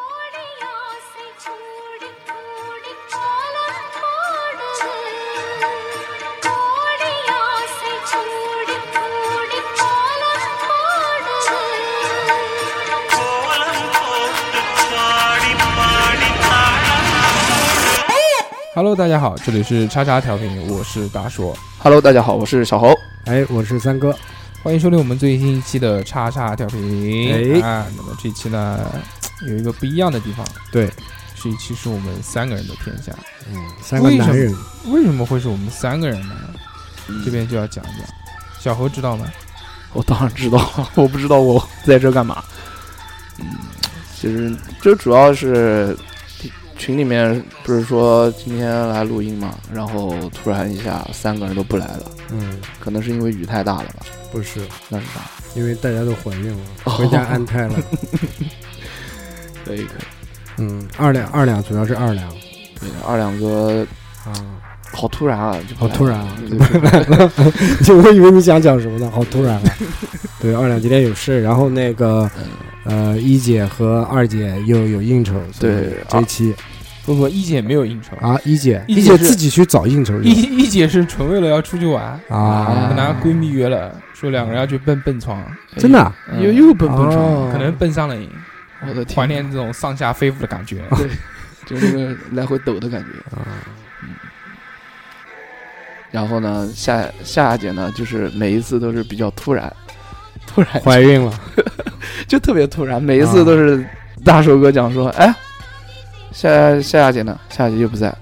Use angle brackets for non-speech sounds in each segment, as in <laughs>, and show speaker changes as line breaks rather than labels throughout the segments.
கோடியாசை கூடி கூடி காலம் போடுது கோடியாசை கூடி கூடி காலம் போடுது
Hello，大家好，这里是叉叉调频，我是大硕，
Hello，大家好，我是小侯。
哎，我是三哥。
欢迎收听我们最新一期的叉叉调频。
哎
啊，那么这期呢有一个不一样的地方，
对，
是一期是我们三个人的天下。
嗯，三个
为什么
男人，
为什么会是我们三个人呢？这边就要讲一讲。小侯知道吗？
<laughs> 我当然知道，我不知道我在这干嘛。嗯，其实就主要是群里面不是说今天来录音嘛，然后突然一下三个人都不来了，
嗯，
可能是因为雨太大了吧？
不是，
那是啥？
因为大家都怀念我，
哦
回家安胎 <laughs> 了。
可以可以。
嗯，二两二两主要是二两
对，二两哥
啊，
好突然啊，就
好突然啊！
对对对
<laughs> 就我以为你想讲什么呢，好突然啊！对，二两今天有事，然后那个呃一姐和二姐又有应酬，所以
对
这一期
不不，一姐没有应酬，
啊一姐
一
一
姐
姐
是
自己去找应酬去
一一姐是纯为了要出去玩，
啊
跟，她闺蜜约了，说两个人要去蹦蹦床，
<laughs> 真的啊
又又蹦蹦
哦
床，
可能蹦上了瘾，
嗯我的天，
怀念这种上下飞舞的感觉。
嗯
就是那个来回抖的感觉。嗯
啊
然后呢，夏夏姐呢，就是每一次都是比较突然，突然
怀孕了，
就特别突然，每一
啊
次都是大手哥讲说，哎，夏夏姐呢？夏姐又不在，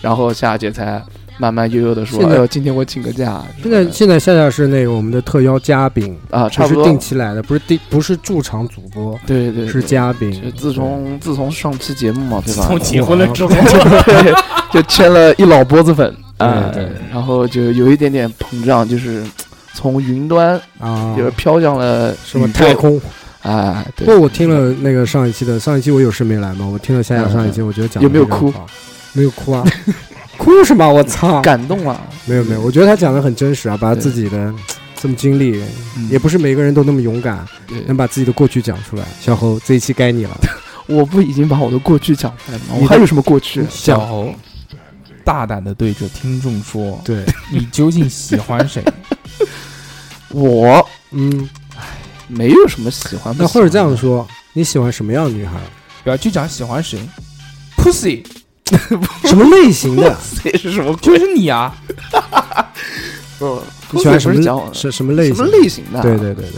然后夏姐才慢慢悠悠的说，
现在
哎呦，今天我请个假。
现在现在夏夏是那个我们的特邀嘉宾，
啊，
不
差不
是
多，
定期来的，不是定不是驻场主播，
对对对
是嘉宾
就。自从自从上期节目嘛，对吧？
从
<laughs>
结婚了之后，
对，就欠了一老脖子粉啊
对对，
然后就有一点点膨胀，就是从云端
对啊，
就是飘向了
什么
宇宙
太空？
啊，
不
对，
过我听了那个上一期的，上一期我有事没来嘛，我听了夏夏上一期，我觉得讲得
嗯有没有
非常
哭
好？没有哭啊，哭什么？我操！
感动
<laughs>
啊，
没有没有，我觉得他讲的很真实啊，把他
对
自己的这么经历，
嗯
也不是每个人都那么勇敢，
对
能把自己的过去讲出来。小侯，这一期
<laughs>
该你了，
我不已经把我的过去讲出来了吗？
你
我
的
还有什么过去？
小侯大胆的对着听众说
对，：“
你究竟喜欢谁
我
嗯，
没有什么喜欢不喜欢的。
那或者这样
<laughs>
说，你喜欢什么样的女孩？？”
不要就讲喜欢谁，pussy
什么类型的？
这是什么
就
鬼？
是你啊！
不，
你喜欢什
<laughs> 不是讲我
么什什么类型？
什么类型的？
对，对对对，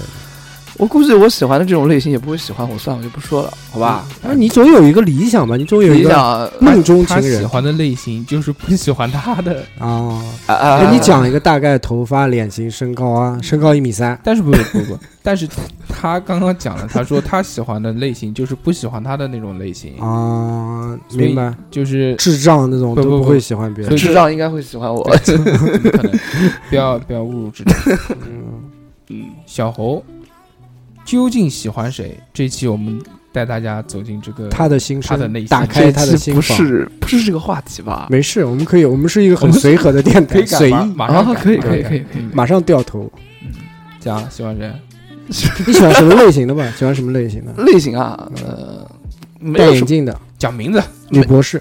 我估计我喜欢的这种类型也不会喜欢我，算了，我就不说了，好吧？
那啊你总有一个理想嗯吧？你总有一
你想
个
啊
梦中
他喜
情人
欢的类型就是不喜欢他的，
啊！
啊
哎，你讲一个大概头发、脸型、身高啊，
嗯
身高一米三
但是不不不不，但是他刚刚讲了，他说他喜欢的类型就是不喜欢他的那种类型，
啊，
嗯所以
明白？
就是
智障那种
不
都
不
不
不
会喜欢别人
所以。
智障应该会喜欢我。 <laughs>
怎么可能？不要不要侮辱智障。
嗯，
小侯究竟喜欢谁？这期我们带大家走进这个
他的心
他的
声
内心
打开他的
这期
心
不
房。
是不是这个话题吧？
没事，我们可以，我们是一个
啊我
很
们
随和的电
可
台，
以改
随
吗
意，
马上
啊
改
可以
马上
可以
改
可以可以
嗯
马上掉头。
讲喜欢谁？
你喜欢什么类型
<laughs>
的吧？喜欢什么类型的？
类型啊，呃，没
戴
有
眼
什么，
镜的
讲名字。
女博士。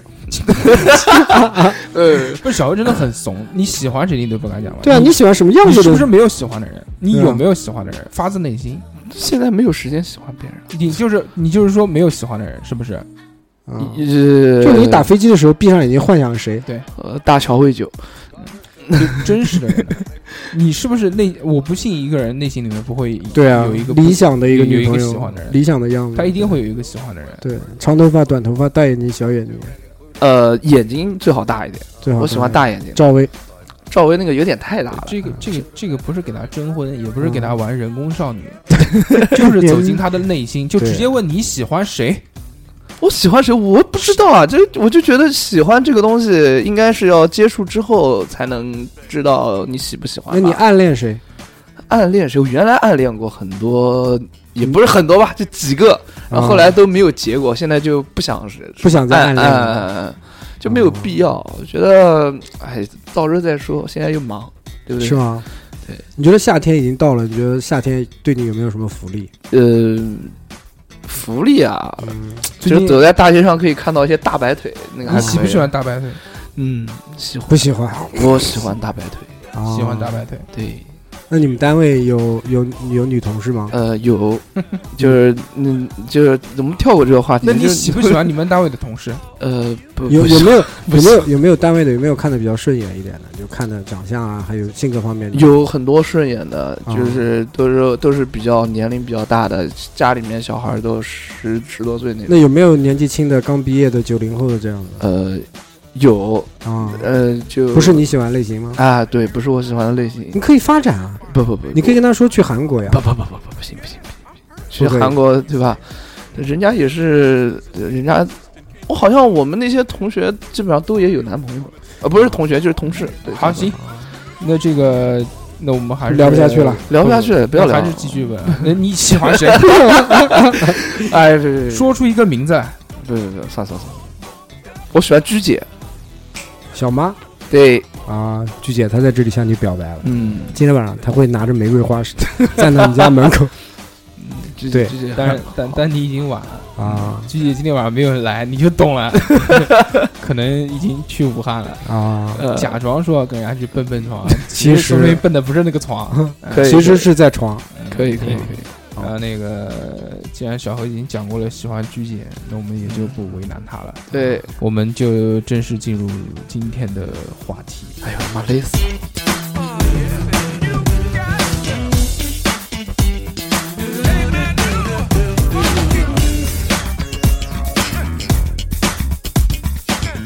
呃，
不是小侯真的很怂，你喜欢谁你都不敢讲吧？
对啊，你喜欢什么样
嗯你
子
是不是
的？
没有喜欢的人？你
对
有
啊
没有喜欢的人？发自内心，
现在没有时间喜欢别人了。
你就是你就是说没有喜欢的人，是不是？
啊
呃
就你打飞机的时候闭上眼睛幻想谁？
呃大乔会酒，
就真实的人呢，你是不是内？我不信一个人内心里面不会
对啊
有一个，不
理想的一个
有有
女
一个
朋
喜欢的
友，
人
理想的样子。
他一定会有一个喜欢的人。
对，长头发、短头发、大眼睛、小眼睛，
呃，眼睛最好大一点，
最好。
我喜欢。大眼睛。
赵薇，
赵薇那个有点太大了，
这个这个这个不是给他征婚，也不是给
嗯
他玩 <laughs> 人工少女，就是走进他的内心，就直接问你喜欢谁。
我喜欢谁，我不知道啊。这我就觉得喜欢这个东西，应该是要接触之后才能知道你喜不喜欢吧。
那你暗恋谁？
暗恋谁？我原来暗恋过很多，也不是很多吧，就几个，然后后来都没有结果，现在就不想是哎
不想再暗恋
暗
了。
暗暗就没有必要。我觉得，哎，到时候再说，现在又忙，对不对？
是吗？
哎对，
你觉得夏天已经到了？你觉得夏天对你有没有什么福利？
呃，福利啊，
嗯，
就
最
是走
近
在大街上可以看到一些大白腿，那个还
你
可以
喜不喜欢？大白腿？
嗯，喜欢，
不
<laughs>
喜欢，
我喜欢大白腿。
啊
喜欢大。白腿。
对，
那你们单位有有有女同事吗？
呃，
<laughs>
有，就是嗯，就是我们跳过这个话题。
那你
就是
喜不喜？欢你们单位的同事？
<laughs> 呃，不，
有
不
有
喜
没有
不
有没
喜
有有没有单位的有没有看的比较顺眼一点的？就看的长相啊，还有性格方面的。
有很多顺眼的，
啊
就是都是都是比较年龄比较大的，家里面小孩都十十多岁那种。
那有没有年纪轻的刚毕业的九零后的这样的
呃，有，
啊？
呃，就
不是你喜欢类型吗？
啊，对，不是我喜欢的类
你
型。
可以发展啊，
不不不，
你可以跟他说去韩国呀
不。不不不不不行不行不行，不行去
不可以
韩国对吧？人家也是，呃人家我好像我们那些同学基本上都也有男朋友，啊，不是同学就是同事。对，
好，
差不多
行， <laughs> 那这个，那我们还是
聊不下去了，
聊不下去了，嗯不要
嗯
聊
还是继续问。啊那你喜欢
<laughs>
谁？
哎，别别别，
说出一个名字。
不不不，算算算，我喜欢鞠姐。
小妈
对，
啊，鞠姐她在这里向你表白了。
嗯，
今天晚上她会拿着玫瑰花站在你家门口
鞠
对
姐，鞠姐，
但但但你已经晚了，
啊
鞠姐今天晚上没有来，你就懂
<laughs>
了，可能已经去武汉了。
啊，
呃
假装说要跟人家去蹦蹦床，
其
说明
实
蹦的不是那个床。
哎可以，
其实是在床。
可以可以可以
嗯
可以，
然后那个，既然小何已经讲过了喜欢鞠姐，那我们也就不为难他了。
对，
我们就正式进入今天的话题。
哎呦妈累死了，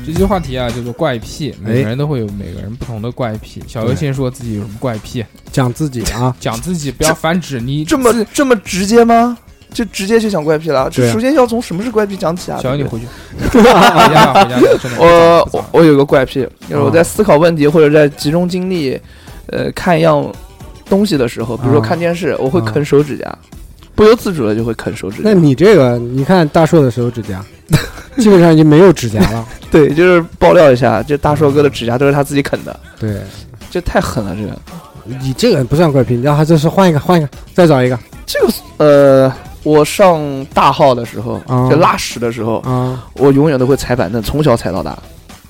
这期话题啊叫做怪癖，每个人都会有每个人不同的怪癖。小何
对
先说自己有什么怪癖，
讲自己啊，
讲自己，不要反指你
这么这么直接吗？就直接就讲怪癖了？
对
这
啊
首先要从什么是怪癖讲起啊？
小何你
对不对
<laughs>
回去，回家吧回家吧，真的。
<laughs> 我
不早
我
了
我有个怪癖，就是我
啊
在思考问题或者在集中精力，呃，看一样东西的时候，比如说
啊
看电视，我会
啊
啃手指甲，不由自主的就会啃手指甲
那。你这个，你看大硕的手指甲，基本上已经没有指甲了。
对，就是爆料一下，这大硕哥的指甲都是他自己啃的，
对
这太狠了，这个
你这个不算怪癖，你让他就是换一个，换一个，再找一个
这个呃。我上大号的时候，
啊
就拉屎的时候，
啊，
我永远都会踩板凳，从小踩到大。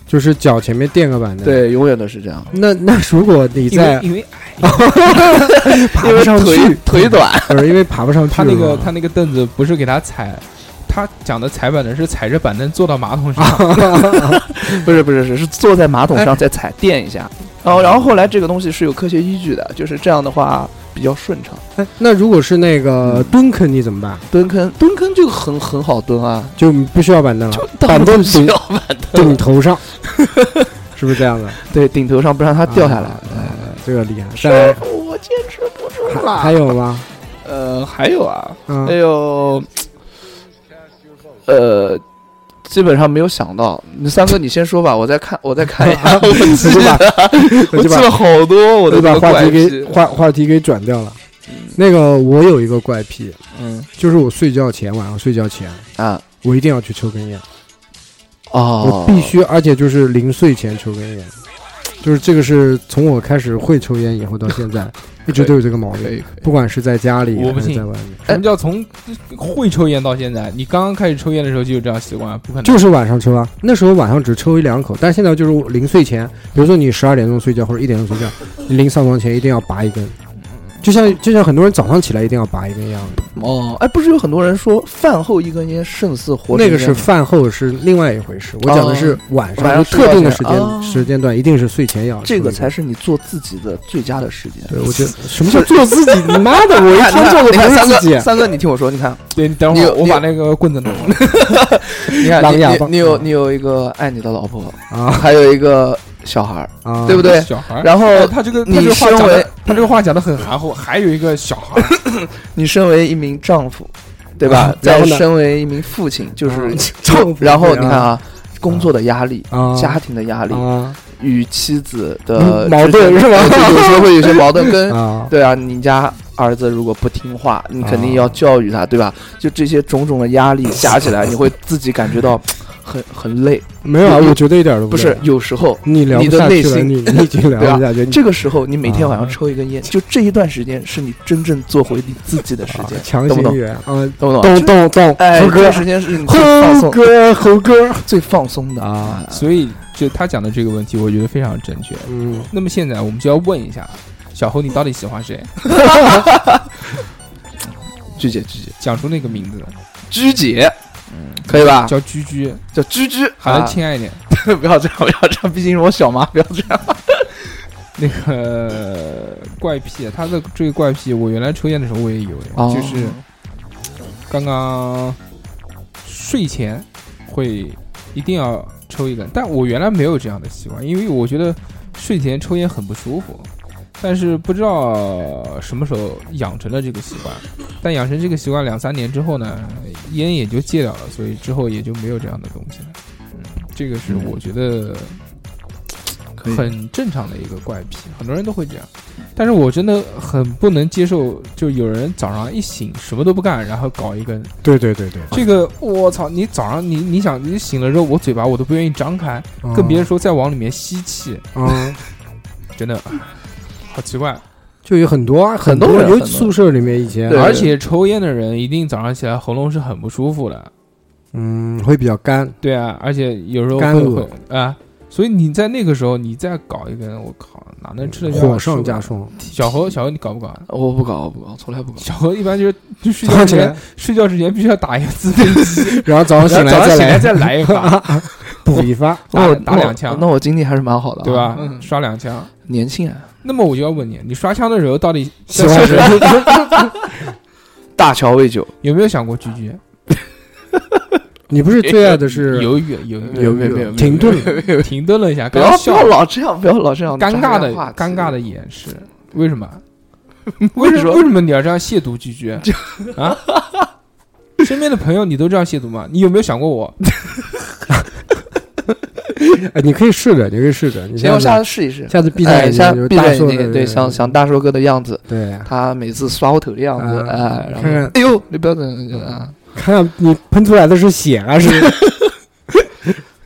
就是脚前面垫个板凳。，
对，永远都是这样，
那那如果你
因为
在
因为
爬
因
不
为
上
腿
去，
腿短，
不是因为爬不上去
他
是吧，
那个他那个凳子不是给他踩，他讲的踩板凳是踩着板凳坐到马
<laughs>
桶
哎
上，
<laughs> 不是不是是是坐在马桶上再踩垫一下，然哎后然后后来这个东西是有科学依据的，就是这样的话比较顺畅。
哎，那如果是那个蹲坑，你怎么办？
蹲坑蹲坑就很很好蹲啊，
就不需要板凳了，
当然
板凳
不需
顶
要板
顶头上，是不是这样的？
对顶头上不让它掉下来。
啊这个厉害。再来，
哎我坚持不住
还还有吗？
呃，还有啊，还
嗯，
有，呃。基本上没有想到，你三哥你先说吧，我再看，我再看一
<laughs>
下，我记 <laughs> 得，我
就把我就
记
把
了好多我
我
的
就把
这个
话
怪
题给
癖，
话话题给转掉了。那个，我有一个怪癖，
嗯
就是我睡觉前，晚上睡觉前，
啊
我一定要去抽根烟，
哦
我，必须，而且就是临睡前抽根烟，就是这个是从我开始会抽烟以后到现
<laughs>
在，一直都有这个毛
可
病，
以，
不管是在家里
我不
还是
信
在外面，
什么叫从会抽烟到现在？你刚刚开始抽烟的时候就有这样习惯，不可能。
就是晚上抽啊，那时候晚上只抽一两口，但现在就是我临睡前，比如说你十二点钟睡觉或者一点钟睡觉，你临上床前一定要拔一根，就像就像很多人早上起来一定要拔一根一样的，
哦，哎，不是有很多人说饭后一根烟胜似活
那
神
个
烟
是饭后是另外一回事，我讲的是晚上有特定的时
晚哦上睡觉
间
前哦
时间段，一定是睡前要
这个才
是。
是你做自己的最佳的时间。
对，我觉得什么叫做自己？你妈的，我一
你看，
天做
你
的
看，
不是
三
自己
哥，。三哥，你听我说，你看，
对，你等会
你
儿
有
我
你
把那个棍子拿过
<laughs>
来。
你看，
狼
你
牙
你
棒
你有你有一个爱你的老婆，
啊
还有一个小孩儿，
啊，
对不对？
小孩儿。
然后
哎他这个他这
你
个话讲
身为
的，他这个话讲的很含糊。还有一个小孩儿，
你身为一名丈夫，对吧
啊？
再
然后呢
身为一名父亲，就是
啊
然后你看啊，工作的压力、
啊，
家庭的压力、
啊
与妻子的
嗯矛盾
之间
是吧
对有时候会有些矛盾，跟
<laughs> 啊，
对啊，你家儿子如果不听话，你肯定要教育他，
啊
对吧？就这些种种的压力加起来，你会自己感觉
嗯
到很很累。
没有啊，我觉得一点都
不
累
是，有时候
你聊不下
你的内
去了，
心啊
你你已经聊不下去，
<laughs>
你
这个时候你每天晚上
啊
抽一根烟，就这一段时间是你真正做回你自己的时
啊
间，
强
懂不
行
懂？
语言啊，
懂不懂？
懂懂懂，
哎，
猴
这
哥
个，时间是你最放
猴
松、
哥，猴哥
最放松的
<laughs> 啊，
所以就他讲的这个问题，我觉得非常正确。
嗯，
那么现在我们就要问一下，小侯你到底喜欢谁？
鞠姐，鞠姐，
讲出那个名字，
鞠姐，可以吧？
叫居居，
叫鞠鞠，
喊 <laughs>
啊
得亲爱一点。
不要这样，不要这样，毕竟是我小妈，不要这样。
<laughs> 那个怪癖，他的这个怪癖，我原来抽烟的时候我也有，
哦
就是刚刚睡前会一定要抽一根，但我原来没有这样的习惯，因为我觉得睡前抽烟很不舒服。但是不知道什么时候养成了这个习惯，但养成这个习惯两三年之后呢，烟也就戒掉了，所以之后也就没有这样的东西了。嗯，这个是我觉得
可以
很正常的一个怪癖，很多人都会这样。但是我真的很不能接受，就有人早上一醒什么都不干，然后搞一根，
对对对对，
这个我操！你早上你你想你醒了之后，我嘴巴我都不愿意张开，
嗯
更别说再往里面吸气，
嗯，
真的好奇怪。
就有很多啊
很
很
多人
尤
很
其
多
宿舍里面以前啊
对，
而且抽烟的人一定早上起来喉咙是很不舒服的，
嗯，会比较干，
对啊，而且有时候
干
会
呕
会啊，所以你在那个时候你再搞一根，我靠，哪能吃得下？
火上加
受
霜，
不了。小侯，小侯你搞不搞啊？
我不搞，我不搞，从来不搞。
小侯一般就是就睡
早
觉
上起
前
来，
睡觉之前必须要打一个自慰剂，
然后早上
然后
醒来
早上
再
醒来
来
再来一发，
补一发，
打
那我
打
那我
两枪
那我经历还是蛮好的啊，
对吧
嗯？
刷两枪。
年轻啊，
那么我就要问你，你刷枪的时候到底
喜欢谁？
大乔未久，
有没有想过居居？
你不是最爱的是
犹豫，犹豫，
犹
没有没有
豫停顿？
停顿了一下，
不
刚刚
要哎不
笑
要
了，
老这样，不要老这样，
尴尬的
这样话题
尴尬的掩饰，为什么？为什么为什么你要这样亵渎居居啊？身边的朋友你都这样亵渎吗？你有没有想过我？
哎，你可以试着，你可以试着，你
行，我下
下
次试一试
次。下次闭上
哎，
眼
下
睛，
闭
就
上
大
眼
硕
睛，
的
对，想想大寿哥的样子，
对，
他每次刷我头的样子，
啊
哎，然后
看看
哎呦，你不要等啊，
看看你喷出来的是血还
<laughs>
是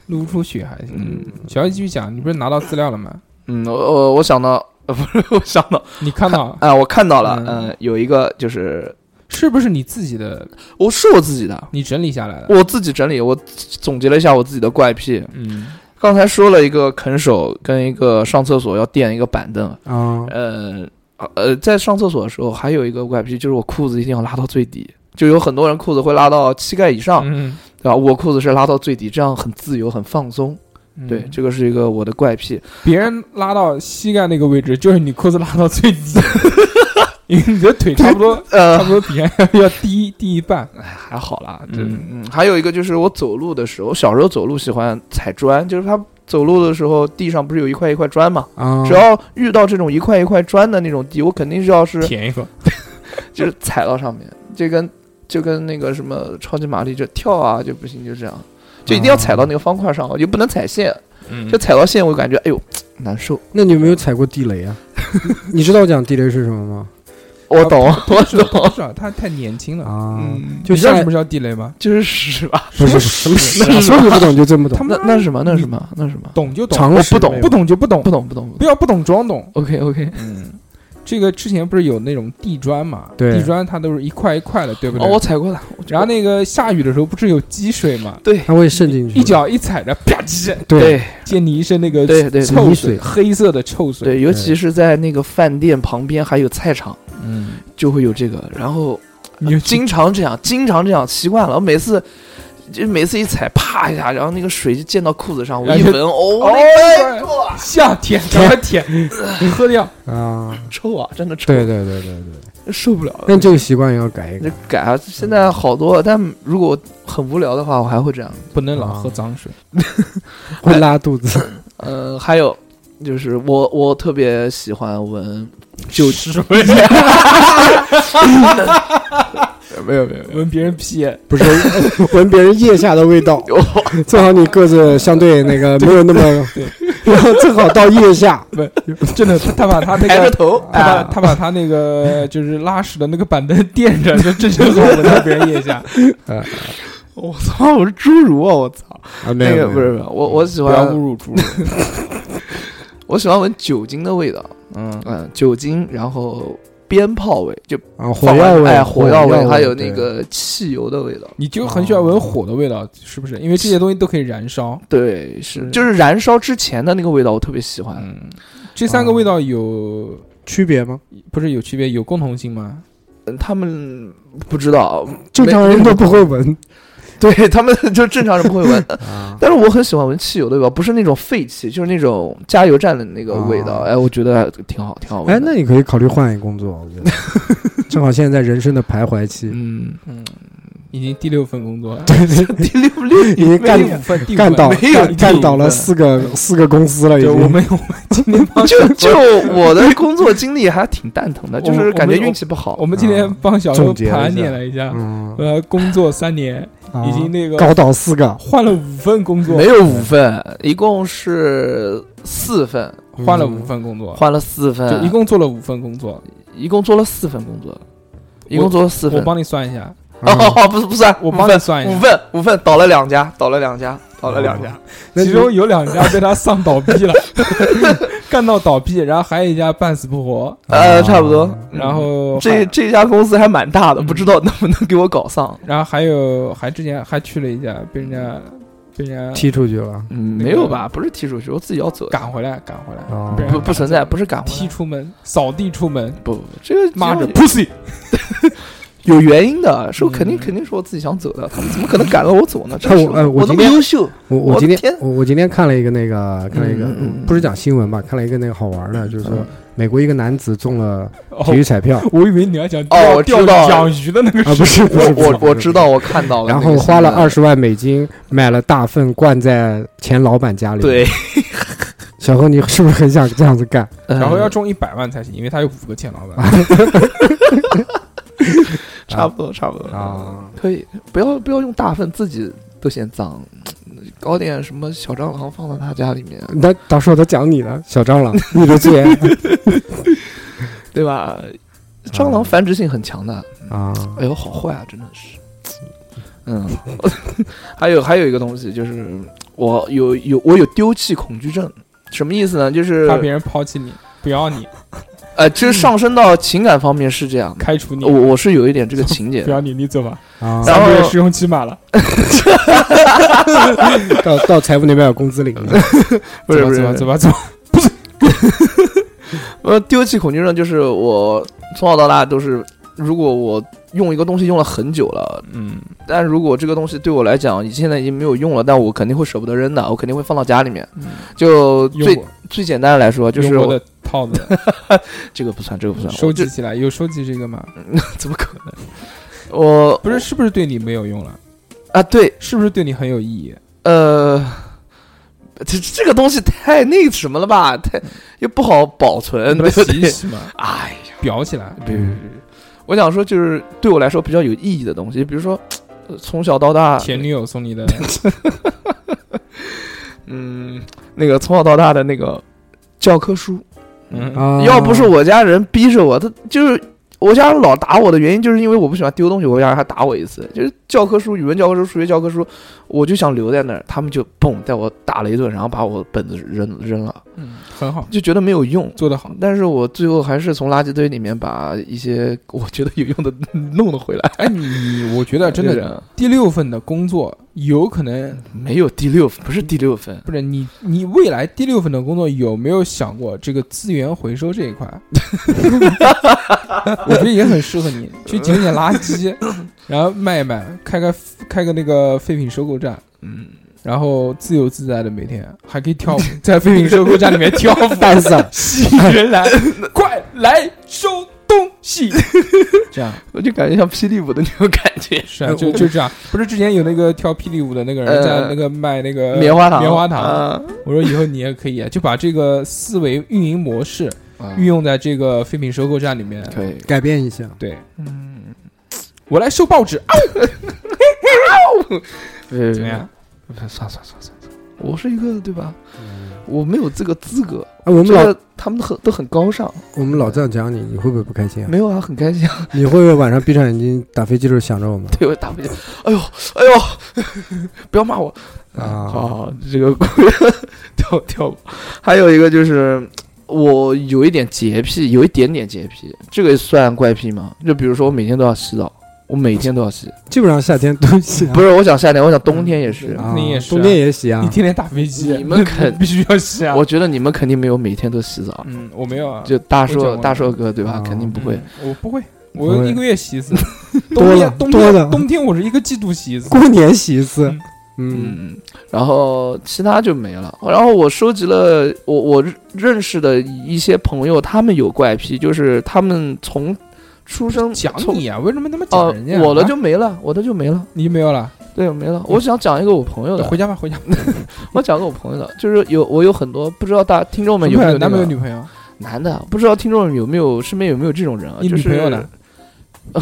露出血还行。小叶继续讲，你不是拿到资料了吗？ <laughs>
嗯，我我我想到，呃 <laughs> 不是，我想到，
你看到
啊，我看到了，
嗯
嗯，有一个就是，
是不是你自己的？
我是我自己的，
你整理下来的？
我自己整理，我总结了一下我自己的怪癖。
嗯，
刚才说了一个啃手跟一个上厕所要垫一个板凳，
啊？
呃呃，在上厕所的时候还有一个怪癖，就是我裤子一定要拉到最底。就有很多人裤子会拉到膝盖以上，
嗯，
对吧？我裤子是拉到最底，这样很自由、很放松。
嗯
对，这个是一个我的怪癖。
别人拉到膝盖那个位置，就是你裤子拉到最低，因为你的腿差不
<laughs>
多，
呃
差不，多比人家要低低一半。
哎还好啦。
嗯
对，嗯，还有一个就是我走路的时候，小时候走路喜欢踩砖，就是他走路的时候地上不是有一块一块砖嘛？
啊，
只要遇到这种一块一块砖的那种地，我肯定是要是
舔一口，
就是踩到上面，就跟就跟那个什么超级玛丽这跳啊就不行，就这样，就一定要踩到那个方块上，就不能踩线，
嗯
就踩到线我感觉哎呦难受。
那你有没有踩过地雷啊？ <laughs> 你知道我讲地雷是什么吗？
我懂，
哦
我
不
懂，
是啊，他太年轻了。
啊，
嗯，
就
你知道
下
什么叫地雷吗？
就是屎吧？
不是什么什么都不懂就真不
他
懂，
们
那那是什么？那是什么？那是什么？
懂就懂，
常
我
识
不懂
没有
不懂就不懂
不，懂不懂不
不
懂。
要不懂装懂。
OK OK，
嗯，这个之前不是有那种地砖嘛？
对
地砖它都是一块一块的，对不
哦，
对？
我踩过了。我
然后那个下雨的时候不是有积水嘛？
对
它会渗进去，
一脚一踩着，啪叽，
对
对
溅你一身那个
对对
臭
泥
水，
水
黑色的臭水。
对，尤嗯其是在那个饭店旁边还有菜场，
嗯，
就会有这个。然后呃
你就
经常这样，经常这样，习惯了。我每次就每次一踩，啪一下，然后那个水就溅到裤子上，我
然
一
后就
闻， <laughs> 哦，
哦
那个
夏天，赶快
<laughs>
舔，喝掉。
啊，
臭啊，真的臭，
对对对对对，
受不了了。
但这个习惯也要改一
那改
改，
啊，现在好多了，但如果很无聊的话，我还会这样。
不能老喝脏水。
会拉肚子， <laughs>
呃，还有就是我我特别 <laughs> 喜欢闻，
酒水，
没有没有，没有
闻别人屁，
不是闻别人腋下的味道， <laughs> 正好你个子相对那个没有那么
对，
<laughs> 然后正好到腋下，
<laughs> 真的，他他把他那
抬着
个，
头
他把
啊， <laughs>
他把他那
<laughs>
个就是拉屎的那个板凳垫着，就这正好闻到别人腋
<laughs>
下。
我操，我是侏儒 <laughs> 啊！我操，
啊，没
那个
有没
不
有
是不是，我我喜
不要
欢
侮辱猪肉，
<laughs> 我喜欢闻酒精的味道，
嗯，
嗯，酒精，然后鞭炮味，就
啊，火
放完
药味，
哎，火药
味，
还有那
对
个汽油的味道，
你就很喜欢闻火的味道，是不是？因为这些东西都可以燃烧。
对，是
嗯
就是燃烧之前的那个味道，我特别喜欢。
嗯，这三个味道有
区别吗？
不是有区别，有共同性吗？
嗯他们不知道，
正常人都不会闻
对他们就正常人不会闻，
<laughs> 啊。
但是我很喜欢闻汽油的味道，不是那种废气，就是那种加油站的那个味道。
啊
哎，我觉得还挺好，挺好
哎，
闻的。
那你可以考虑换一个工作，我觉得 <laughs> 正好现在在人生的徘徊期，
嗯，
已经第六份工作了，
第 <laughs> 六六
已经干
第五份第五份
干倒
没有
干干倒了四个四个公司了，已
对，
经。
我们我们今天帮 <laughs>
<laughs> 就就我的工作经历还挺蛋疼的，
我
就是感觉
我们
运气不好
我。们今天帮小周
啊总结了一下
盘点了一下，
嗯，
呃，工作三年
啊
已经那个
搞倒四个，
换了五份工作
没，有五份，一共是四份，
换
嗯
了五份工作，
换了四
就
份，
一共做了五份工作。
一共做了四份工作，一共做了四
我
份。
帮你算一下，
哦
啊。
哦，不是不算，
我
五
帮你
份
算一
五
下，
份五份倒了两家，倒了两家，倒了两家。
那
其中有两家被他上倒闭了，干到倒闭，然后还有一家半死不活，
呃，差不多。嗯
哦然后
这
还
这家公司还蛮大的，
嗯
不知道能不能给我搞上。
然后还有还之前还去了一家，被人家被人家
踢出去了，
嗯，
那个
没有吧？不是踢出去，我自己要走的。
赶回来，赶回来
哦，
被人家
不不存在，不是赶回来
踢出门，扫地出门，
不不，不这个
骂着
有
pussy，
有原因的，是我肯定
嗯
肯定是我自己想走的，他们怎么可能赶了我
<laughs>
走呢？真
看
是
我呃
的
我
我那
今
么
天
优秀，我
我我
的
今
天
天我我今天看了一个那个看了一个
嗯嗯嗯，嗯
不是讲新闻吧，看了一个那个好玩的，就是说美国一个男子中了
哦
体育
<laughs>
彩票
我以为你要讲
哦
钓
我
钓
知道了
养鱼的那个
啊，不是不
我
是不是
我
不是
我知道，我看到了，
然
那
后
个
花了
新闻
二，十万美金买了大粪灌在前老板家里。
对，，
<laughs> 小何，你是不是很想这样子干？
<laughs> 然
然后要
嗯
中一百万才行，因为他有五个钱老板。
差不多差不多，
啊，
可以不要不要用大粪，自己都嫌脏，搞点什么小蟑螂放到他家里面，
那到时候他讲你了，小蟑螂，你
<laughs>
的罪
对吧？蟑
嗯
螂繁殖性很强的，
啊！
哎呦，好坏啊，真的是。嗯， <laughs> 还有还有一个东西就是我有有我有丢弃恐惧症，什么意思呢？就是
怕别人抛弃你，不要你，
呃，其
嗯
实上升到情感方面是这样的，
开除你，
我我是有一点这个
<laughs>
情节
不，要你，你走吧。
啊，
然
三
后
个月试用期满了，
到到财务那边有工资领，
<laughs> 不是不
走吧，
是
走，吧，走吧。走吧
呃，丢弃恐惧症就是我从小到大都是，如果我用一个东西用了很久了，
嗯，
但如果这个东西对我来讲现在已经没有用了，但我肯定会舍不得扔的，我肯定会放到家里面。就
嗯用
最
过
最简单的来说，就是
用过
我
的套子
这个不算，这个不算，
收
我这
集起来，有收集这个吗？
怎么可能？我
不是，是不是对你没有用了？
啊，对，
是不是对你很有意义？
呃，这这个东西太那什么了吧，太又不好保存，
把它
呃对不
洗一
对？
洗嘛，
哎，
裱起来。
别别别！我想说，就是对我来说比较有意义的东西，比如说呃从小到大，
前女友送你的，
嗯，那个从小到大的那个教科书，
嗯，
啊，
要不是我家人逼着我，他就是我家人老打我的原因，就是因为我不喜欢丢东西，我家人还打我一次。就是教科书、语文教科书、数学教科书，我就想留在那儿，他们就砰带我打了一顿，然后把我本子扔扔了，
嗯很好，
就觉得没有用。
做得好。
但是我最后还是从垃圾堆里面把一些我觉得有用的 <laughs> 弄了回来。
哎，你我觉得真
就
的
是
第六份的工作有可能
没有第六，不是第六分，
不是你，你未来第六份的工作有没有想过这个资源回收这一块？ <laughs> 我觉得也很适合你，去捡捡垃
<laughs>
圾，然后卖一卖，开个开个那个废品收购站，
嗯，
然后自由自在的每天，还可以
<laughs>
跳舞，在废品收购站里面跳舞
蛋
<laughs>
散，
吸引人
<laughs>
来，快来收东西，这样
我就感觉像霹雳舞的那种感觉。
是啊，就就这样。不是之前有那个跳霹雳舞的那个人
呃
在那个卖那个
棉花糖，
呃棉花糖
啊
我说以后你也可以，啊，就把这个思维运营模式
啊
运用在这个废品收购站里面。
可以，
啊改变一下，
对，
嗯，
我来收报纸啊！
对
怎么
啊
样？
算算算算算，我是一个对吧？
嗯
我没有这个资格。
哎，我
我
们老
他们都很都很高尚，
我们老这样讲你，你会不会不开心啊？
没有啊，很开心啊。
你会不会晚上闭上眼睛打飞机的时候想着我们？
对我打不进，哎呦哎呦， <laughs> 不要骂我
啊
好好，这个 <laughs> 跳跳。还有一个就是我有一点洁癖，有一点点洁癖，这个算怪癖吗？就比如说我每天都要洗澡。我每天都要洗，
啊
基本上夏天都洗啊，
不是我想夏天，我想冬天也是。
啊
你也是啊
冬天也洗
你
啊。
天天打飞机，
你们肯
<laughs> 必须要洗啊！
我觉得你们肯定没有每天都洗澡，
嗯，我没有啊，
就大
我讲
硕
过
大硕哥对吧？
啊
肯定不会。
嗯，我不会，
不会
我一个月洗一
<laughs>
次。
多
冬
了
天冬
多了
天冬天我是一个季度洗一次。
过年洗一次，嗯，
嗯，然后其他就没了。然后我收集了我我认识的一些朋友，他们有怪癖，就是他们从出生
讲
从
你啊，为什么他妈
哦
讲人家、，
我的
啊
就没了，我的就没了，
你没有了，
对，没了。我想讲一个我朋友的，
回家吧，回家吧。
我讲一个我朋友的，就是有我有很多不知道大听众们有没有那个
男朋友女朋友？
男的，啊不知道听众们有没有身边有没有这种人啊？
你
就
女
是
朋友呢？
<laughs>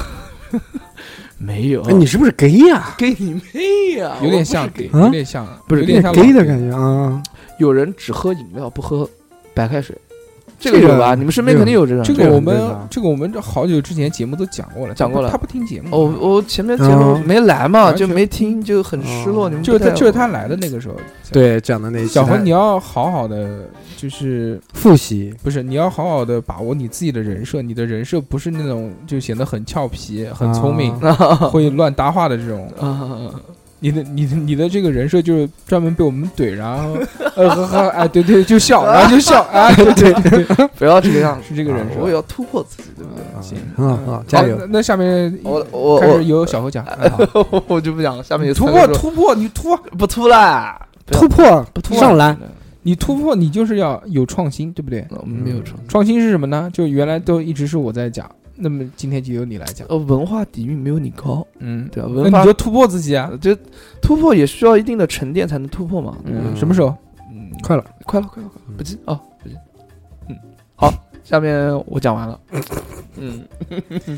没有，
哎，你是不是 gay 呀？
给你妹呀、
有点像
我不是 gay
啊
有点像，
不是
有
有
点
点
像
gay
老爹
的感觉啊？
有人只喝饮料不喝白开水，这
这
个
个
有吧？你们身边
没有
肯定嗯有这种人。
这
这
个
个
我
很正
们
常
这个我们这好久之前节目都讲过了，
讲过了
他不听节目，
哦，我前面节目
嗯
没来嘛，
完
就
全
没听，就很失落。
哦
你们
就是
不
他
太
就是他来的那个时候，
对，讲的那一期
小何
他
你要好好的就是
复习，
不是你要好好的把握你自己的人设，你的人设不是那种就显得很俏皮、很聪明、
啊
会乱搭话的这
<laughs>
种。
啊，
你的你的你的这个人设就是专门被我们怼，然后呃呵呵哎对对就笑，然后就笑啊对对对，
不要这个样 <laughs> 子，
是这个人设。
啊我也要突破自己，对不对？
行，
很好，很
嗯
好，加油
好！那那下面
我我
开始由小何讲，哎 <laughs> 好
我 <laughs> 我就不讲了，下面有
突
三
破
个说
突破，你突
不突啦，不要
突破
不突
上来，
你突破，你就是要有创新，对不对？
我们没有创
创新是什么呢？就原来都一直是我在讲，那么今天就由你来讲，
呃文化底蕴没有你高，
嗯，
对吧？
那
文
你
化
就突破自己啊
呃，就突破也需要一定的沉淀才能突破嘛。
嗯
什么时候？
嗯，
快了，
快了，快了，快了，不急哦，不急。嗯，好，下面我讲完 <laughs> 了。嗯，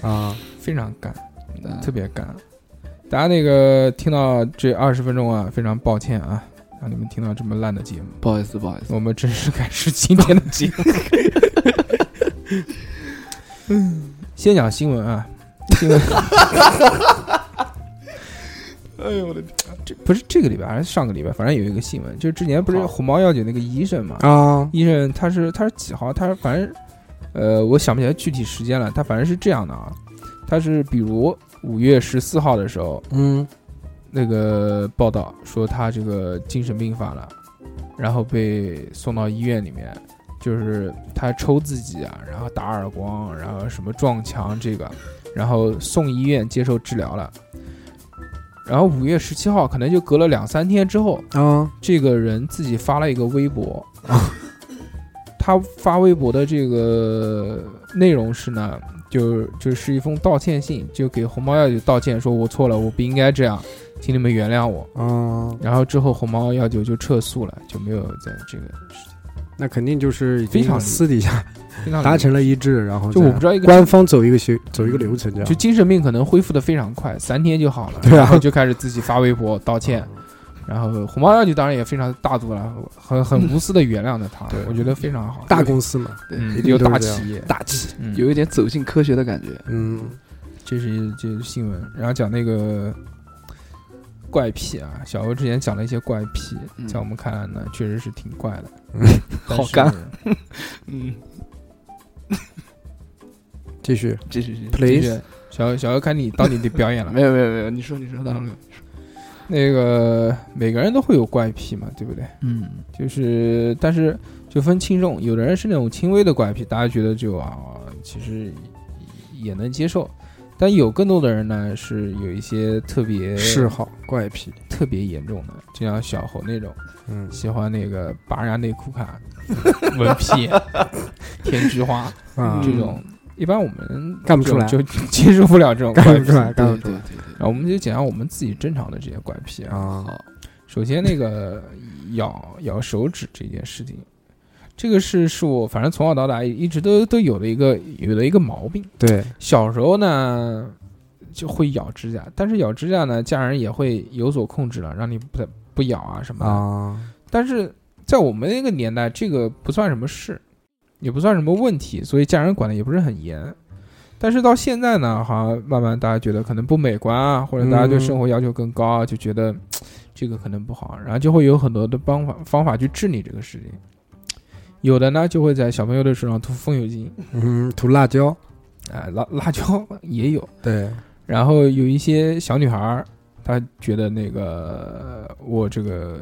啊！
非常干，
那
特别干。嗯大家那个听到这二十分钟啊，非常抱歉啊，让你们听到这么烂的节目。
不好意思，不好意思。
我们正式开始今天的节目。 <laughs> 先讲新闻啊，新闻。
哎呦我的天！
这不是这个礼拜，还是上个礼拜，反正有一个新闻，就是之前不是
好
红毛药姐那个医生嘛，
啊，
医生他是他是几号？他是反正，呃，我想不起来具体时间了。他反正是这样的啊，他是比如五月十四号的时候，
嗯，
那个报道说他这个精神病犯了，然后被送到医院里面，就是他抽自己啊，然后打耳光，然后什么撞墙这个，然后送医院接受治疗了。然后五月十七号，可能就隔了两三天之后，
啊，
这个人自己发了一个微博， <laughs> 他发微博的这个内容是呢，就就是一封道歉信，就给红毛药酒道歉，说我错了，我不应该这样，请你们原谅我。
啊，
然后之后红毛药酒就撤诉了，就没有在这个事情
那肯定就是已
非常
经私底下
非常
达成了一致，然后
就
再
我不知道一个
官方走一个学走一个流程这样
就。精神病可能恢复的非常快，三天就好了，
对啊
然后就开始自己发微博道歉。然后红毛药酒当然也非常大度了，很很无私的原谅了他，我觉得非常好。
大公司嘛，
嗯
一定
有
都是
大
这样
企业，
大气，
嗯
有一点走进科学的感觉。
嗯，
这是这是新闻，然后讲那个怪癖啊，小欧之前讲了一些怪癖，
嗯
在我们看来呢，确实是挺怪的，但
好
是
干。嗯，
继续
继续继续。
的
please，
确小欧小欧看你到你的表演了，
<laughs>
嗯
没有没有没有，你说你说，大龙哥。
那个每个人都会有怪癖嘛，对不对？
嗯，
就是但是就分轻重，有的人是那种轻微的怪癖，大家觉得就啊，其实也能接受。但有更多的人呢，是有一些特别
嗜好怪癖，
特别严重的，就像小猴那种，
嗯，
喜欢那个拔人家内裤看，闻 <laughs> 屁、舔菊花
啊，
这种，一般我们
干不出来
就就接受不了这种怪
<laughs> 干不
癖
出。来，
对
干不出
对
来
对对。
然后我们就讲讲我们自己正常的这些怪癖啊。
啊！
首先，那个咬咬手指这件事情，这个是是我反正从小到大一直都都有的一个有的一个毛病。
对，
小时候呢，就会咬指甲，但是咬指甲呢，家人也会有所控制了，让你不再不咬啊什么的。
啊，
但是在我们那个年代，这个不算什么事，也不算什么问题，所以家人管的也不是很严。但是到现在呢，好像慢慢大家觉得可能不美观啊，或者大家对生活要求更高啊，就觉得嘖这个可能不好，然后就会有很多的方法方法去治理这个事情。有的呢，就会在小朋友的手上涂风油精，
嗯，涂辣椒，
啊、辣辣椒也有，
对，
然后有一些小女孩儿，她觉得那个呃我这个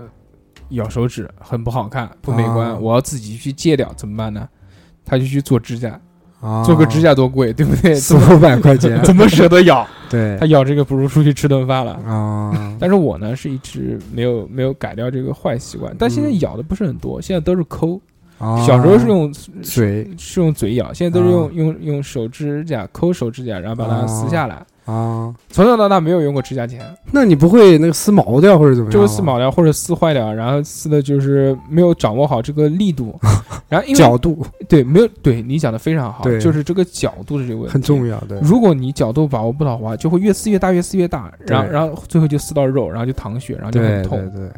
咬手指很不好看，不美观，
啊
我要自己去戒掉，怎么办呢？她就去做指甲，
啊，
做个指甲多贵，对不对？
四
怎么，
五百块钱
怎么舍得咬？
对
她，咬这个不如出去吃顿饭了。
啊，
但是我呢，是一直没有没有改掉这个坏习惯，但现在
嗯
咬的不是很多，现在都是抠。
啊
小时候是用
嘴
是用嘴咬，现在都是用
啊
用用手指甲抠手指甲，然后把它撕下来。
啊，
从小到大没有用过指甲钳，
那你不会那个撕毛掉或者怎么样吗？啊
就是撕毛掉或者撕坏掉，然后撕的就是没有掌握好这个力
<laughs>
度，然后因为
角度
对没有对你讲的非常好，
对
就是这个角度的这个问题
很重。要的，
如果你角度把握不好的话，就会越撕越大，越撕越大，然后
对
然后最后就撕到肉，然后就淌血，然后就
对
很
对
痛。
对，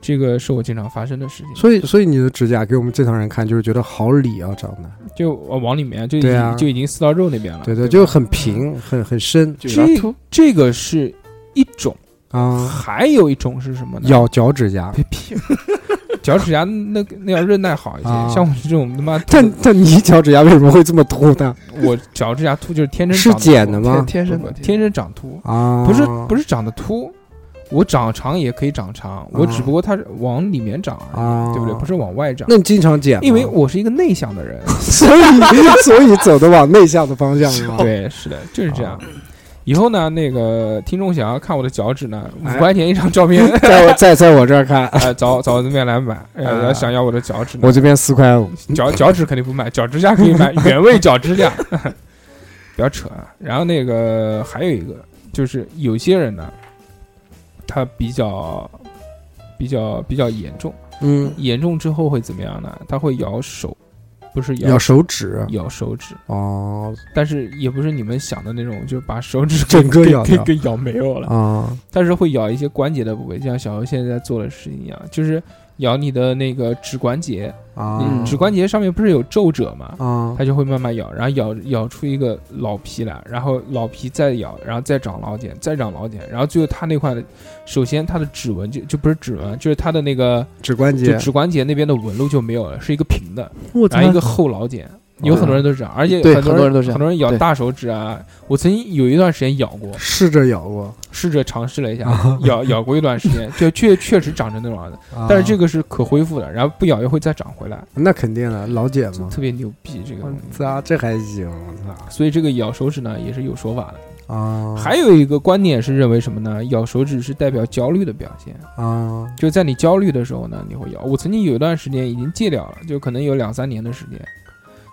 这个是我经常发生的事情，
所以所以你的指甲给我们正常人看就是觉得好理啊，长得，
就往往里面就已
对啊
经就已经撕到肉那边了。
对对，
吧
就很平，很很深
就有点
这这个是一种，
啊，
还有一种是什么呢？
咬脚趾甲。
别屁，脚趾甲那个那要韧带好一些，
啊
像我这种他
<laughs>
妈
但但你脚趾甲为什么会这么凸呢？
我脚趾甲凸就是天生长
是剪的吗
不
天天生
不
的
天生长凸，
啊，
不是不是长得凸，我长长也可以长长，
哦
我只不过它是往里面长而
啊，
已，对不对？不
是，
是往外长
那，你经常剪吗，
因为我是一个内向的
<laughs>
人，
所以所以走的往内向的方向是吗？
对，是的，就是这
哦
样。以后呢，那个听众想要看我的脚趾呢，
哎
五块钱一张照片，
<laughs> 在我在在我这儿看，
呃，找找我这边来买。呃，
啊
想要我的脚趾呢，
我这边
<laughs>
四块五
脚脚趾肯定不买，脚趾甲可以买原味脚趾甲， <laughs> 不要扯啊。然后那个还有一个就是有些人呢，他比较比较比较严重，
嗯，
严重之后会怎么样呢？他会咬手，不是咬
咬手指
咬手指，
哦
但是也不是你们想的那种，就把手指
<laughs> 整个
给
咬
给
掉
给咬没有了，
啊
但是会咬一些关节的部位，就像小欧现在在做的事情一样，就是咬你的那个指关节，
啊
嗯，指关节上面不是有皱褶吗？
哦
啊
它就会慢慢咬，然后咬咬出一个老皮来，然后老皮再咬，然后再长老茧，再长老茧，然后最后它那块的，首先它的指纹就就不是指纹，就是它的那个
嗯
指关
就
节，
指关节那边的纹路就没有了，是一个平的，
我
然后一个后老茧。有很多人都是这样，而且
对
很
很多人都是这
很
样
多人咬
对
大手指啊。我曾经有一段时间咬过，
试着咬过，
试着尝试了
<laughs>
一下，咬咬过一段时间，就确确实长成那种样子。
啊
但是这个是可恢复的，然后不咬又会再长回来，
那肯定的，老茧
嗯
嘛，
特别牛逼这个
我
东西。
操，这还行，我操
所以这个咬手指呢也是有说法的。
嗯
啊，
还有一个观点是认为什么呢？咬手指是代表焦虑的表现，
啊
就在你焦虑的时候呢，你会咬。我曾经有一段时间已经戒掉了，就可能有两三年的时间。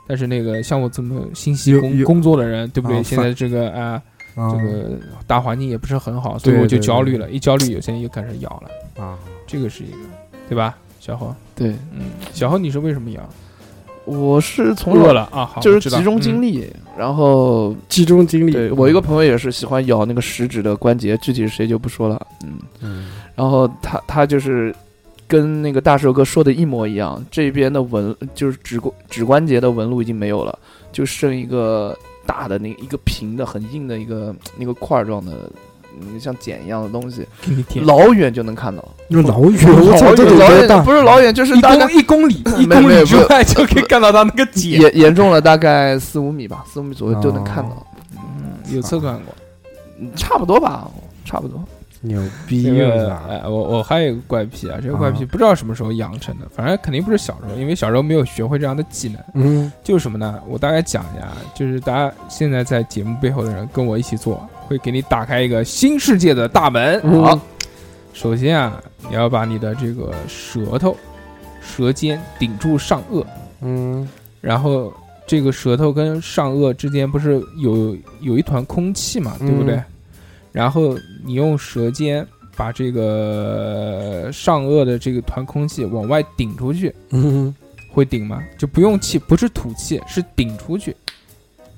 但是那个像我这么信息
有
工
有
工作的人，对不对？
啊
现在这个啊、
啊
这个大环境也不是很好，所以
对
我就
对
焦虑了。一焦虑，有些人又开始咬了，
啊
这个是一个，对吧？小侯，
对，
嗯，
<laughs>
小侯，你是为什么咬？
我是从
饿
小
了啊，好，
就
我知
是
道
集中精，
嗯
力，然后
集中精力，
对我一个朋友也是喜欢咬那个食指的关节，具体是谁就不说了，嗯，
嗯
然后他他就是跟那个大寿哥说的一模一样，这边的纹就是指关指关节的纹路已经没有了，就剩一个大的那个一个平的很硬的一个那个块儿状的，嗯像茧一样的东西，
嗯给你舔，
老远就能看
<laughs>
到了，
那
<laughs>
老远，我操，这得
老
多
远
大
不是老远就是
一
大概
公一公里，一
<laughs> 没
公
没
里
有
之
没有
外就可以看到他那个茧，
<laughs> 严严重了大概四五米吧，四五米左右就能看
哦
到，
有测算过。
嗯差不多吧，差不多。
牛逼啊
这
我
个，
操
哎，我我还有一个怪癖啊，这个怪癖不知道什么时候养成的，反正肯定不是小时候，因为小时候没有学会这样的技能。
嗯
就是什么呢？我大概讲一下，啊就是大家现在在节目背后的人跟我一起做，会给你打开一个新世界的大门。
嗯
好，首先啊，你要把你的这个舌头、舌尖顶住上颚，
嗯
然后这个舌头跟上颚之间不是有有一团空气嘛，对不对？
嗯
然后你用舌尖把这个呃上颚的这个团空气往外顶出去，
嗯
会顶吗？就不用气，不是吐气，是顶出去。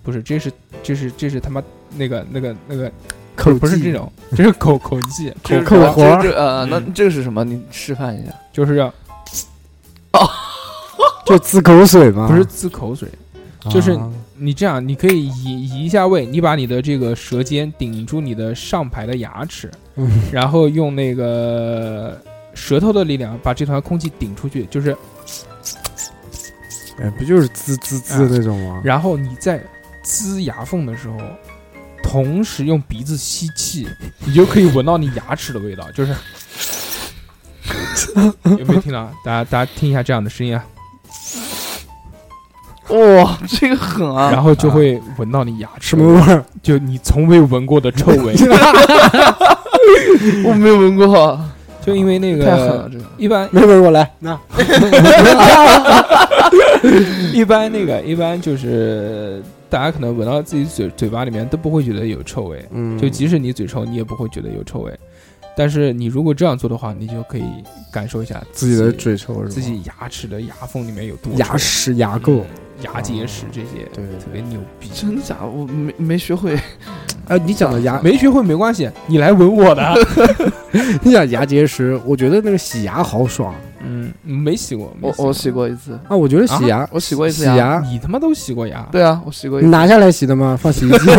不是，这是这是这是他妈那个那个那个不
口
是不是
技
这种，这是口口技，口
这是
口
什么
活儿
这这呃，那这是什么？你示范一下。
就是要
就滋口水嘛，
不是滋口水，就是
啊
你这样，你可以移移一下位，你把你的这个舌尖顶住你的上排的牙齿，
嗯
然后用那个舌头的力量把这团空气顶出去，就是，
哎，不就是滋滋滋那种吗？
啊然后你在呲牙缝的时候，同时用鼻子吸气，你就可以闻到你牙齿的味道，就是，有没有听到？大家大家听一下这样的声音啊，
哇、这个狠啊！
然后就会闻到你牙齿
什么味
<laughs>
儿？
就你从未闻过的臭
<laughs>
味，
我没有闻过，
就因为那
太狠了
个
这个。
一般
没闻过来，那
一般那个一般就是大家可能闻到自己嘴嘴巴里面都不会觉得有臭味，
嗯
就即使你嘴臭，你也不会觉得有臭味。但是你如果这样做的话，你就可以感受一下
自己的嘴臭是吧？
自己牙齿的牙缝里面有多
牙
臭、
屎牙
嗯
垢，嗯
牙结石这些，
对
特别牛逼。
真的假的？我没没学会。
哎，你讲的牙，
没学会没关系，你来闻我的。
你讲牙结石，我觉得那个洗牙好爽
<laughs> 嗯，没洗过，没
<laughs> 我我洗过一次，
啊！我觉得洗牙，
我洗过一
洗
次牙。
牙，
你他妈都洗过牙？
对啊，我洗过一
你
次。
拿下来洗的吗？放洗衣机？
<laughs>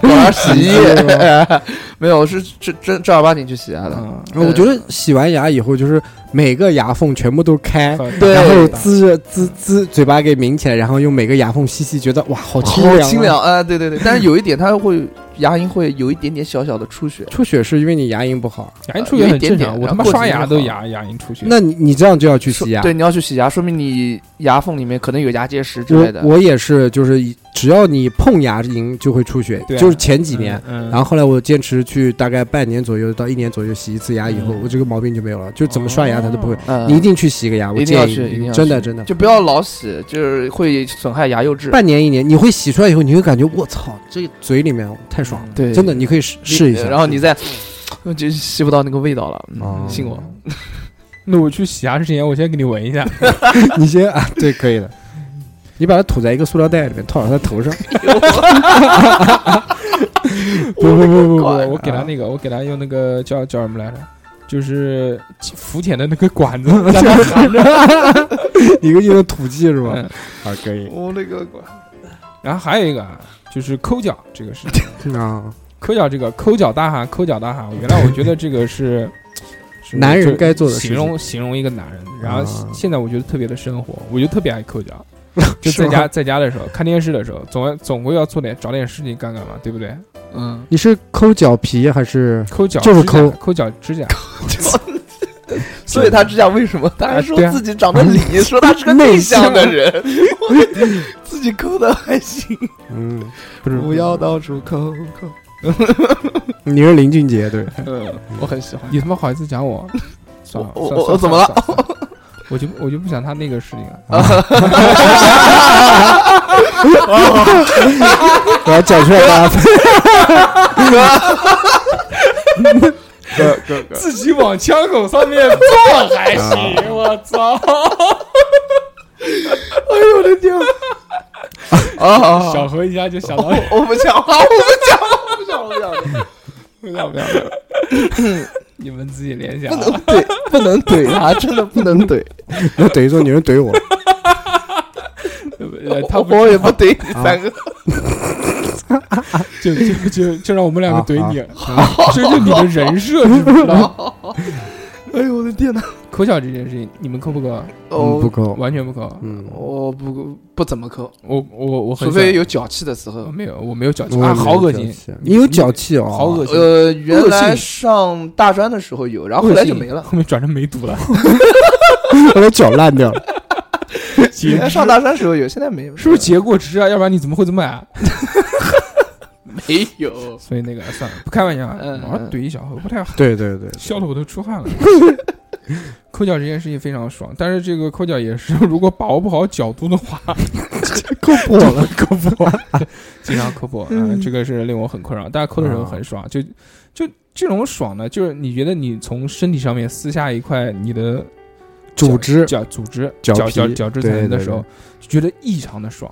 搞啥洗衣
洗衣
液？ <laughs> 没有，我是正正正儿八经去洗牙的。
嗯，
啊我觉得洗完牙以后，就是每个牙缝全部
<laughs>
都开，
好
对
然后滋着滋滋，嘴巴给抿起来，然后用每个牙缝吸吸，觉得哇，好清
好
凉、
清。凉啊！对对对，但是有一点，它会牙龈会有一点点小小的出血。
出血是因为你牙龈不好，
牙龈出血
呃有
很
一
正
点
常，
点
我他
然
妈
后过
刷
几
牙
天
都
好
牙牙龈出血。
那你你这样就要去
说
洗牙。
对，你要去洗牙，说明你牙缝里面可能有牙结石之类
我
的。
我也是，就是一只要你碰牙龈就会出血，
对啊
就是前几年。
嗯，嗯
然后后来我坚持去大概半年左右到一年左右洗一次牙，以后、
嗯
我这个毛病就没有了，就怎么刷牙它都不会。
哦
嗯
你一定去洗个牙，我
一定要
建
去
议
一定
你，
要
真的
去
真的。
就不要老洗，就是会损害牙釉质。
半年一年，你会洗出来以后，你会感觉我操，这嘴里面太爽了，
对，
真的，你可以试
你
试一下。
呃然后你再就吸不到那个味道了。
哦
嗯，信我。
那我去洗牙之前，我先给你闻一下。
你先啊， <laughs> 对，可以的。你把它吐在一个塑料袋里面，套到他头上。 <laughs>
不不不不不，
God
我给他那个，我给他用那个叫叫什么来着？就是浮潜的那个管子，让他含着。
一个劲的吐气
<laughs>
是吧？
嗯
<laughs> 啊，可以
我勒个乖！
然后还有一个啊，就是抠脚这个事情，
啊，
抠脚这个抠脚大喊，抠脚大喊。原来我觉得这个是是
男人
就是
该做的事情
形容形容一个男人。然后
啊
现在我觉得特别的生活，我就特别爱抠
<laughs>
脚。就是在
吗
家在家的时候看电视的时候，总总归要做点找点事情干干嘛，对不对？
嗯，
你是抠脚皮还
<laughs>
是？
抠脚
就是
指甲
抠
抠脚指甲，
所以他指甲为什么？他还说
对啊
自己长得理，说他是个内向的人， <laughs> 我自己抠的还 <laughs> 行。
嗯，
不是
不要到处抠抠。
你是林俊杰对？
嗯， <laughs> 我很喜欢。
你他妈好意思讲
<laughs>
我？算了，
我
算了
我我怎么？
算了算了算了我就 <laughs> 我就不想他那个事情了。
我要讲出来
<laughs>
大家。
哥哥哥，
自己往枪口上面撞还行，我操！
<laughs> 啊，
小何一下就想到，
我我不讲话，我不讲话，我不讲话，我不讲话。
不 <laughs> 要不要，你们自己联想啊
不。能 <laughs> 怼，不能怼他，真的不能 <laughs> 怼。
那等于说你是怼我，
呃他不
哦我哎也不啊怼你三个。
就就就就让我们两个怼你，
啊
这就是你的人设，知不知道？
哎呦我的天哪！
抠脚这件事情，你们抠不抠？
嗯不
哦，
抠，
完全不抠。
嗯，
我不不怎么抠，
我我我很
除
少
非有脚气的时
我
候。
没有，我没有脚气
我也
啊，
没有
好恶
脚
心
气！你有脚气哦，
好恶心。
呃，原
恶
来
性
上大专的时候有，然后后来就没了。
后面转成梅毒了。
我的脚烂掉了。
截
<laughs>
肢
上大专时候有，现在没有，
是不是结过肢啊？要不然你怎么会这么矮？
没有？
所以那个算了，不开玩笑啊，
嗯
老是怼一小猴不太好，
对对对，
笑得我都出
<laughs>
汗了。抠脚这件事情非常爽，但是这个抠脚也是，如果把握不好角度的话，
<laughs> 抠破了，
<laughs> 抠破，
<laughs>
经常抠破，嗯，这个是令我很困扰。但是抠的时候很爽，就就这种爽呢，就是你觉得你从身体上面撕下一块你的脚
组织。
脚组织
脚
脚
皮
脚角质
对
层的
对
时候，就觉得异常的爽，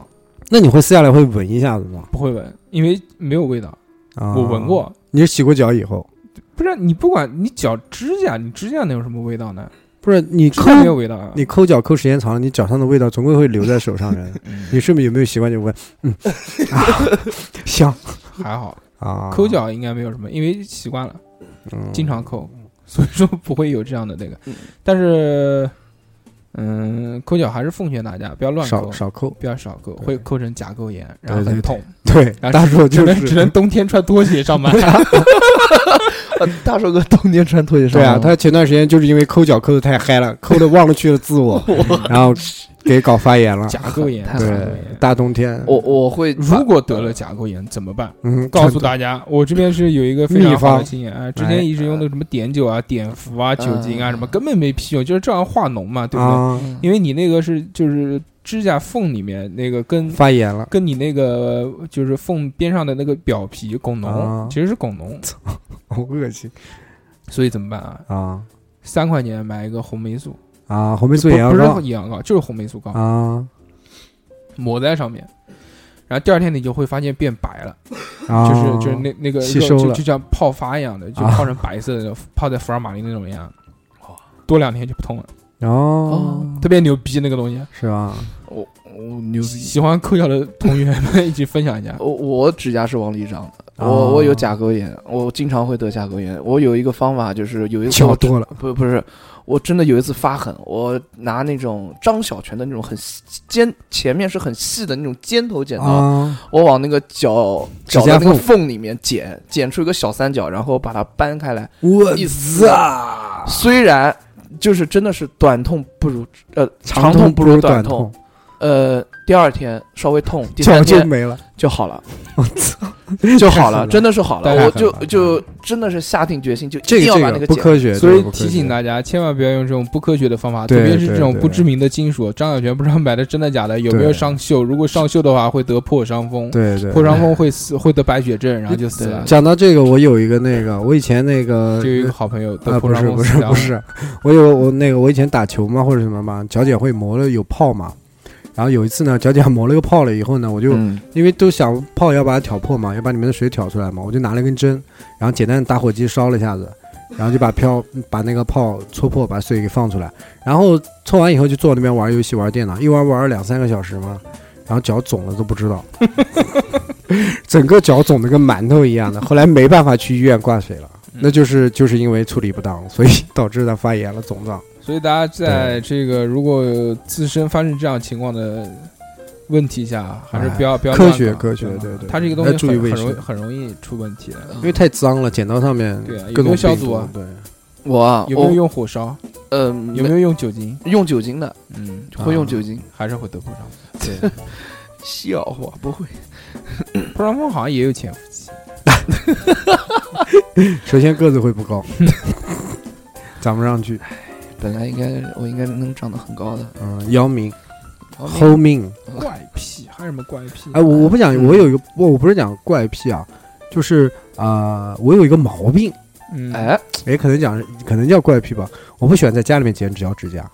那你会撕下来会闻一下子吗？
不会闻，因为没有味道。
啊
我闻。过。
你是洗过脚以后，
不是你不管你脚指甲，你指甲能有什么味道呢？
不是你
指
抠
甲没有味道啊。
你抠脚抠时间长了，你脚上的味道总归会留在手上人。
<laughs> 嗯
你是不是有没有习惯就闻？嗯，啊、
<laughs>
香
还好，
啊，
抠脚应该没有什么，因为习惯了，
嗯
经常抠，所以说不会有这样的那个
嗯。
但是，嗯，抠脚还是奉劝大家不要乱
少
抠，
少抠。
不要少抠，
对
会抠成甲沟炎，然后
对对
很
对
痛，
对，
然后
大叔
啊只
就
能
是
只能冬天穿拖鞋
<laughs>
上班。
呃大手哥冬天穿拖鞋上
对
班
啊，
吗，
他前段时间就是因为抠脚抠的
<laughs>
太嗨了，抠的忘了去了自我，然后给搞发炎嗯了。
甲沟炎，
太
甲沟
对
炎，。
大冬天，
我我会
如果得了甲沟炎怎么办？
嗯，
告诉大家，我这边是有一个非常好的经验啊，之
哎
前一直用的什么碘酒啊、碘伏啊、
嗯
酒精啊什么，根本没屁用，就是照样化脓嘛，对不对？
啊，
嗯
因为你那个是就是指甲缝里面那个跟
发炎了，
跟你那个就是缝边上的那个表皮拱
啊
脓，其实是拱脓，
好恶心
所以怎么办啊？
啊
三块钱买一个红霉素，
啊！红霉素
不
也要
不是
膏
眼药膏，就是红霉素膏，
啊
抹在上面，然后第二天你就会发现变白了。
啊，
就是就是那那个
吸
肉
收
就
了
就像泡发一样的，就
啊
泡成白色的，泡在福尔马林那种一样。多两天就不痛了，
哦，
特别牛逼那个东西。
是吧？
我我牛
喜喜欢抠脚的同学们一起分享一下。
我我指甲是往里长的，我、
哦
我有甲沟炎，我经常会得甲沟炎。我有一个方法，就是有一次
脚
我真
多了
不不是，我真的有一次发狠，我拿那种张小泉的那种很细尖，前面是很细的那种尖头剪刀，
啊，
我往那个脚
指
脚
甲
的那个
缝
缝里面剪，剪出一个小三角，然后把它掰开来。
我
一撕
操，
虽然就是真的是短痛不如呃长
痛
不
如
短
痛，，
呃第二天稍微痛，第
脚
三
就
天
没了，
就好了。
我操，
就好
<laughs>
了，真
的。
的是好
太
了，
狠
我
了
就
太狠了
就真的是下定决心，就
这
一定
个
要
这
把那个
不
剪
科学，
所以
这个不科
提醒
学
大家，千万不要用这种不科学的方法，特
对
别是
对
这种
对
不知名的金属。张小泉不知道买的真的假的，有没有
对
上锈？如果上锈的话，会得破伤风，
对对
破伤风会死，会得白血症，然后就死了。
讲到这个，我有一个那个，我以前那个
就有一个好朋友
啊，
得破
不
伤
是
风
不
死
是
掉
不
了，
是，我有我那个我以前打球嘛或者什么嘛，脚脚会磨了有泡嘛，然后有一次呢脚脚磨了个泡了以后呢，我就、
嗯
因为都想泡要把它挑破嘛，要把里面的水挑出来嘛，我就拿了根针，然后简单的打火机烧了一下子，然后就把飘把那个泡戳破，把水给放出来，然后搓完以后就坐那边玩游戏玩电脑，一玩玩了两三个小时嘛。然后脚肿了都不知道，整个脚肿的跟馒头一样的。后来没办法去医院挂水了，
嗯
那就是就是因为处理不当，所以导致它发炎了肿胀。
所以大家在这个如果自身发生这样情况的问题下，还是不要不要
哎科
乱搞
学科学
吧
对对
它这个东
要
西
注
很
意
很
卫
容易
生啊
很容易出问题的。
因为太脏了，剪刀上面
对啊有
各
没
种
有消
病
毒啊
毒对，
我啊，
有没
哦
有
我
用火烧？
呃
有没
有
有用酒精？
用酒精的？
嗯，
会用酒精？
还是会得破伤风。
笑话不会，
破伤风好像也有潜伏期。
首先个子会不
<laughs>
高，长不上去。
本来应该我应该能长得很高的。
嗯，姚明，
后面
齁命。
怪癖，还有什么怪癖？
哎，我我不讲，
嗯
我有一个，我我不是讲怪癖啊，就是啊、呃我有一个毛病，
嗯，
哎，
哎，可能讲可能叫怪癖吧，我不喜欢在家里面剪脚指甲，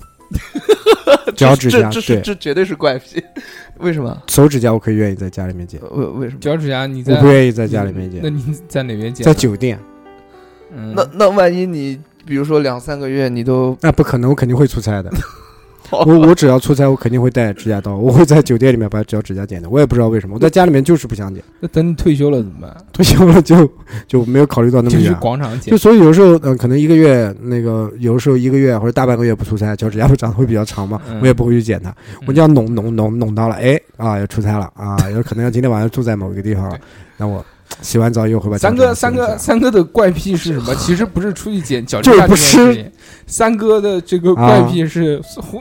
脚指
这
甲
这是
对，
这绝对是怪癖，为什么？
手指甲我可以愿意在家里面剪，
呃为为什么？
脚趾甲你在
我不愿意在家里面
那
剪，
你在哪边剪？
在酒店
嗯，
那那万一你比如说两三个月你都
那不可能，我肯定会出差的。我我只要出差，我肯定会带指甲刀，我会在酒店里面把脚指甲剪的。我也不知道为什么，我在家里面就是不想剪，
那等你退休了怎么办？
退休了就就没有考虑到那么
就去
远。
广场剪
就。所以有时候，嗯、可能一个月那个，有时候一个月或者大半个月不出差，脚趾甲不长得会比较长嘛，
嗯
我也不会去剪它，
嗯
我就要弄弄弄弄到了，哎啊，要出差了啊，有可能要今天晚上住在某个地方了
对，
那我洗完澡以后会把脚
三
趾甲
哥，三
剪
哥，
一下
三哥的怪癖是什么？其实不是出去捡脚趾甲
就
这件
是不啊
事情。三哥的这个怪癖是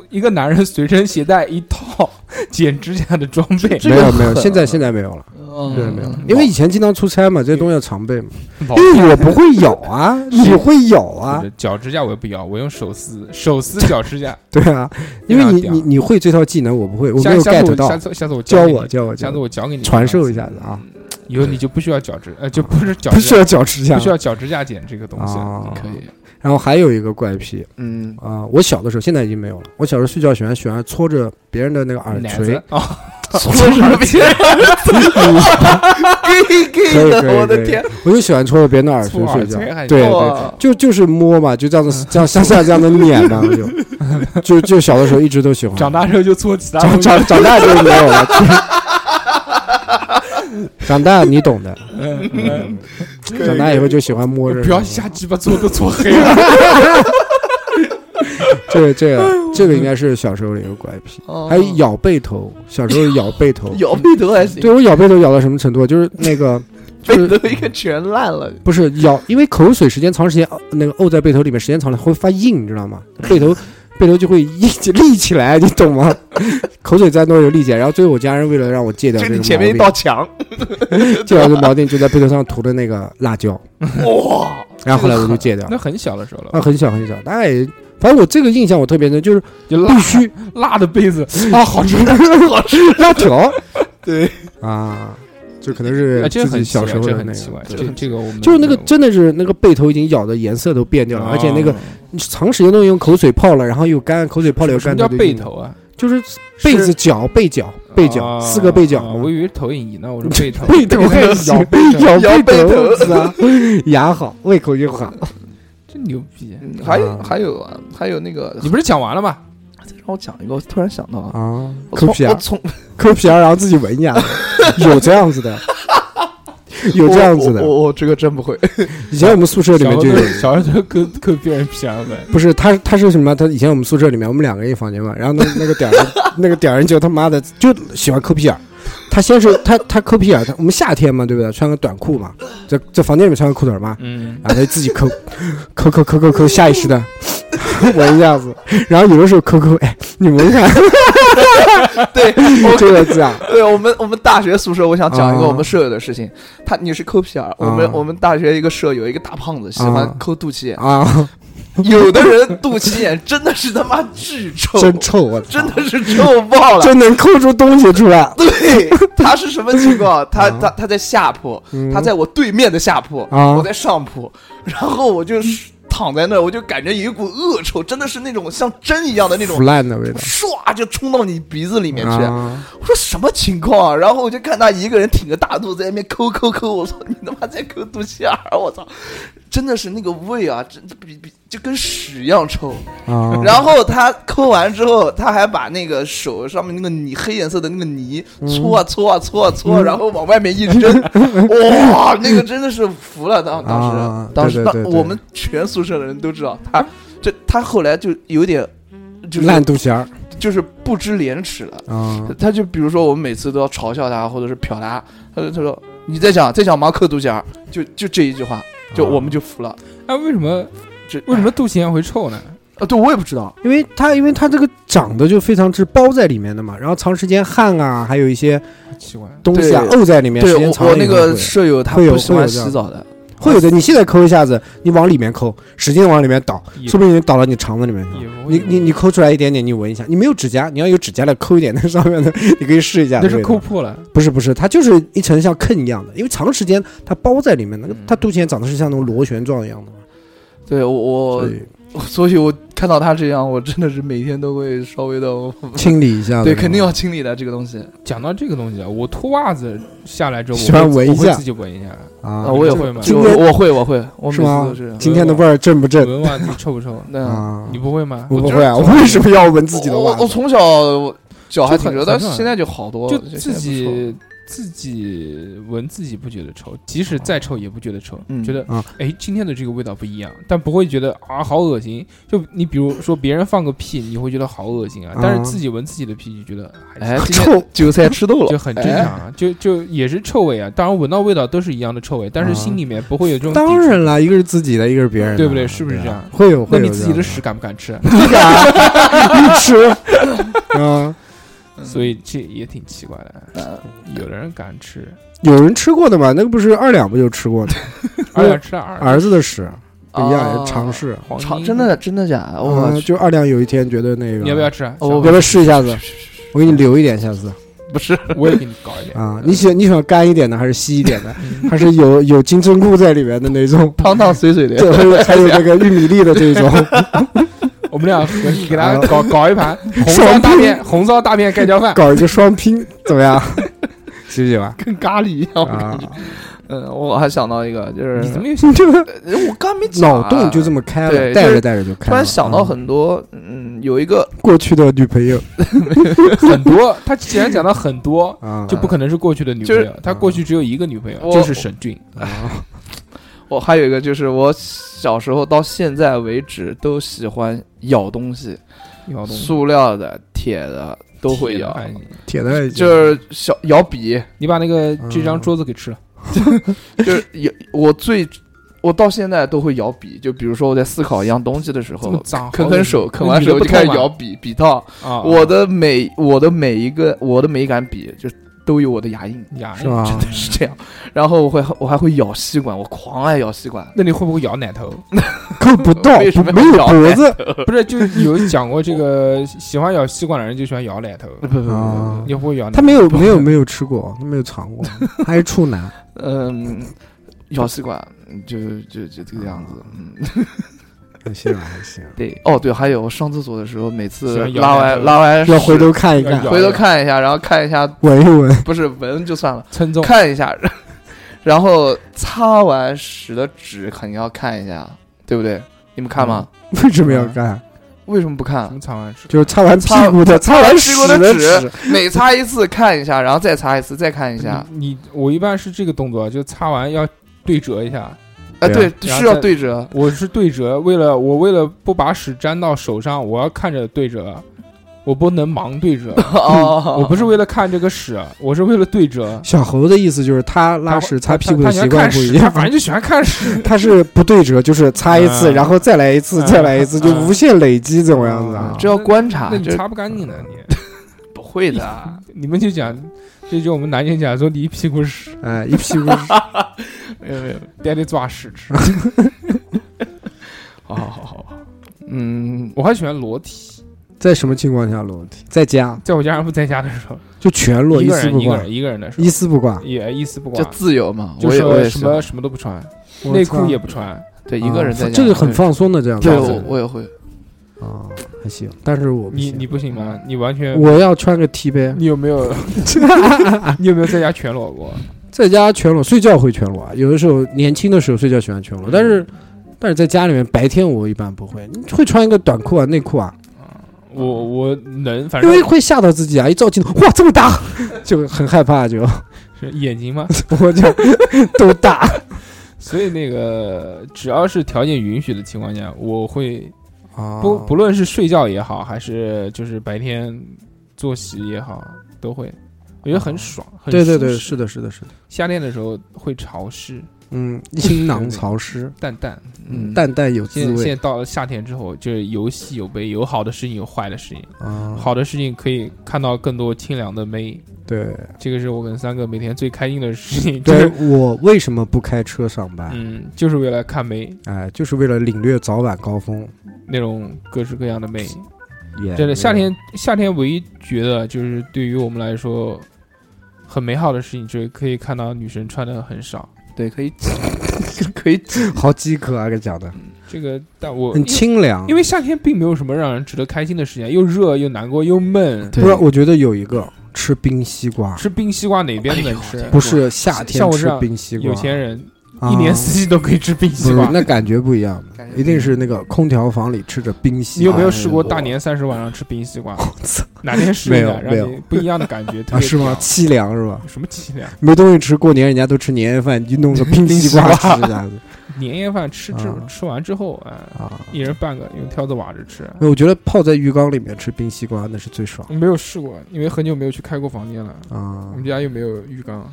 一个男人随身携带一套剪指甲的装备，
这
没
个
有没有，
很
现在现在没有了，
嗯
现在没有了，
嗯
因为以前经常出差嘛，这些东西要常备嘛。
老
因为我不会咬
<laughs>
啊，你会咬
哦
啊
不，是脚指甲我也不要，我用手撕，手撕脚指甲。
对啊，因为
非常
你
屌
你你会这套技能，我不会，我没
下
有
下次
get
我下
到，
次下次我
教
给
我
你，
教我
下
教
次
我
我教给你
传授一下子啊，
以后你就不需要脚趾，呃，就不是脚
不需
趾甲，
要脚指甲
不需要脚指甲剪这个东西。
啊，
可。以，
然后还有一个怪癖 <laughs>
嗯，
啊，我小的时候现在已经没有了，我小时候睡觉喜欢喜欢搓着别人的那个耳
奶
垂
子，啊，
搓耳边，
<laughs>
给给
可以可
的，
以
<laughs> 我的
可以
天，啊
我就喜欢戳着别人的耳垂
搓耳
睡觉
垂还，
对对
哇，
就就是摸嘛，就这
<laughs>
样子，这样向下这样子捻嘛，我就就就小的时候一直都喜欢，
长大之后就做其他
长
东西。
长长大就没
<laughs>
有了。长大你懂的，
嗯嗯
长大以后就喜欢摸着。
不要瞎鸡巴搓，都搓黑
<laughs>
了。
这个这
哎
个这个应该是小时候的一个怪癖，
哦，
还有咬背头。小时候咬背头
咬背头还行，
对我咬背头咬到什么程度？就是那个，就
背
是
头一个全烂了，
不是咬，因为口水时间长时间呃那个沤在背头里面，时间长了会发硬，你知道吗？
<laughs>
背头背头就会硬起立起来，你懂吗？ <laughs> 口水在那就立起来。然后最后我家人为了让我戒掉
就
这个
你
毛
前面一
病，
道墙，
戒掉这个
<laughs>
毛病就在背头上涂的那个辣椒，
哇，
然后后来我就
<laughs>
戒掉了。
那很小的时候了
啊，，很小很小，大概也反正我这个印象我特别深，就是
就
必
辣
须
辣的杯子啊，好吃。
好吃，
<laughs>
辣条
对，
<laughs> 啊，就可能是
啊，这
自
个很
己小时候
这
的
很
那
奇
个。
怪，嗯
对
这这个我们
就是那个真的是那个背头已经咬的颜色都变
啊
掉了，而且那个你长时间都用口水泡了，然后又干，口水泡了又
哦什么
干，
叫
它就
背
硬了
头啊？
就是背子角背角背角
啊
四个背角
啊
嘛，
我以为投影仪呢，我说背头。
<laughs> 背头还
咬
咬
背
<laughs>
头，
咬
咬背头
头是啊， <laughs> 牙好，胃口又好，
真牛逼！
嗯还有
啊
还有啊，还有那个，
你不是讲完了吗？
让我讲一个，我突然想到啊，
啊，
我
抠
从
皮
我
儿，
从
抠皮儿，然后自己闻一下，有这样子的，有这样子的
<laughs> 我，我我我这个真不会，
以前我们宿舍里
小
面就
时
有
候，小时候跟跟别人皮儿呗，
不是他，他是什么？他以前我们宿舍里面，我们两个人一房间嘛。然后那 <laughs> 那个屌人，那个屌人就他妈的就喜欢抠屁眼儿。他先是 <laughs> 他他抠屁眼儿，他我们夏天嘛，对不对？穿个短裤嘛，在在房间里面穿个裤腿儿嘛，
嗯，
然后他就自己抠， <laughs> 抠抠抠抠抠，下意识的 <laughs> 闻一下子。然后有的时候抠抠，哎，你闻看，
<laughs> 对，
<laughs>
我
这个字啊，
<laughs> 对我们我们大学宿舍，我想讲一个
啊
我们舍友的事情。他你是抠皮眼儿，我们
啊
我们大学一个舍友，一个大胖子，喜欢
啊
抠肚脐眼。
啊，
有的人肚脐眼真的是他妈巨臭，
真臭，我操
真的哦是臭爆了。
真能抠出东西出来。
对，他是什么情况？他
啊
他他在下铺，
嗯
他在我对面的下铺，
啊
我在上铺，然后我就是躺在那儿，我就感觉有一股恶臭，真的是那种像针一样的那种
腐，烂的味道
唰就冲到你鼻子里面去。
啊！
我说什么情况啊？然后我就看他一个人挺着大肚子在那边抠抠抠，我操，你他妈在抠肚脐眼儿！我操， <laughs> 真的是那个味啊，真比比就跟屎一样臭。
啊
然后他抠完之后，他还把那个手上面那个泥黑颜色的那个泥搓啊搓啊搓啊搓啊，
嗯
然后往外面一
<laughs>
扔，哇，那个真的是服了当当时、
啊
当时
对对对
当
对
我们全宿舍的人都知道他，这他后来就有点就是
烂肚脐儿
就是不知廉耻了。
啊
他就比如说，我们每次都要嘲笑他，或者是瞟他，他就他说你在讲在讲马克肚脐眼，就就这一句话，就
啊
我们就服了。
哎，为什么
这
为什么肚脐眼会臭呢？
啊？对我也不知道，
因为它因为它这个长得就非常之包在里面的嘛，然后长时间汗啊，还有一些
奇怪，
东西啊
对
沤在里面，
对
时间
哎我
长
我
了
那
以后会
个舍友他
会有
不喜
会有
欢
这样
洗澡的，
会有的，你现在抠一下子，你往里面抠，使劲往里面倒，
也
说不定倒到你肠子里面去
也
了。
不会
嗯你你你抠出来一点点，你闻一下。你没有指甲，你要有指甲来抠一点那上面的， <laughs> 你可以试一下。
那是
对的
抠，破了，
不是不是，它就是一层像坑一样的，因为长时间它包在里面，那个
嗯
它肚脐眼长得是像那种螺旋状一样的嘛。
对我我
所，以
<laughs> 所以我看到他这样，我真的是每天都会稍微的，
清理一下子。
对，肯定要清理的这个东西
讲到这个东西啊，我脱袜子下来之后，
喜欢
我会
闻一下
我会自己闻一下，
啊
啊，我也
这会吗
就
今天
我我会我会，我每
是
次
吗
都是。
今天的味儿正不正
闻袜子臭不
<laughs>
臭？
那
啊
你？不会吗？
我不
就是
会啊，我为什么要闻自己的
我
袜
我我
子？
从小我脚还
就
挺
很
着，但
很少
现在就好多，
就自
现在不臭
己自己闻自己不觉得臭，即使再臭也不觉得臭，
嗯
觉得
啊
哎今天的这个味道不一样，但不会觉得啊好恶心。就你比如说别人放个屁，你会觉得好恶心啊
啊，
但是自己闻自己的屁就觉得还
哎，
行
今天韭菜吃豆了，
就很正常
哎
啊，就就也是臭味啊。当然闻到味道都是一样的臭味，但
啊
是心里面不会有这种抵
当
触
然，了，一个是自己的，一个是别人的，
对不对？是不是这
啊
样？
会有会
那你
有
自己的
这
屎敢不敢
<laughs>
吃？
样的 <laughs> 你吃 <laughs> 啊？
所以这也挺奇怪的。
呃
有的人敢吃，
<laughs> 有人吃过的嘛？那个不是二两不就吃过的？
<laughs> 二两吃二，
<laughs> 儿子的屎不一样，
啊
也尝试。
黄
长
金
真的真的假的？我
嗯，
去
就二两有一天觉得那个，
你要不要？吃嗯啊？
哦
想
我
要不要试一下子？
<laughs>
我给你留一点，下次
不是？
我也给你搞一点。
<laughs> 啊。你喜你喜欢干一点的，还是稀一点的，
嗯
还是有有金
<laughs>
针菇在里面的那种
汤汤水水的，
对，还有还有那个玉米粒的这种，
我们俩合计给
<laughs>
他搞
哎
搞一盘红烧大面，红烧大面盖浇饭，
搞一个双拼，怎么样？ <laughs> 行不行吧？
跟咖喱一样。我跟
啊 <laughs>
你，嗯，我还想到一个，就是
你怎么又
你这个
呃我刚没讲啊
脑洞就这么开了，
对
带
就
着
是
带着就开了。
突然想到
嗯
很多，嗯，有一个
过去的女朋友
很
<laughs>
多？他既然讲到很多，
啊，
就不可能是过去的女朋
就
友，他过去只有一个女朋友，
我
就是沈俊。
啊
我还有一个就是我小时候到现在为止都喜欢咬东西，
摇动
塑料的、铁的都会咬，
哎
铁的
就是小咬笔，
你把那个
嗯
这张桌子给吃了，
就是 <laughs> 咬我最我到现在都会咬笔，就比如说我在思考一样东西的时
这么
候。
脏，
啃啃手，啃完手就开始咬笔笔套。
啊！
我的每我的每一个我的每一杆笔，就都有我的牙印，
牙
是吧？
真的是这样。然后我会我还会咬吸管，我狂爱咬吸管。
那你会不会咬奶
<laughs>
头？
够不到，
为
不
什么
没有
要
脖子
不是，就是有讲过这个喜欢咬吸管的人就喜欢咬奶
<laughs>
头，
不不不不，
啊
你。嗯会不会咬奶头？
他没有没有没有吃过，他没有尝过， <laughs> 他是处男。
嗯，咬吸管就就就这个样子。嗯，
啊行吧，还行，
对。哦，对，还有我上厕所的时候，每次
喜欢咬
拉
奶
完
头
拉完
要
屎
回头看一
要
看，
咬
回头看一下，然后看一下， <laughs>
闻一闻， <laughs>
不是闻就算了，
称重，
看一下， <laughs> 然后擦完屎的纸肯定要看一下，对不对？你们看吗？
为什么要看？
为什么不看啊
什？么长安吃？
就是擦完屁股的，擦完
吃过
屎的
纸， <laughs> 每擦一次看一下，然后再擦一次，再看一下。
你你我一般是这个动作，就擦完要对折一下。
哎，
对
对
啊，
然后
是要
再
对折。
我是对折，为了我为了不把屎沾到手上，我要看着对折，我不能盲对
<laughs>
折。
哦，
我不是为了看这个屎，我是为了对折。
小猴的意思就是他拉
他
屎
他
擦屁股
他
的
喜欢
习惯
看
不
屎
一
他
样，
反正就喜欢看屎。
他是不对折，就是擦一次，
嗯
然后再来一次，
嗯
再来一次，就
嗯
无限累积这种样子啊啊
嗯。
这要观察
那，你
这
擦不干净的你。
不会的。啊
<laughs> 你们就讲，这就我们南京讲说你一屁股屎，
哎，一屁股
没有没有，
爹得抓屎吃。 <laughs>
好好好好好， <laughs> 嗯，
我还喜欢裸体，
在什么情况下裸体？在家
在我家人不在家的时候，
就全 <laughs> 裸，
一
一
个
丝
人
不
一个
挂，
人一个人的时候
一，丝不挂。
也一丝不挂
就，自由嘛，
就
我也我也
是
是
什么什么都不穿，
啊我
内裤
操
也不穿，
对一个人在
啊
家，
这个很放松的这样子。
对我我也会，
啊，还行，但是我不
你
行
你不行吗？你完全，
我要穿个 T 呗，
你有没
<laughs>
有 <laughs> 你有没有在家全裸过？
在家全裸，睡觉会全裸啊。有的时候年轻的时候睡觉喜欢全裸，但是但是在家里面白天我一般不会，你会穿一个短裤啊、内裤啊，
我我能，反
因
正
为会吓到自己啊。一照镜头，哇，这么大， <laughs> 就很害怕，就是 <laughs>
眼睛嘛，
我就都大。
<laughs> 所以那个只要是条件允许的情况下，我会
啊
不不论是睡觉也好，还是就是白天作息也好，都会，我觉得很爽，很
啊对对
舒
对，
适
是的，是的，是的。
夏天的时候会潮湿
嗯，倾囊潮湿，
淡淡，
嗯，
淡淡有滋
现在现
味
在到了夏天之后，就是有喜有悲，有好的事情，有坏的事情。
啊。
好的事情可以看到更多清凉的美，
对
这个是我跟三哥每天最开心的事情。就
<laughs> 对
是，
我为什么不开车上班？
<laughs> 嗯，就是为了看美，
哎，就是为了领略早晚高峰。
那种各式各样的美。
也
真的，夏
没有
天夏天唯一觉得就是对于我们来说很美好的事情，就是可以看到女生穿的很少。
对，可以 <laughs> 可以
好饥渴啊，给讲的
这个，但我
很
因为
清凉。
因为夏天并没有什么让人值得开心的事情，又热又难过又闷。
对
不是，我觉得有一个吃冰西瓜，
吃冰西瓜哪边能
哎
吃
呦？
不是夏天
像我这
吃
样
冰西瓜，
有钱人
啊
一年四季都可以吃冰
不
西
是
瓜。
那感觉不一样的，
感觉
一定是那个空调房里吃着冰西瓜。哎
你有没有试过大年三十晚上吃冰西瓜？哪天试一
没
下，
有
让
没有
你不一样的感觉，特
啊？
别
是吗？
屌
凄凉是吧？
什么凄凉？
没东西吃，过年人家都吃年夜饭，你就弄个冰西瓜吃这样子
年夜饭吃之
啊
吃完之后，啊，
啊？
一人半个，用挑子挖着吃。
我觉得泡在浴缸里面吃冰西瓜那是最爽
我没有试过，因为很久没有去开过房间了。
啊
我！们家又没有浴缸，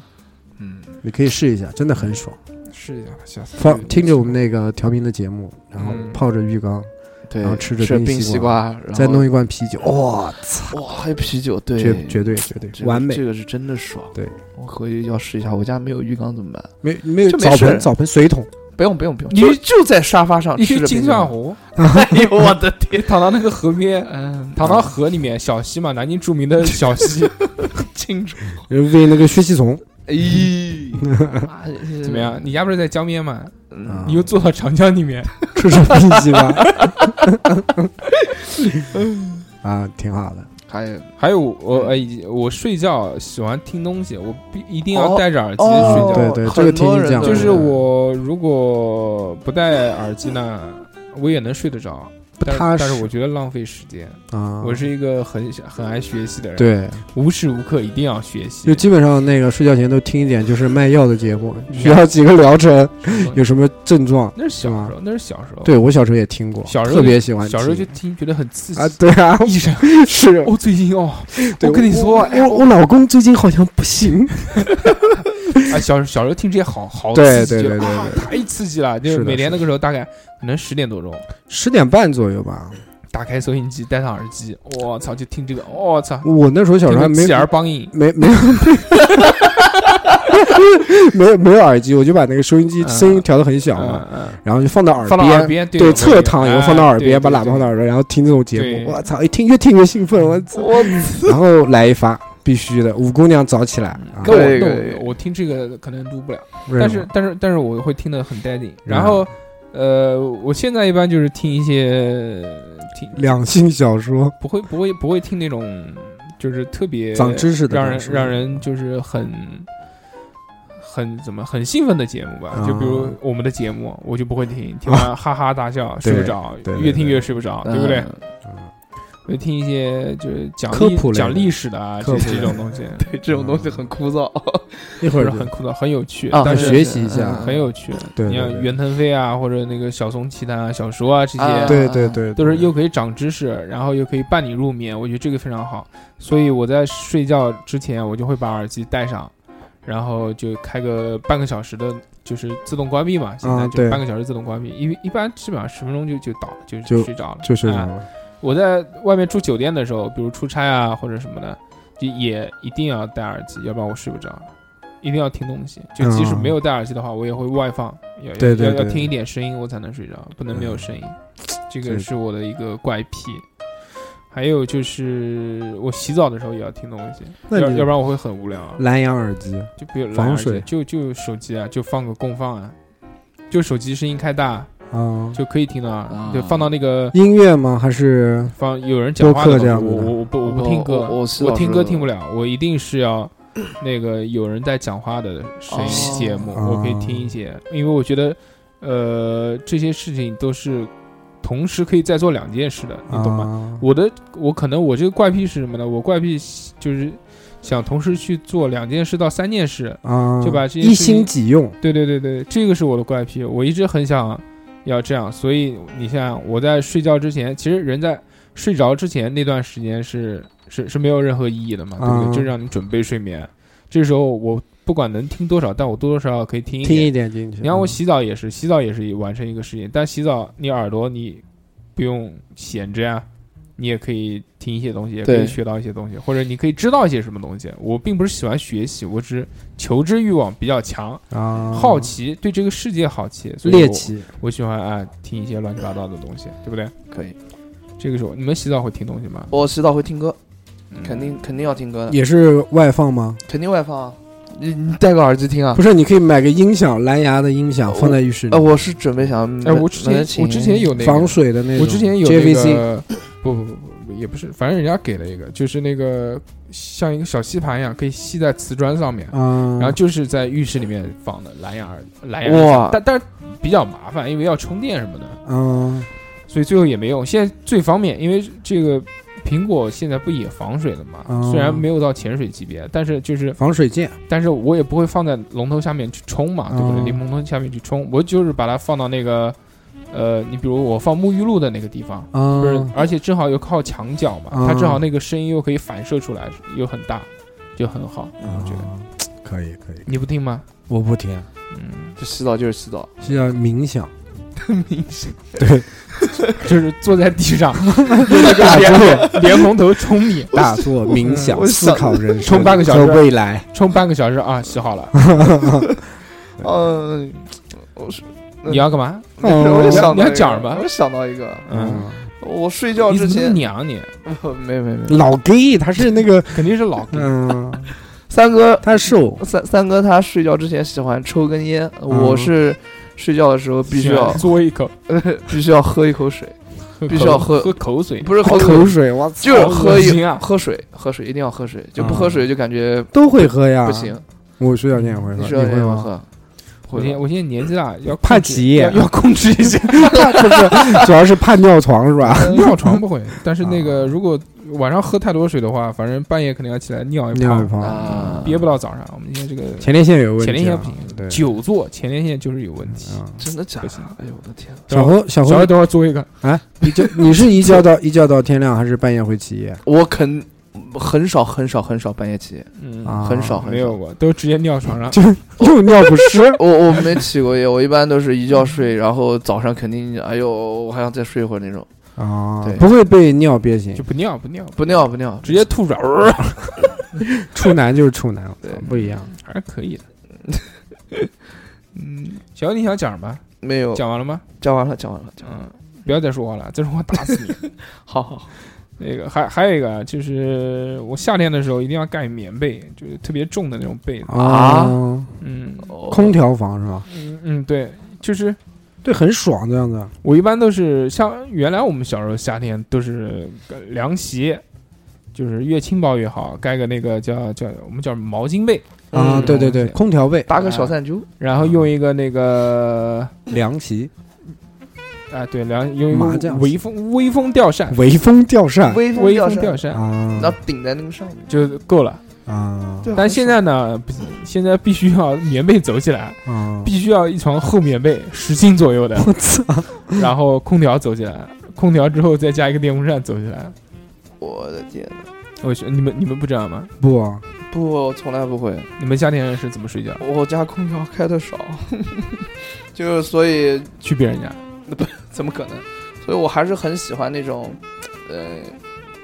嗯，
你可以试一下，真的很爽。
试一下吧，下次
放听着我们那个调频的节目，然后
嗯
泡着浴缸，
对，
然后吃着
吃
冰
冰
西
西瓜，然后
再弄一罐啤酒，哇，
哇，还有啤酒，对，
绝绝对绝对
这个
完美
这。个是真的爽。
对，
我回去要试一下，我家没有浴缸怎么办？
没没有
就没
澡
事
盆澡盆水桶，
不用不用不用，
你
就就在沙发上
你去
吃着
金
冰
钻
箱。
湖，
<laughs> 哎呦我的天！
你躺到那个河边，
嗯，
躺到河里面，小溪嘛，南京著名的小溪，
清楚。
喂那个薛西虫，
哎咦，妈的
怎么样？？你家不是在江边吗？
嗯
你又坐到长江里面，
出什么脾气吧？啊，挺好的。
还有
还有我呃，以及我睡觉喜欢听东西，我必一定要
哦
戴着耳机
哦
睡觉。
对对这
很
个
多
听你
人
讲
都
就是我如果不戴耳机呢，我也能睡得着，但
踏
是
实
但是我觉得浪费时间。
啊，
我是一个很很爱学习的人，，
对，
无时无刻一定要学
就
习。
基本上那个睡觉前都听一点，就是卖药的节目，需要几个疗程，有什么症状？
那是小
吗
时候，那是小时候，
对我小时候也听过，
小时候
特
就
别喜欢
小
听，
时候就听觉得很刺激
啊，。对啊，
医生，
<laughs> 是啊
我最近哦，
<laughs> 对
我跟你说，哎呀
我我老公最近好像不行，
啊，小小时候听这些好好
对
刺激
对对
了
对
啊太刺激了！就是是
的
每年
是
那个时候大概可能十点多钟，
十点半左右吧。
打开收音机，戴上耳机，我操，就听这个，我操，
我那时候小时候还没
继而帮硬，
没没有没 <laughs> 有没有耳机，我就把那个收音机声音调得很小嘛，
嗯嗯
然后就放到耳
放到耳边，嗯
对侧躺以后放到耳边，把喇叭放
到。
到耳朵，然后听这种节
对
目，我操，一听越听越兴奋，我操，
我
然后来一发。必须的，五姑娘早起来啊！
跟我
对对
那
对
我我听这个可能录不了，
为
嗯但
什
是
么
但是但是我会听得很带劲。然
嗯
后，呃，我现在一般就是听一些听
两性小说
不会不会不会听那种就是特别
长知识的
让人
东西
让人就是很很怎么很兴奋的节目吧
啊，
就比如我们的节目，我就不会听，听完哈哈大笑，睡不着
对，对啊
越听越睡不着，对不对？？
呃
我就听一些就是讲
科
历
普类的
讲历史的啊，
科
这
普类的
这种东西，
对，这种东西很枯燥。
一
不
会儿
是
就
很枯燥，很有趣，
啊
嗯但
很
是
学
学习一下
嗯，
很有趣。
对
你
对
像
对
袁腾飞啊，或者那个小松奇谈啊、小说啊这
啊
些，
对对对，
都是又可以长知识，然后又可以伴你入眠，我觉得这个非常好。所以我在睡觉之前，我就会把耳机戴上，然后就开个半个小时的，就是自动关闭嘛。现在
啊
就
对
半个小时自动关闭，因为一般基本上十分钟就就倒就
就
睡着了。
就是这
啊
样
我在外面住酒店的时候，比如出差啊或者什么的，就也一定要戴耳机，要不然我睡不着，一定要听东西。就即使
嗯
没有戴耳机的话，我也会外放，要
对对
要要
对嗯
听一点声音我才能睡着，不能没有声音。这
对
个是我的一个怪癖。还有就是我洗澡的时候也要听东西，
那
要
你
要不然我会很无聊。啊
蓝牙耳机，
就比如蓝牙
防
耳机
水
就就手机啊，就放个功放啊，就手机声音开大
啊，
就可以听到，啊，就放到那个
音乐吗？还是
放有人讲话的
播客这
时
样
候，
子的
我我我不我不听歌，
我
我听歌听不了，我一定是要那个有人在讲话的声音
哦
节目，
哦
我可以听一些，因为我觉得，呃，这些事情都是同时可以在做两件事的，你懂吗？
吗
我的我可能我这个怪癖是什么呢？我怪癖就是想同时去做两件事到三件事，
啊，
就把这些
一
事情
心几用，
对对对对，这个是我的怪癖，我一直很想要这样，所以你像我在睡觉之前，其实人在睡着之前那段时间是是是没有任何意义的嘛，对不对？
嗯
就是让你准备睡眠。这时候我不管能听多少，但我多多少少可以听一
听
点。
一点进去。
你看我洗澡也是，洗澡也是完成一个事情，但洗澡你耳朵你不用闲着呀。你也可以听一些东西，也可以
对
学到一些东西，或者你可以知道一些什么东西。我并不是喜欢学习，我只是求知欲望比较强，
啊，
好奇，对这个世界好奇，所以
猎
我，
奇，
我喜欢啊听一些乱七八糟的东西，对不对？
可以。这
这个时候你们洗澡会听东西吗？
我洗澡会听歌，
嗯
肯定肯定要听歌
呃
的，
也是外放吗？
肯定外放啊。你你戴个耳机听啊
不？是，你可以买个音响，蓝牙的音响
我
放在浴室
呃，
里，
我是准备想买，
哎，我之前
买琴
哦我之前有那个，
防水的那种。
我之前有那
JVC
个，不不不不，也不是，反正人家给了一个，就是那个像一个小吸盘一样，可以吸在瓷砖上面，
啊，
然后就是在浴室里面放的蓝牙耳蓝牙，
哇，
但但是比较麻烦，因为要充电什么的，
嗯，
所以最后也没用。现在最方便，因为这个苹果现在不也防水了嘛，
哦
虽然没有到潜水级别，但是就是
防水键
但是我也不会放在龙头下面去冲嘛，对不对？
哦
离龙头下面去冲，我就是把它放到那个，呃，你比如我放沐浴露的那个地方，
啊
不是，而且正好又靠墙角嘛，
哦
它正好那个声音又可以反射出来，又很大，就很好，我觉得。
啊可以可以，
你不听吗？
我不听，
嗯，
就洗澡就是洗澡，
是要冥想，
明显对，就是坐在地上，
大作
连红头冲你，
<laughs> 大作冥想，
我
思考人生
充半个小时
和未来。
冲半个小时啊，洗好了，
嗯，我是
你要干嘛？
嗯
我就想到
哦你要
一个
讲什么
我想到一个，
嗯，
我睡觉
你
之
怎么那么
前，
娘你？
<laughs> 没有没有没有，
老 gay 他是那个
<laughs> 肯定是老 gay，
嗯，
三哥
他瘦，
三三哥他睡觉之前喜欢抽根烟，
嗯
我是睡觉的时候必须要
嘬一口， <laughs>
必须要喝一口水， <laughs> 必须要喝
喝口水，
不是喝
口，水，我
就
好恶
是喝一
心啊
喝水，喝水一定要喝水，就不喝水就感觉
都会喝
啊
呀。
不行。。
我睡觉前也会
你
喝，
睡觉
啊你
前
会
要
吗？
喝，
我
会
现
吧
我现在年纪大，要
怕
控制
急
要要控制一下。
不 <laughs> 是，主要是怕尿床是 <laughs> 吧？
呃尿床不会，但
啊
是那个如果晚上喝太多水的话，反正半夜肯定要起来尿一
尿一
泡，
泡，
啊，
憋不到早上。我们现在这个
前列腺有问题啊，
前列腺不行，
对。
久坐前列腺就是有问题。
嗯
真的假的
不行？
哎呦我的天！
小侯，小
小
侯
孩，等会儿做一个，
你就你是一觉到 <laughs> 一觉到天亮，还是半夜会起夜？
我肯很少很少很少半夜起夜，
嗯
啊
很少
没
很少
有。过，都直接尿床上。
就 <laughs> 又尿不湿，
我我没起过夜，我一般都是一觉睡，然后早上肯定哎呦我还想再睡一会儿那种，
<laughs> 啊
对，
不会被尿憋醒
就。不尿不尿，
不尿不尿，
直接吐出来，
处男就是处男，
对
不一样。
<laughs> 还是可以的。 <laughs> 嗯，小欧你想讲什么？
没有
讲完了吗？
讲完了讲完了，讲完了
嗯，不要再说话了，再说话打死你。
好好好，
那个还还有一个啊，就是我夏天的时候一定要盖棉被，就是特别重的那种被子。
啊，
嗯
哦
空调房是吧？
嗯嗯，对，就是
对，很爽这样子。啊
我一般都是像原来我们小时候夏天都是呃凉席，就是越轻薄越好，盖个那个叫叫我们叫毛巾被，
啊，
嗯
对对对，空调被、
搭个
啊
小散揪，
然后用一个那个
凉席、
啊对凉用一
麻
个
将
微风微风吊扇，
微风吊扇
微
微
吊
风
扇，
吊扇
啊
然后顶在那个上面。
就够了。
啊
对
但现在呢不行，现在必须要棉被走起来，
啊！
必须要一床厚棉被，十斤左右的，
<laughs>
<laughs> 我操！
然后空调走起来，空调之后再加一个电风扇走起来。
我的天哪！
我去，你们你们不这样吗？
不，啊
不，我从来不会。
你们夏天是怎么睡觉？
我家空调开的少， <laughs> 就是所以
去别人家？
怎么可能？所以我还是很喜欢那种，呃，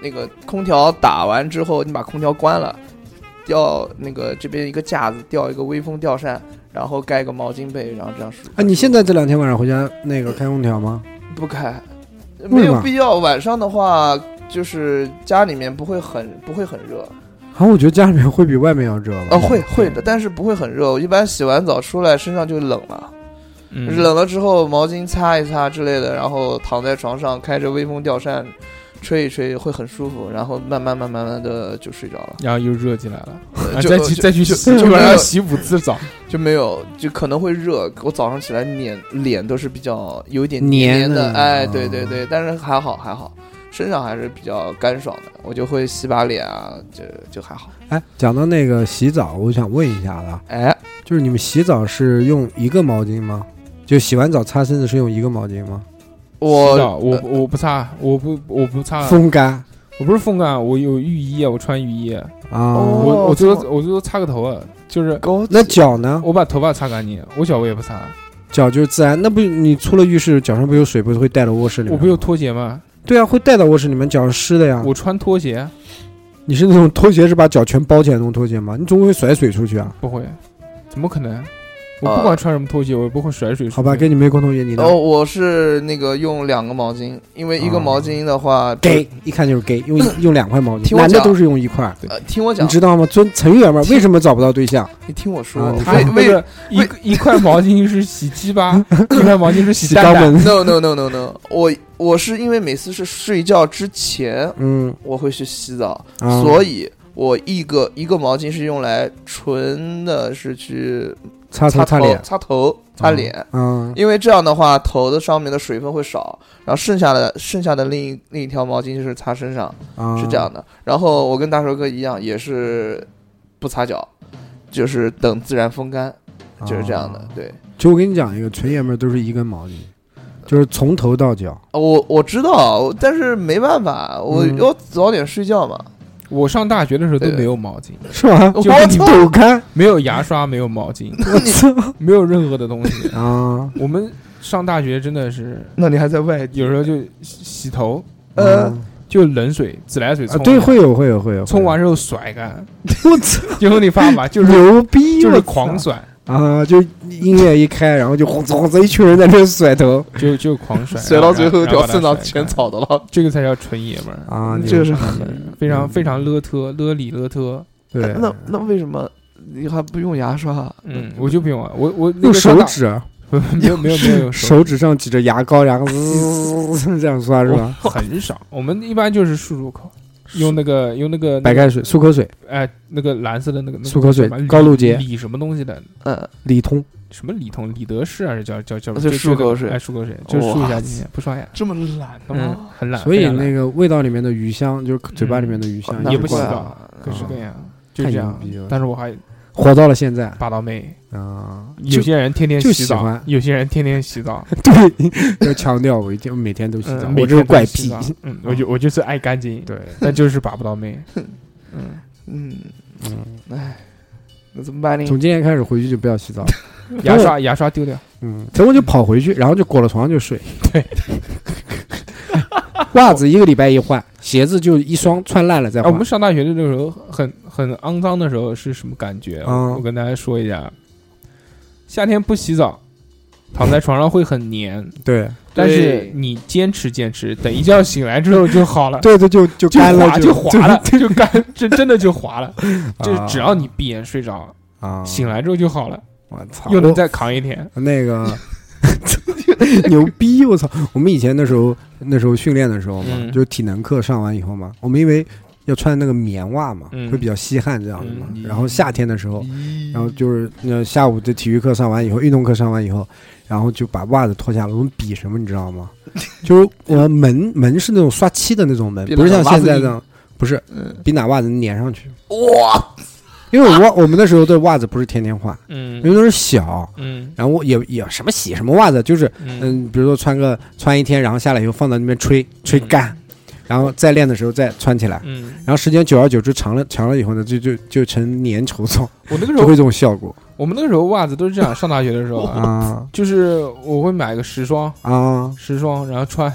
那个空调打完之后，你把空调关了，吊那个这边一个架子，吊一个微风吊扇，然后盖个毛巾被，然后这样睡。
哎，你现在这两天晚上回家那个开空调吗？
不开，
为
没
什
有
么
必要。晚上的话，就是家里面不会很不会很热，
啊，我觉得家里面会比外面要热吧。
呃，会会的，但是不会很热。我一般洗完澡出来，身上就冷了。
嗯
冷了之后毛巾擦一擦之类的，然后躺在床上开着微风吊扇，吹一吹会很舒服，然后慢慢慢慢慢的就睡着了，
然后又热起来了，
呃
啊
就
再去
就
再去
就
洗，
就
就晚
没
上
有
洗五次澡，
就没有就可能会热。我早上起来脸脸都是比较有一点
黏
黏
的
哎，
啊
对对对，但是还好还好，身上还是比较干爽的，我就会洗把脸啊，就就还好。
哎，讲到那个洗澡，我想问一下了，
哎，
就是你们洗澡是用一个毛巾吗？就洗完澡擦身子是用一个毛巾吗？
洗
我呃
澡我我不擦，我不我不擦，
风干
我不是风干，我有浴衣啊，我穿浴衣啊，
啊
哦？
我我最
这
多我最多擦个头啊，就是
狗
那脚呢？
我把头发擦干净，我脚我也不擦，
脚就是自然，那不你出了浴室，脚上不有水，不是会带到卧室里面
我
吗？
不有拖鞋吗？
对啊，会带到卧室里面，脚是湿的呀。
嗯
我穿拖鞋啊
你是那种拖鞋是把脚全包起来那种拖鞋吗？你总会甩水出去啊？
不会，怎么可能？
呃
我不管穿什么拖鞋，我也不会甩水出去。
好吧，跟你没共同语言，你呢
哦，我是那个用两个毛巾，因为一个
哦
毛巾的话，
gay 一看就是 gay，用用两块毛巾，
听我
男的
讲
都是用一块，
呃，听我
你
讲，
知道吗？尊成员们为什么找不到对象？
你听我说，
啊你
他那
为
说
为
个一
为
一块毛巾是洗鸡
<laughs>
巴，一块毛巾是洗
肛
蛋蛋。
门，
no no no no no，我我是因为每次是睡觉之前
嗯，
我会去洗澡，
啊
所以我一个一个毛巾是用来纯的是去
擦
擦
头
头、
脸，
擦头、擦脸，
嗯，
因为这样的话头的上面的水分会少，然后剩下的剩下的另一另一条毛巾就是擦身上，
啊，
是这样的。然后我跟大寿哥一样，也是不擦脚，就是等自然风干，
啊
就是这样的，对。
就我跟你讲一个，纯爷们儿都是一根毛巾，就是从头到脚。
我我知道，但是没办法，我
嗯
要早点睡觉嘛。
我上大学的时候都没有毛巾，
是吧？
我
就是 <laughs> 你
操
抖开
没有牙刷，没有毛
<laughs>
巾，
你
没有任何的东西。
啊！
我们上大学真的是
那你还在外地？
有时候就洗洗头，
呃
嗯
就冷水、自来水冲，
啊
一下，
对，会有会有会有，
冲完之后甩干，
我操，
就有你发
<laughs>
吧，就是
牛逼，
就是
我操
狂甩，
啊！就音乐一开，然后就轰哧轰哧一群人在那甩头
就就狂甩，
水到最后一
然后把
条
它
剩到
甩
全
干，
草的了，
这个才叫纯爷们儿，
啊！
这个是
很
非常非常勒特勒里勒特，
对，
那那为什么你还不用牙刷？
嗯，我就不用啊，我我那
用
个上
手
大，<laughs>
指，啊
没有没有没有用
手指上挤着牙膏，然后滋这样刷是吧？
我很少，我们一般就是漱漱口，用那个用那个
白开水、漱口水、
哎那个蓝色的那个
漱口水
那个叫什么
高露洁
李什么东西的
呃，
理通，
什么李通李德士还是叫叫叫
啊
就
就漱口
那个
水
哎漱口水就
哇
漱一下今天不刷牙，
这么懒的
嗯？，很懒，
所以
非常懒嗯
那个味道里面的鱼香，就是嘴巴里面的鱼香
那也不
习
行
怪
洗
惯，
澡各式各样，
啊
就
太
这
牛
样
逼了。
但是我还
活到了现在
霸道妹，
啊，
有些人天天
就
洗
喜
澡
欢，
有些人天天洗澡，
对，要强调我一定每天都洗澡，
嗯，
我
每
这是
天
怪
都洗 <laughs>
癖
澡。嗯，我就我就是爱干净，
对，
但就是把不到
<laughs>
妹，嗯，
嗯
嗯，
哎，那怎么办呢？
从今天开始回去就不要
<laughs>
洗澡了。
牙刷牙刷丢掉，
嗯，等我就跑回去，然后就裹了床上就睡。
对，
<laughs> 袜子一个礼拜一换，鞋子就一双穿烂了再
啊，
换。
我们上大学的那个时候很很肮脏的时候是什么感觉？
嗯
我跟大家说一下，夏天不洗澡，躺在床上会很黏，
嗯对
但是
对
你坚持坚持，等一觉醒来之后就好了。
<laughs> 对对，就就
就
干了
滑就滑了，
就
就干，这真的就滑
<laughs>
了。就
啊
只要你闭眼睡着，
啊
醒，来之后就好了，
我操，
又能再扛一天。
我那
<laughs>
个牛逼！我操，我们以前那时候那时候训练的时候嘛，
嗯
就是体能课上完以后嘛，我们因为要穿那个棉袜嘛，
嗯
会比较吸汗这样子嘛。
嗯
然后夏天的时候，然后就是那下午的体育课上完以后，运动课上完以后，然后就把袜子脱下来，我们比什么你知道吗？ <laughs> 就是我们门门是那种刷漆的那种门，
比
不是像
哪吒
现在
袜子
这样，不是
嗯，
比哪袜子能粘上去。
哇，
因为我袜我们那时候的袜子不是天天换，因
嗯
为都是小，
嗯
然后也也什么洗什么袜子，就是
嗯，
嗯，比如说穿个穿一天，然后下来以后放到那边吹吹干，然后再练的时候再穿起来，
嗯，
然后时间久而久之长了长了以后呢，就就就成粘稠
<laughs>
状，
我那个时
就会
候，
这种效果
我们那个时候袜子都是
<laughs>
这样。上大学的时候啊，
啊
就是我会买个十双，
啊！
十双，然后穿，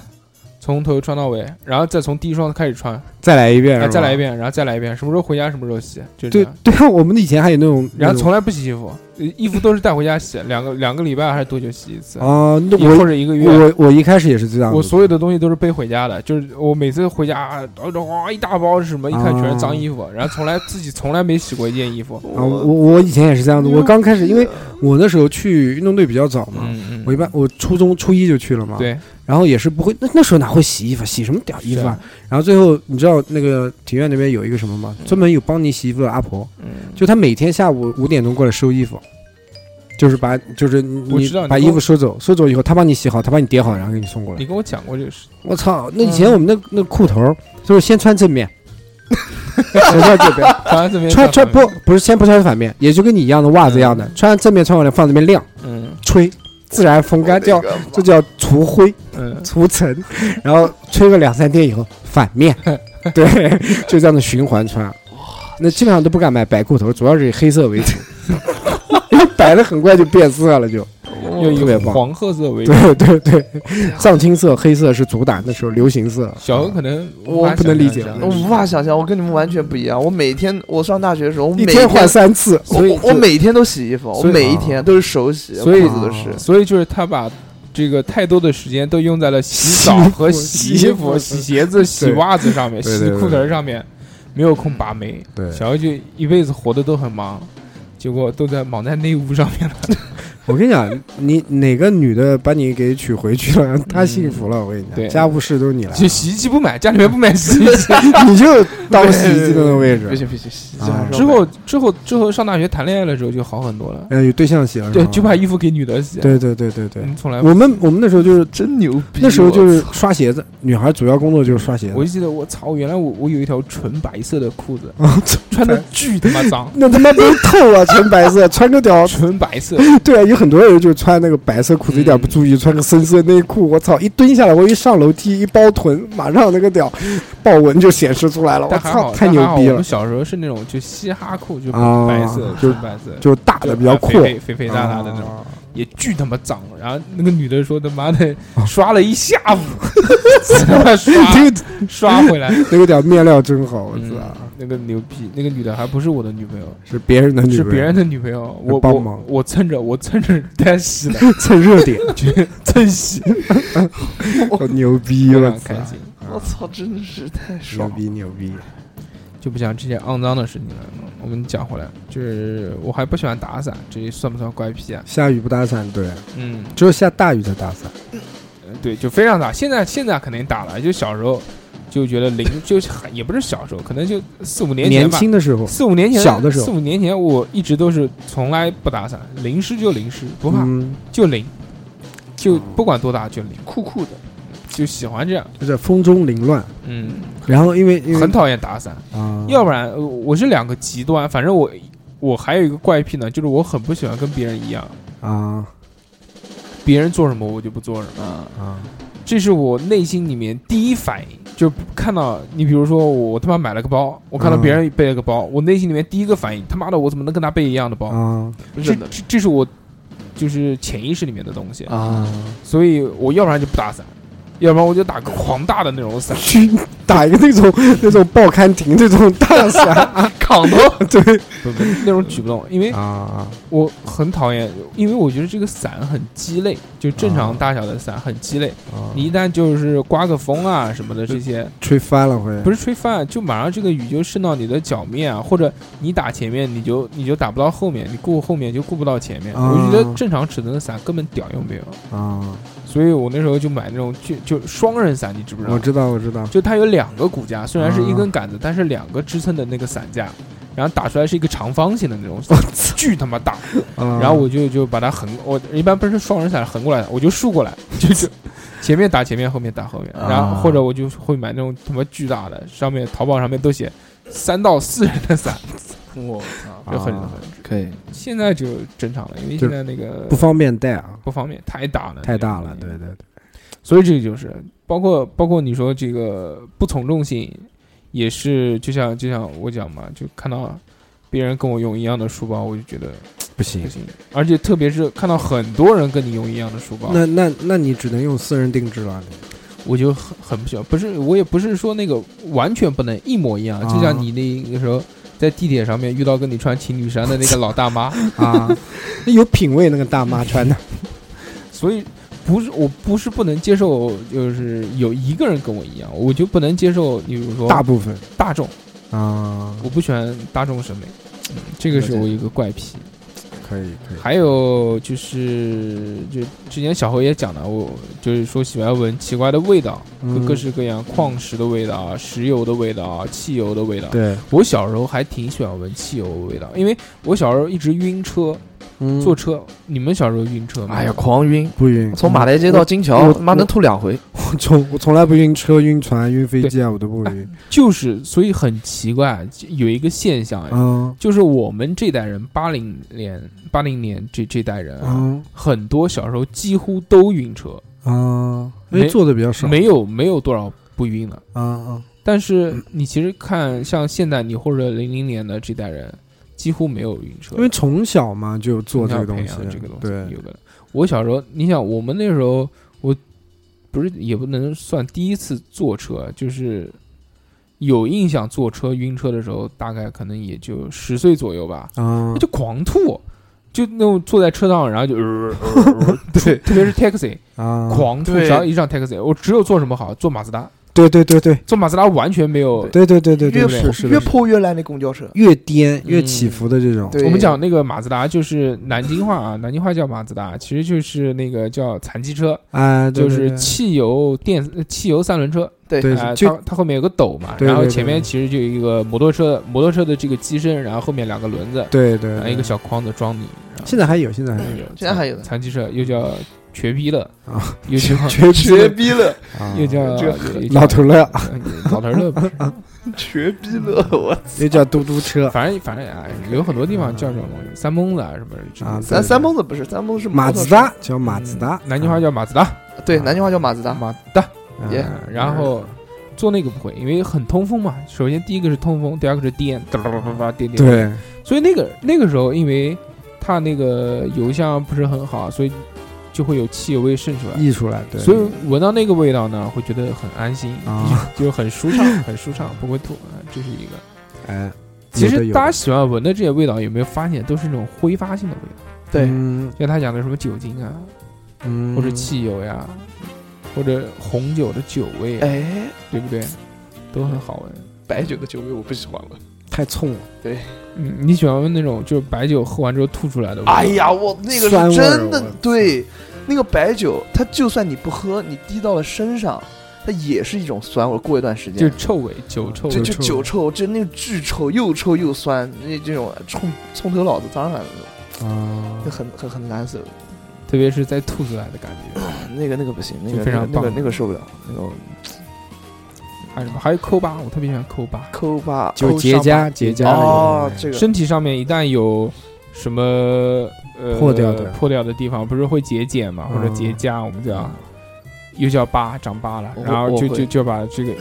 从头穿到尾，然后再从第一双开始穿，
再来一遍，
哎，
是吧
再来一。遍，然后再来一遍，什么时候回家什么时候洗，就这
对
样。
对啊，我们以前还有那种，
然后
那种
从来不洗衣服，呃衣服都是带回家洗，两个两个礼拜还是多久洗一次，
啊，那
一或
我
者一个月。
我我一开始也是这样子的，
我所有的东西都是背回家的，就是我每次回家，哇一大包是什么，一看全是脏衣服，然后从来自己从来没洗过一件衣服。
啊，我我以前也是这样子，我刚开始因为我那时候去运动队比较早嘛，
嗯
我一般我初中初一就去了嘛，
对，
然后也是不会，那那时候哪会洗衣服，洗什么屌衣服啊？然后最后你知道那个体院那边有一个什么吗？
嗯
专门有帮你洗衣服的阿婆，
嗯，
就她每天下午五点钟过来收衣服，就是把就是
我
你
知道你
把
跟
衣
我
服收走，收走以后她帮你洗好，她帮你叠好，然后给你送过来
你。跟嗯我讲过这个事，
我操，那以前我们那那裤头儿就是先穿正面，先穿这边，
穿这边
穿穿
反
不不是先不穿反面，也就跟你一样的袜子一样的，穿正面穿过来放这边晾，
嗯
吹，自然风干叫这叫除灰。 <laughs>
嗯，
除尘，然后吹个两三天以后反
<laughs>
面，对，就这样的循环穿。那基本上都不敢买白裤头，主要是以黑色为
<laughs>
主，因为白的很快就变色了就，
又
特别
以
棒
哦黄褐色为主。
对对对，藏青色、黑色是主打那时候流行色。
小何可能
我
无法
不能理
想象
解
这样
我无法想象，我跟你们完全不一样。我每天，我上大学的时候，我每
一天换三次，
我
所以
我我每天都洗衣服，我
所以啊
每一天都是手洗，
所以啊
裤子都是。
所以就是他把这个太多的时间都用在了洗澡和洗衣服、洗鞋子、洗袜子上面、
对
洗
对对
裤腿上面，没有空把妹。
对
小何就一辈子活得都很忙，结果都在忙在内务上面了。
我跟你讲，你哪个女的把你给娶回去了，她幸福了。我跟你
嗯对
讲，家务事都是你来，
<laughs> 就洗衣机不买，家里面不买洗衣机。
你就当洗衣机的那
<laughs>
个位
必
置。
须必须洗。
啊
这还是
之
要
后之后之后上大学谈恋爱的时候就好很多了，
嗯，有对象洗了，是
对，
吧
就把衣服给女的洗。
对对对对对
嗯，，从来不
我们我们那时候就是
真牛逼！
那时候就
我
是
操
刷鞋子，女孩主要工作就是刷鞋
我
子。
就记得我操，原来我我有一条纯白色的裤
<laughs>
子，
啊，操，
穿的巨他妈脏
那他妈没透啊，纯白色，穿个屌。
纯白色。
对啊，有很多人就穿那个白色裤子，
嗯
一点不注意，穿个深色内裤。我操，一蹲下来，我一上楼梯，一包臀，马上那个屌豹纹就显示出来了。我
但还好，
操，太
但
牛
还好
逼
我
了
们！小时候是那种就嘻哈裤，就
啊
白色，
就
纯白色，
就大的比较
就
阔，
啊肥肥肥肥大大的那种，
啊
也巨他妈脏。然后那个女的说：“他妈的
啊，
刷了一下午， <laughs> 他妈刷
<laughs> 这个嗯
刷回来。
那个屌面料真好，我
嗯
操，”
那个牛逼，那个女的还不是我的女朋友，
是别人的女
是
人，
别人的女朋友。我
帮
我
忙
我蹭着我蹭着她
<laughs>
洗的，
蹭热点，
去蹭洗，
好牛逼
非
了，
常开心。
我操，真是太
牛
爽！
逼牛逼！
就不讲这些肮脏的事情了。我们讲回来，就是我还不喜欢打伞，这算不算怪癖啊？
下雨不打伞，对，
嗯，
只有下大雨才打伞。
呃对，就非常打。现在现在肯定打了，就小时候就觉得零，就是很也不是小时候，可能就四五年前
年
吧。
轻的时候，
四五年前，
小的时候
四五年前我一直都是从来不打伞，淋湿就淋湿，不怕、
嗯，
就淋，就不管多大就淋，
酷酷的，
就喜欢这样。
就是风中凌乱。
嗯，
然后因为因为
很讨厌打伞，
啊，
要不然呃我是两个极端。反正我我还有一个怪癖呢，就是我很不喜欢跟别人一样，
啊
别人做什么我就不做什么，
嗯，
啊，
这是我内心里面第一反应。就看到你，比如说我他妈买了个包，我看到
嗯
别人背了个包，我内心里面第一个反应，他妈的我怎么能跟他背一样的包？
啊
这
真的
这这是我就是潜意识里面的东西，
啊，
所以我要不然就不打伞，要不然我就打个狂大的那种伞，
去打一个那种 <laughs> 那种报刊亭那种
<laughs>
大伞，
扛头，
对
不不那种举不动，因为
啊
我很讨厌，因为我觉得这个伞很鸡肋，就正常大小的伞很鸡肋，
啊
你一旦就是刮个风啊什么的这些，
吹翻了会
不是吹翻，就马上这个雨就渗到你的脚面啊，或者你打前面你就你就打不到后面，你顾后面就顾不到前面，
啊
我觉得正常尺寸的伞根本屌用没有，
啊，
所以我那时候就买那种就就双人伞，你知不知道
我？知啊道我知道，
就它有两个骨架，虽然是一根杆子，但是两个支撑的那个伞架，然后打出来是一个长方形的那种伞，巨他妈大。然
然
后我就就把它横，我一般不是双人伞横过来的，我就竖过来，就
<laughs>
就前面打前面，后面打后面，
啊
然后或者我就会买那种他妈巨大的，上面淘宝上面都写三到四人的伞，
我操，
就很、
啊
可以，
现在就正常了，因为
就
现在那个
不方便带啊，
不方便，太大了，
太大
那个
了，对对对，
所以这个就是包括包括你说这个不从众性，也是就像就像我讲嘛，就看到别人跟我用一样的书包，我就觉得
不
不
行。
行，而且特别是看到很多人跟你用一样的书包，
那那那你只能用私人定制了，
<laughs> 我就很很不喜欢。不是，我也不是说那个完全不能一模一样，
啊
就像你那个时候在地铁上面遇到跟你穿情侣衫的那个老大妈，
啊，那有品位那个大妈穿的，
所以不是我不是不能接受，就是有一个人跟我一样，我就不能接受。你比如说
大部分
大众，
啊，
我不喜欢大众审美，嗯这个是我一个怪癖。
可以可以，
还有就是，就之前小侯也讲了，我就是说喜欢闻奇怪的味道，
嗯
各式各样矿石的味道啊、石油的味道啊、汽油的味道。
对，
我小时候还挺喜欢闻汽油的味道，因为我小时候一直晕车，
嗯
坐车。你们小时候晕车吗？
哎呀，，狂晕。
不晕，
从马来街到金桥，
我
他妈能吐两回。
<laughs> 我从我从来不晕车、晕船、晕飞机啊，我都不晕。
就是，所以很奇怪，有一个现象，
嗯
就是我们这代人，八零年、八零年这这代人啊，
嗯
很多小时候几乎都晕车，
啊，因
没
为做的比较少。
没有没有多少不晕的。
啊啊
但是你其实看像现在你或者零零年的这代人，几乎没有晕车，
因为从小嘛就做这
要
个
培
东西
养，这个东西
对
有的。我小时候，你想我们那时候，我不是也不能算第一次坐车，啊就是有印象坐车晕车的时候，大概可能也就十岁左右吧，
啊
就狂吐。就那种坐在车上，然后就，呃呃
<laughs>
呃
对
特别是 taxi
啊，
狂吐，
对
只要一上 taxi，我只有坐什么好，坐马自达，
对对对对
坐马自达完全没有
对对对对对，
越
是
破
的是的，
破越烂的公交车，
越颠
嗯
越起伏的这种。
对
我们讲那个马自达就是南京话啊，南京话叫马自达，其实就是那个叫残疾车，
啊，对
就
对
是
对
汽油电呃汽油三轮车，
对
对
啊，
就
它它后面有个斗嘛，
对
然后
对对
前面其实就有一个摩托车，摩托车的这个机身，然后后面两个轮子，
对对
然后
对
一个小筐子装你。然后
现在还有，现在还有
有
现在还有呢
残疾车，又叫瘸逼乐
啊，
又叫 <laughs>
绝
绝逼了，
啊
又叫
这
又叫
老头乐，
<laughs> 老头乐不是，
绝逼了，我操
又叫嘟嘟车
反正反正啊，有很多地方叫这种东西，三蹦子啊什么之类的
啊，
咱
对
三蹦子不是，三蹦子是摩
马
托
自
车，
达叫马自达，
嗯
啊
南京话叫马自达，
对，南京话叫马自达，
马自达。
嗯
耶
嗯
然后做那个不会，因为很通风嘛。首先第一个是通风，第二个是电，哒哒哒哒哒电电。
对
所以那个那个时候，因为它那个油箱不是很好，所以就会有汽油味渗出来。
溢出来，对，
所以闻到那个味道呢，会觉得很安心，
啊
<laughs> 就很舒畅，很舒畅，不会吐。啊这是一个。
哎，
其
有的
实
有
大家
的
喜欢闻的这些味道，有没有发现都是那种挥发性的味道？
对，
嗯
像他讲的什么酒精啊，
嗯，
或者汽油呀，或者红酒的酒味啊，
哎，
对不对？都很好闻。
白酒的酒味我不喜欢了。
太冲了，
嗯，你喜欢那种就是白酒喝完之后吐出来的味道？
哎，呀，我那个
酸味
是
儿
真的
我
对，那个白酒，它就算你不喝，你滴到了身上，它也是一种酸味儿。过一段时
就
间
是，臭味，酒臭味。
就就
臭味
酒臭，就那个巨臭，又臭又酸，那这种冲冲头脑子当然了，
啊
就，很很很难受。
特别是在吐出来的感觉，
那个那个不行，那
就
个
非常
那个那
棒
个那个受不了，那个
还有什么？还有抠疤，我特别喜欢抠疤。
抠吧，
就是
抠
结
伤疤
痂结痂的
哦
那，种
这个
身体上面一旦有什么呃
破掉的
破掉的地方，不是会结茧嘛，
嗯
或者结痂，我们叫又叫疤，长疤了，
我
然后
我
就
会
就就把这个，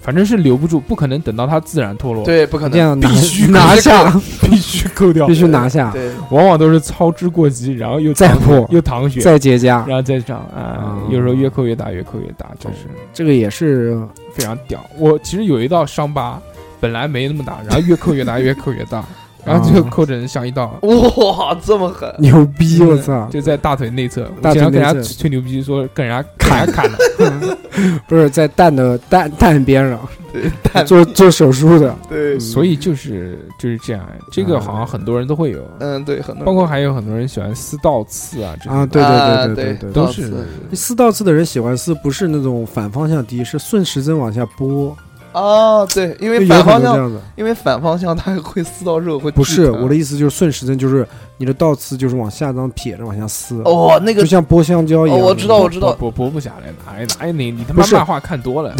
反正是留不住，不可能等到它自然脱落，
对不可
这
能，
样拿
必须
<laughs> 拿下，
必须抠掉
必，须拿下，
对，
往往都是操之过急，然后又
再
淌
破
又淌血，
再结痂，
然后再长啊，
嗯
有时候越抠越大，越抠越大，真
哦
是
这个也是
非常屌。我其实有一道伤疤，本来没那么大，然后越抠越大，越抠越大，然后就
嗯
抠成像一道。
哇，这么狠，
牛逼，我操！
就在大腿内侧，
大
我
腿
经常跟
内
人
侧
家吹牛逼说跟人家砍人家砍了，
<laughs> 不是在蛋的蛋蛋边上
对，蛋
做做手术的，
对
<laughs>
嗯，
所以就是就是这样。啊这个好像很多人都会有，
嗯，对，很
<laughs>
多人
包括还有很多人喜欢撕倒刺啊，这
啊，
种
对
啊
对对
对
对对
都
倒
是
刺
撕倒刺的人喜欢撕，不是那种反方向滴，是顺时针往下拨，
哦，对，因
就
为
有
反
可能
方
这
向，
样子。
因为反方向它会撕到肉，会
不是
剧疼
我的意思，就是顺时针，就是你的倒刺就是往下这样撇着往下撕，
哦，那
就
个
像剥香蕉一样。
哦我知道我知道
脖脖不下来，哎哪哪有你你他
不
妈
是
漫画看多
<laughs>
了，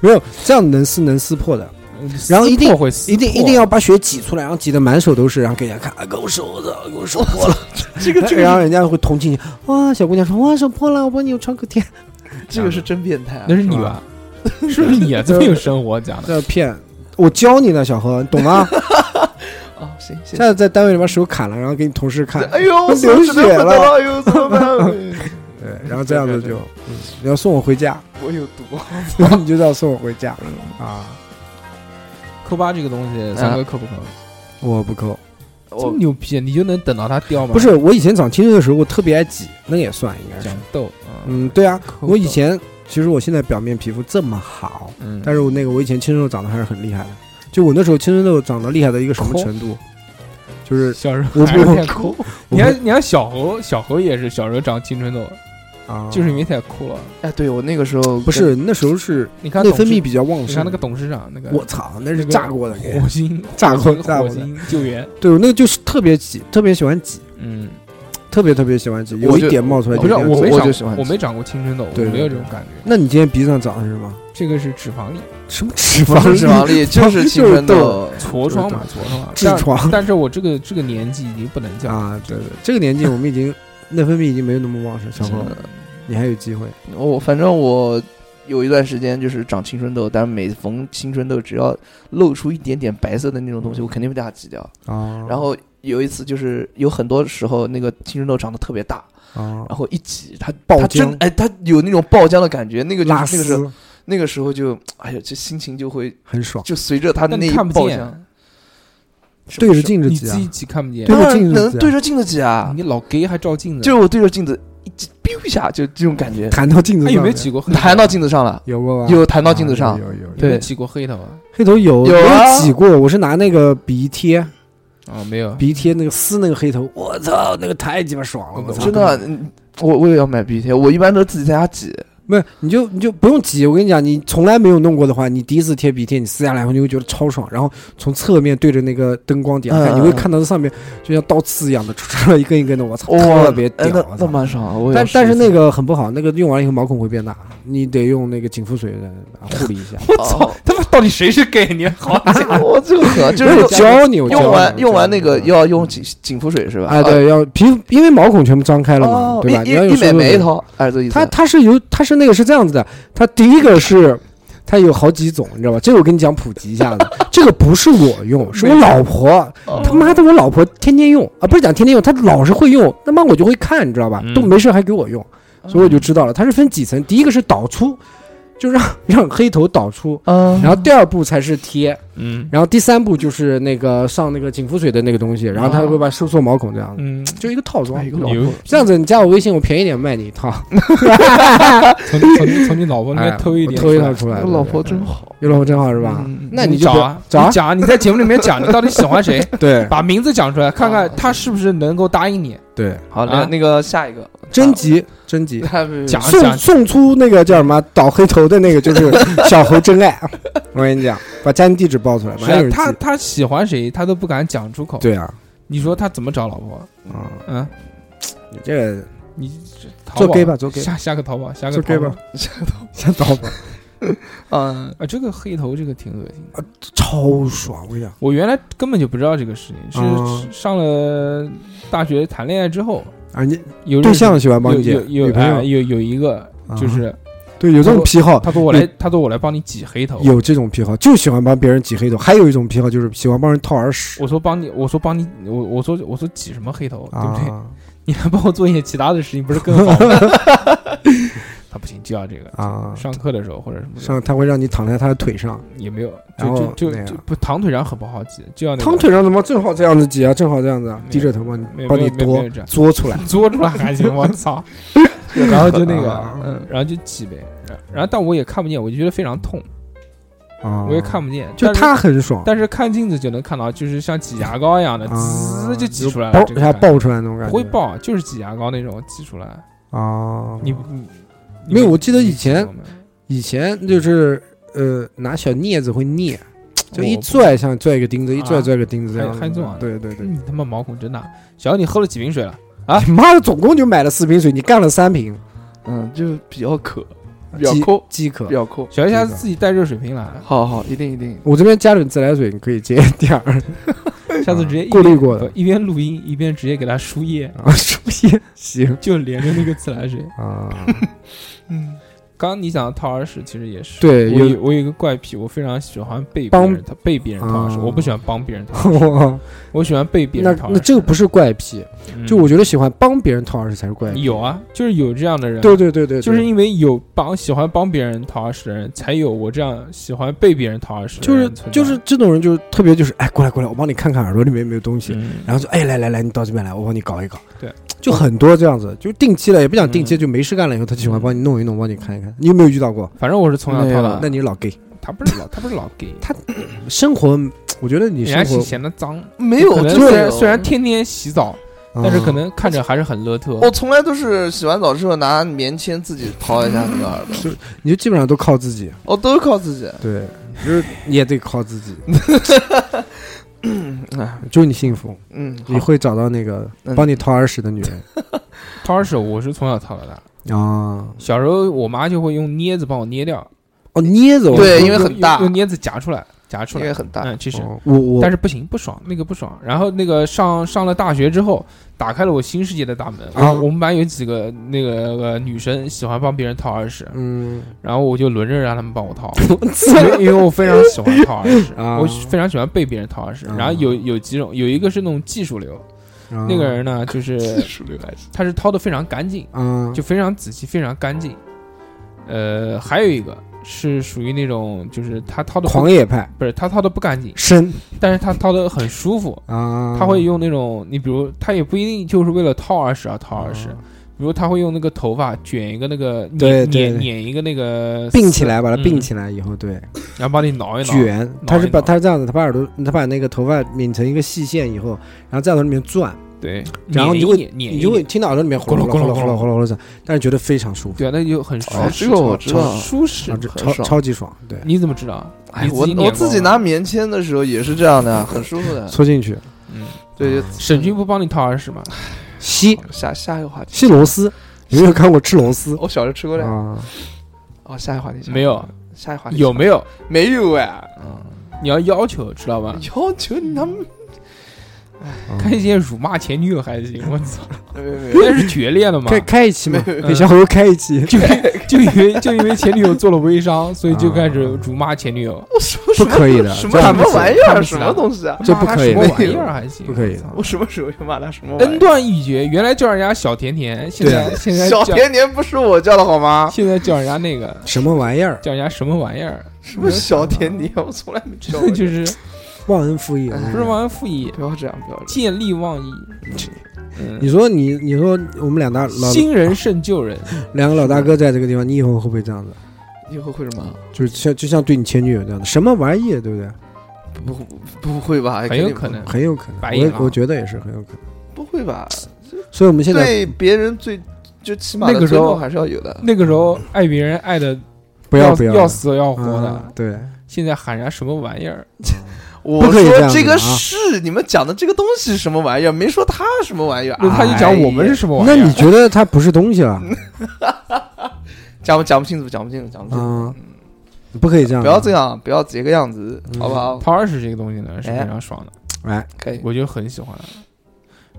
没有这样能撕能撕破的，然后一定
撕破会撕
一定
破
一定要把血挤出来，然后挤得满手都是，然后给人家看，啊，给我手的，给我手破了。
<laughs> 这个这
<laughs> 然后
个
人家会同情你，哇，小姑娘说，哇，手破了，我帮你创可贴。
这个是真变态啊，
那是你吧？ <laughs> 是不是你啊？这么有生活讲的，
这骗，我教你呢，小何，你
<laughs>
懂吗？
哦，行行
下。次在单位里把手砍了，然后给你同
<laughs>
事看，
哎呦，
流
手指头
血
不得
了
了，哎呦，怎么
<laughs>
办？
对，然后这样子
对
就
对，
嗯你要送我回家， <laughs>
我有毒，
然后你就这样送我回家啊！
抠疤这个东西，三哥抠不抠？
我不抠，
这
我
么牛逼，你就能等到它掉吗？
哦不是我以前长青春的时候，我特别爱挤，那也算应该是
讲。豆，嗯
嗯，对啊，
抠
我以
豆
前其实我现在表面皮肤这么好，
嗯，
但是我那个我以前青春痘长得还是很厉害的。就我那时候青春痘长得厉害的一个什么
抠
程度，就是
小时候
我
还是
不
太抠。 <laughs> 你
我会
看，你看小猴，小猴也是小时候长青春痘，
啊，
就是因为太酷了。
哎，对我那个时候
不是那时候是
你看
内
董
分
事
泌，比较旺
你
盛
看那。个董事长那个，
我操，那
那
是
个哦
炸过的，
火星
<laughs> 炸过
火星
炸
火
过的
星救援，
对，我那个就是特别挤，特别喜欢挤，
嗯，
特别特别喜欢挤，有
我
一
就
点冒出来
我
不
就是
就
这样
我
挤
没
我就喜
长
欢
我没长过青春痘，我
啊对对
没有这
对
种感觉。
那你今天鼻子上长的是什么？
这个是脂肪粒，
什么脂
不
肪
是脂肪粒，就是青春
痘
痘。
痤疮嘛，
对
痤疮嘛。
痔
但
疮
但是我这个这个年纪已经不能叫 <laughs>
<laughs> 啊！对对，这个年纪我们已经内分泌已经没有那么旺
啊
盛，小何，你还有机会。
我反正我有一段时间就是长青春痘，但每逢青春痘只要露出一点点白色的那种东西，我肯定会把它挤掉。
啊，
然后有一次就是有很多时候那个青春痘长得特别大，
啊，
然后一挤它
爆
它
浆
真哎它有那种爆浆的感觉，那个就
拉
是那个时候
丝
那个时候就哎呀这心情就会
很爽，
就随着它的
但
那一
看不
爆
见
浆，是
对
不
着
是
镜子
你
挤
自
啊
己挤看不见
对，
当
着
然
镜子
能
挤啊
对着镜子挤啊，
你老 gay 还照镜啊子，
就是我对着镜子一挤 biu 一下就这种感觉，
弹到镜子
哎
上
有没有
面
挤过黑头？
弹到镜子上了，
有过吧？
有弹到
啊
镜子
有
上，
有有有
有没有
对
挤过黑头啊？
黑头有
有啊
我挤过，我是拿那个鼻贴
啊，没有，
鼻贴那个撕那个黑头，我操，那个太鸡巴爽了，我操！
真的，嗯我我也要买鼻贴，我一般都自己在家挤，
没有，你就你就不用挤。我跟你讲，你从来没有弄过的话，你第一次贴鼻贴，你撕下来后你会觉得超爽。然后从侧面对着那个灯光底下看，
嗯
你会
嗯
看到这上面就像倒刺一样的出出来一根一根的，我操，
哇
特别屌
哎，那
我
那
操！
蛮爽的。我也
但
要
但是
试一
那
次
个很不好，那个用完了以后毛孔会变大，你得用那个紧肤水来护理一下。
我操， <laughs> 他妈到底谁是 gay？你好
啊这个我这个狠， <laughs> 就
我
是
教你，我教
用
你我教
完
你
用完那个要用紧紧肤水是吧？啊
哎，对，要皮肤，因为毛孔全部张开了嘛
哦，，
对吧？
一
你要
一
用
一
收
美
缩
眉
力
头，哎，这意思。
它它是有它是那个是这样子的，它第一个是它有好几种，你知道吧？这个我跟你讲普及一下子，这个不是我用，是我老婆，
哦
他妈的我老婆天天用啊，不是讲天天用，她老是会用，他妈我就会看，你知道吧？
嗯
哦
都没事还给我用，所以我就知道了，它是分几层，第一个是导出。就让让黑头导出，
嗯
然后第二步才是贴，
嗯
然后第三步就是那个上那个紧肤水的那个东西，然后
哦
他会把收缩毛孔这样子，
嗯，
就一个套装。
牛，
这样子，你加我微信，我便宜点卖你一套，
从从你从你老婆那边偷一点
哎
出来，
偷一套出来。
我老婆真好，
有老婆真好是吧？
嗯
那你就
找
不要
啊
找啊
你讲啊，你在节目里面讲，你到底喜欢
<laughs>
谁，
对
把名字讲出来，看看
哦
他是不是能够答应你。
对，
好，
啊
那那个下一个
征集征集，
讲
送送出那个叫什么倒黑头的那个，就是小猴真
<laughs>
爱。我跟你讲，把家庭地址报出来，马
是
上有
啊
人，
他
记
他喜欢谁，他都不敢讲出口。，
对啊，
你说他怎么找老婆？
啊，
嗯，
你这个
你这淘宝
做 gay 吧，做 gay，
下下个淘宝，下个
做 gay
淘
吧
宝。，
先倒吧，
嗯，
啊，这个黑头这个挺恶心的。
超爽！我跟你讲，
我原来根本就不知道这个事情，
嗯
是上了大学谈恋爱之后，
啊，你
有
对
认识
象喜欢帮
有
你解，
有
女
有
朋
哎
友啊
有有一个就是
对有这种癖好，
他说我来，他说我来帮你挤黑头，
有这种癖好，就喜欢帮别人挤黑头。还有一种癖好就是喜欢帮人掏耳屎
我说帮你，我说帮你，我我说我说挤什么黑头，对不对？
啊
<laughs> 你还帮我做一些其他的事情，不是更好吗？ <laughs> 他不行，就要这个。
啊！
<laughs> 上课的时候或者什么的
上他会让你躺在他的腿上，
也没有，
然后
就就
那
就
样
就不躺腿上很不好挤，就要那
躺
个
腿上怎么正好这样子挤啊？正好这样子啊，
有
低着头帮你
没有
帮
没
你
有没有没
多
有这样 <laughs>
作出来。
嘬出来还
<laughs>
行，我操！然 <laughs> 后就那个，
啊
嗯，然后就挤呗，然后但我也看不见，我就觉得非常痛，
啊，
我也看不见，
就
但是
他很爽，
但是看镜子就能看到，就是像挤牙膏一样的，
啊
滋就挤出来了
爆，
这
一
个
下
感觉
爆出来那种感觉，
不会爆，啊就是挤牙膏那种挤出来。
啊！
你你
没有我记得以前
你挤过吗
以前就是呃拿小镊子会镊，就一
我不
拽像拽一个钉子，一拽
啊
拽个钉子这
还
样子，
还这样
对对对。
你他妈毛孔真大，小你喝了几瓶水了？
啊，你妈的，总共就买了四瓶水，你干了三瓶，
嗯，就比较渴，比较
饥
抠，
饥
嗯
渴
比。较抠。
小一下次自己带热水瓶
嗯
来，
好好，一定一定，
我这边加点自来水，你可以接 <laughs> 点儿，
下次直接一
过滤过
不
的
一边录音一边直接给他输液，
啊，是不是？行
就连着那个自来水。
啊，
<laughs> 嗯，刚刚你讲的掏耳屎其实也是，
对，
我
有
有我有一个怪癖，我非常喜欢被别
帮
人他被别人掏耳屎，
啊
我不喜欢帮别人掏，
<laughs> 哇
我喜欢被别
那
人掏耳
那
屎。
这个不是怪癖，
嗯
就我觉得喜欢帮别人掏耳屎才是怪癖。
有啊，就是有这样的人，
对对对对，
就是
对
因为有帮喜欢帮别人掏耳屎的人，才有我这样喜欢被别人掏耳屎的
就是
人存在。
就是这种人，就是特别就是哎，过来过来，我帮你看看耳朵里面有没有东西，
嗯
然后就哎来来来，你到这边来，我帮你搞一搞。
对，
就很多这样子，就定期了，也不讲定期，
嗯
就没事干了以后，他就喜欢帮你弄一弄，帮你看一看。你有没有遇到过？
反正我是从小
没
掏
有
到
啊
大，
那你老 gay，
他不是老他不是老 gay，
生活，我觉得你
人家
生
是
活
嫌他脏，
没有
可能
真
虽
的没有嗯
然虽然天天洗澡，但是可能看着还是很邋
我
遢。
从来都是洗完澡之后拿棉签自己掏一下那个耳朵，
你就基本上都靠自己，
我都是靠自己。
对，就是你也得靠
<laughs>
自己，哎祝你幸福，
嗯，
你会找到那个
嗯
帮你掏耳屎的女人
掏耳屎我是从小掏到大，
啊！
小时候我妈就会用镊子帮我捏掉，
哦，捏着我，
对
用
因为很大
用用镊子夹出来，夹出
因为
来。
很大，
嗯，其实，
哦我我，
但是不行，不爽，那个不爽。然后那个上上了大学之后，打开了我新世界的大门。
啊
我我们班有几个那个、呃女生喜欢帮别人掏耳屎，
嗯，
然后我就轮着让他们帮我
<laughs>
掏，因为因为我非常喜欢掏耳屎，
啊
我非常喜欢被别人掏耳屎。
啊
然后有有几种，有一个是那种技术流，
啊
那个人呢
<laughs>
就是
术流还是
他是掏的非常干净，
啊，
就非常仔细，非常干净。呃，还有一个是属于那种就是他掏的不
狂野派
不是他掏的不干净，
深
但是他掏的很舒服。
啊，
他会用那种，你比如他也不一定就是为了掏耳屎而掏耳屎，
啊
比如他会用那个头发卷一个那个
对
捻
对
捻
对
捻一个那个
并起来，把它
嗯
并起来以后，对，
然后把你挠一挠，
卷，他是把
挠
他是这样子，他把耳朵，他把那个头发拧成一个细线以后，然后在耳朵里面转，
对，
然后你
捻一
就会
捻捻一
你就会
捻，
听到耳朵里面呼噜
咕
呼
噜咕噜
噜呼噜呼噜呼噜响，但是觉得非常舒服，
对啊，那就很舒
哦，
适，
这个我知道。
舒适
啊，。这
很
超
爽
超级爽，对，
你怎么知道？
哎，
你
我
己
我
捻
自己
过吗，
拿棉签的时候也是这样的，啊很舒服
<laughs>
的。
缩进去，
嗯，
对，
沈军不帮你掏耳屎吗？
哎吸
下下一个话题，
吸螺丝，你有没有看过吃螺丝
我小时候吃过的。
啊？
哦，下一个话题
没有，
下一个话题
有没有？
没有哎？
哎
你要要求，知道吧？
要求你他们
嗯
开一些辱骂前女友还
<laughs>
行，我操，
没有没有，
那是决裂的嘛。
开开一期嘛，
嗯
给小猴开一
<laughs>
期，
就就因为就因为前女友做了微商，所以就开始
啊
辱骂前女友。
我什么
不可以的，
什
这
么
样
什
不
么
行
玩意
看
儿，
不起
什
来
么东西啊？
这不可以
骂她什么玩意儿还行，
不可以的
我什么时候又骂他什么玩意
？N
儿？
段一绝，原来叫人家小甜甜，现在现在
小
叫
甜甜不是我叫的好吗？
现在叫人家那个
什么玩意儿，
叫人家什么玩意儿？
什么小甜甜，我从来
<laughs>
没叫
真
过
的。就是
忘恩负义，啊
哎
嗯不是忘恩负义，
不要这样，不要这
见利忘
<laughs>
义。
你
嗯，
说你，你说我们两大老
新人胜旧人，
两个老大哥在这个地方，你以后会不会这样子？
样。以后会什么？
就是像就像对你前女友这样的，什么玩意儿，对不对？
不不不会吧？
很有可能
很有可能，
白眼啊
我
狼
我觉得也是很有可能。
不会吧？
所以我们现在
对别人最就起码
那个
的
时候
尊重还是要有的。
那个时候爱别人爱的
不要不
要死要活
嗯
的，
对，
现在喊人家什么玩意儿？
我
不可以这
说
样子
这个
啊
是你们讲的这个东西什么玩意儿，没说他什么玩意儿。
那他就讲我们是
哎
什么玩意
那
儿？
你觉得它不是东西啊
<laughs>
了？
讲不讲不清楚，讲不清楚，讲不清楚。
嗯，不可以这样，啊
不要这，样，不要这个样子，
嗯
好不好？
掏耳屎这个东西呢是非常爽的，
哎，
可以。
我就很喜欢。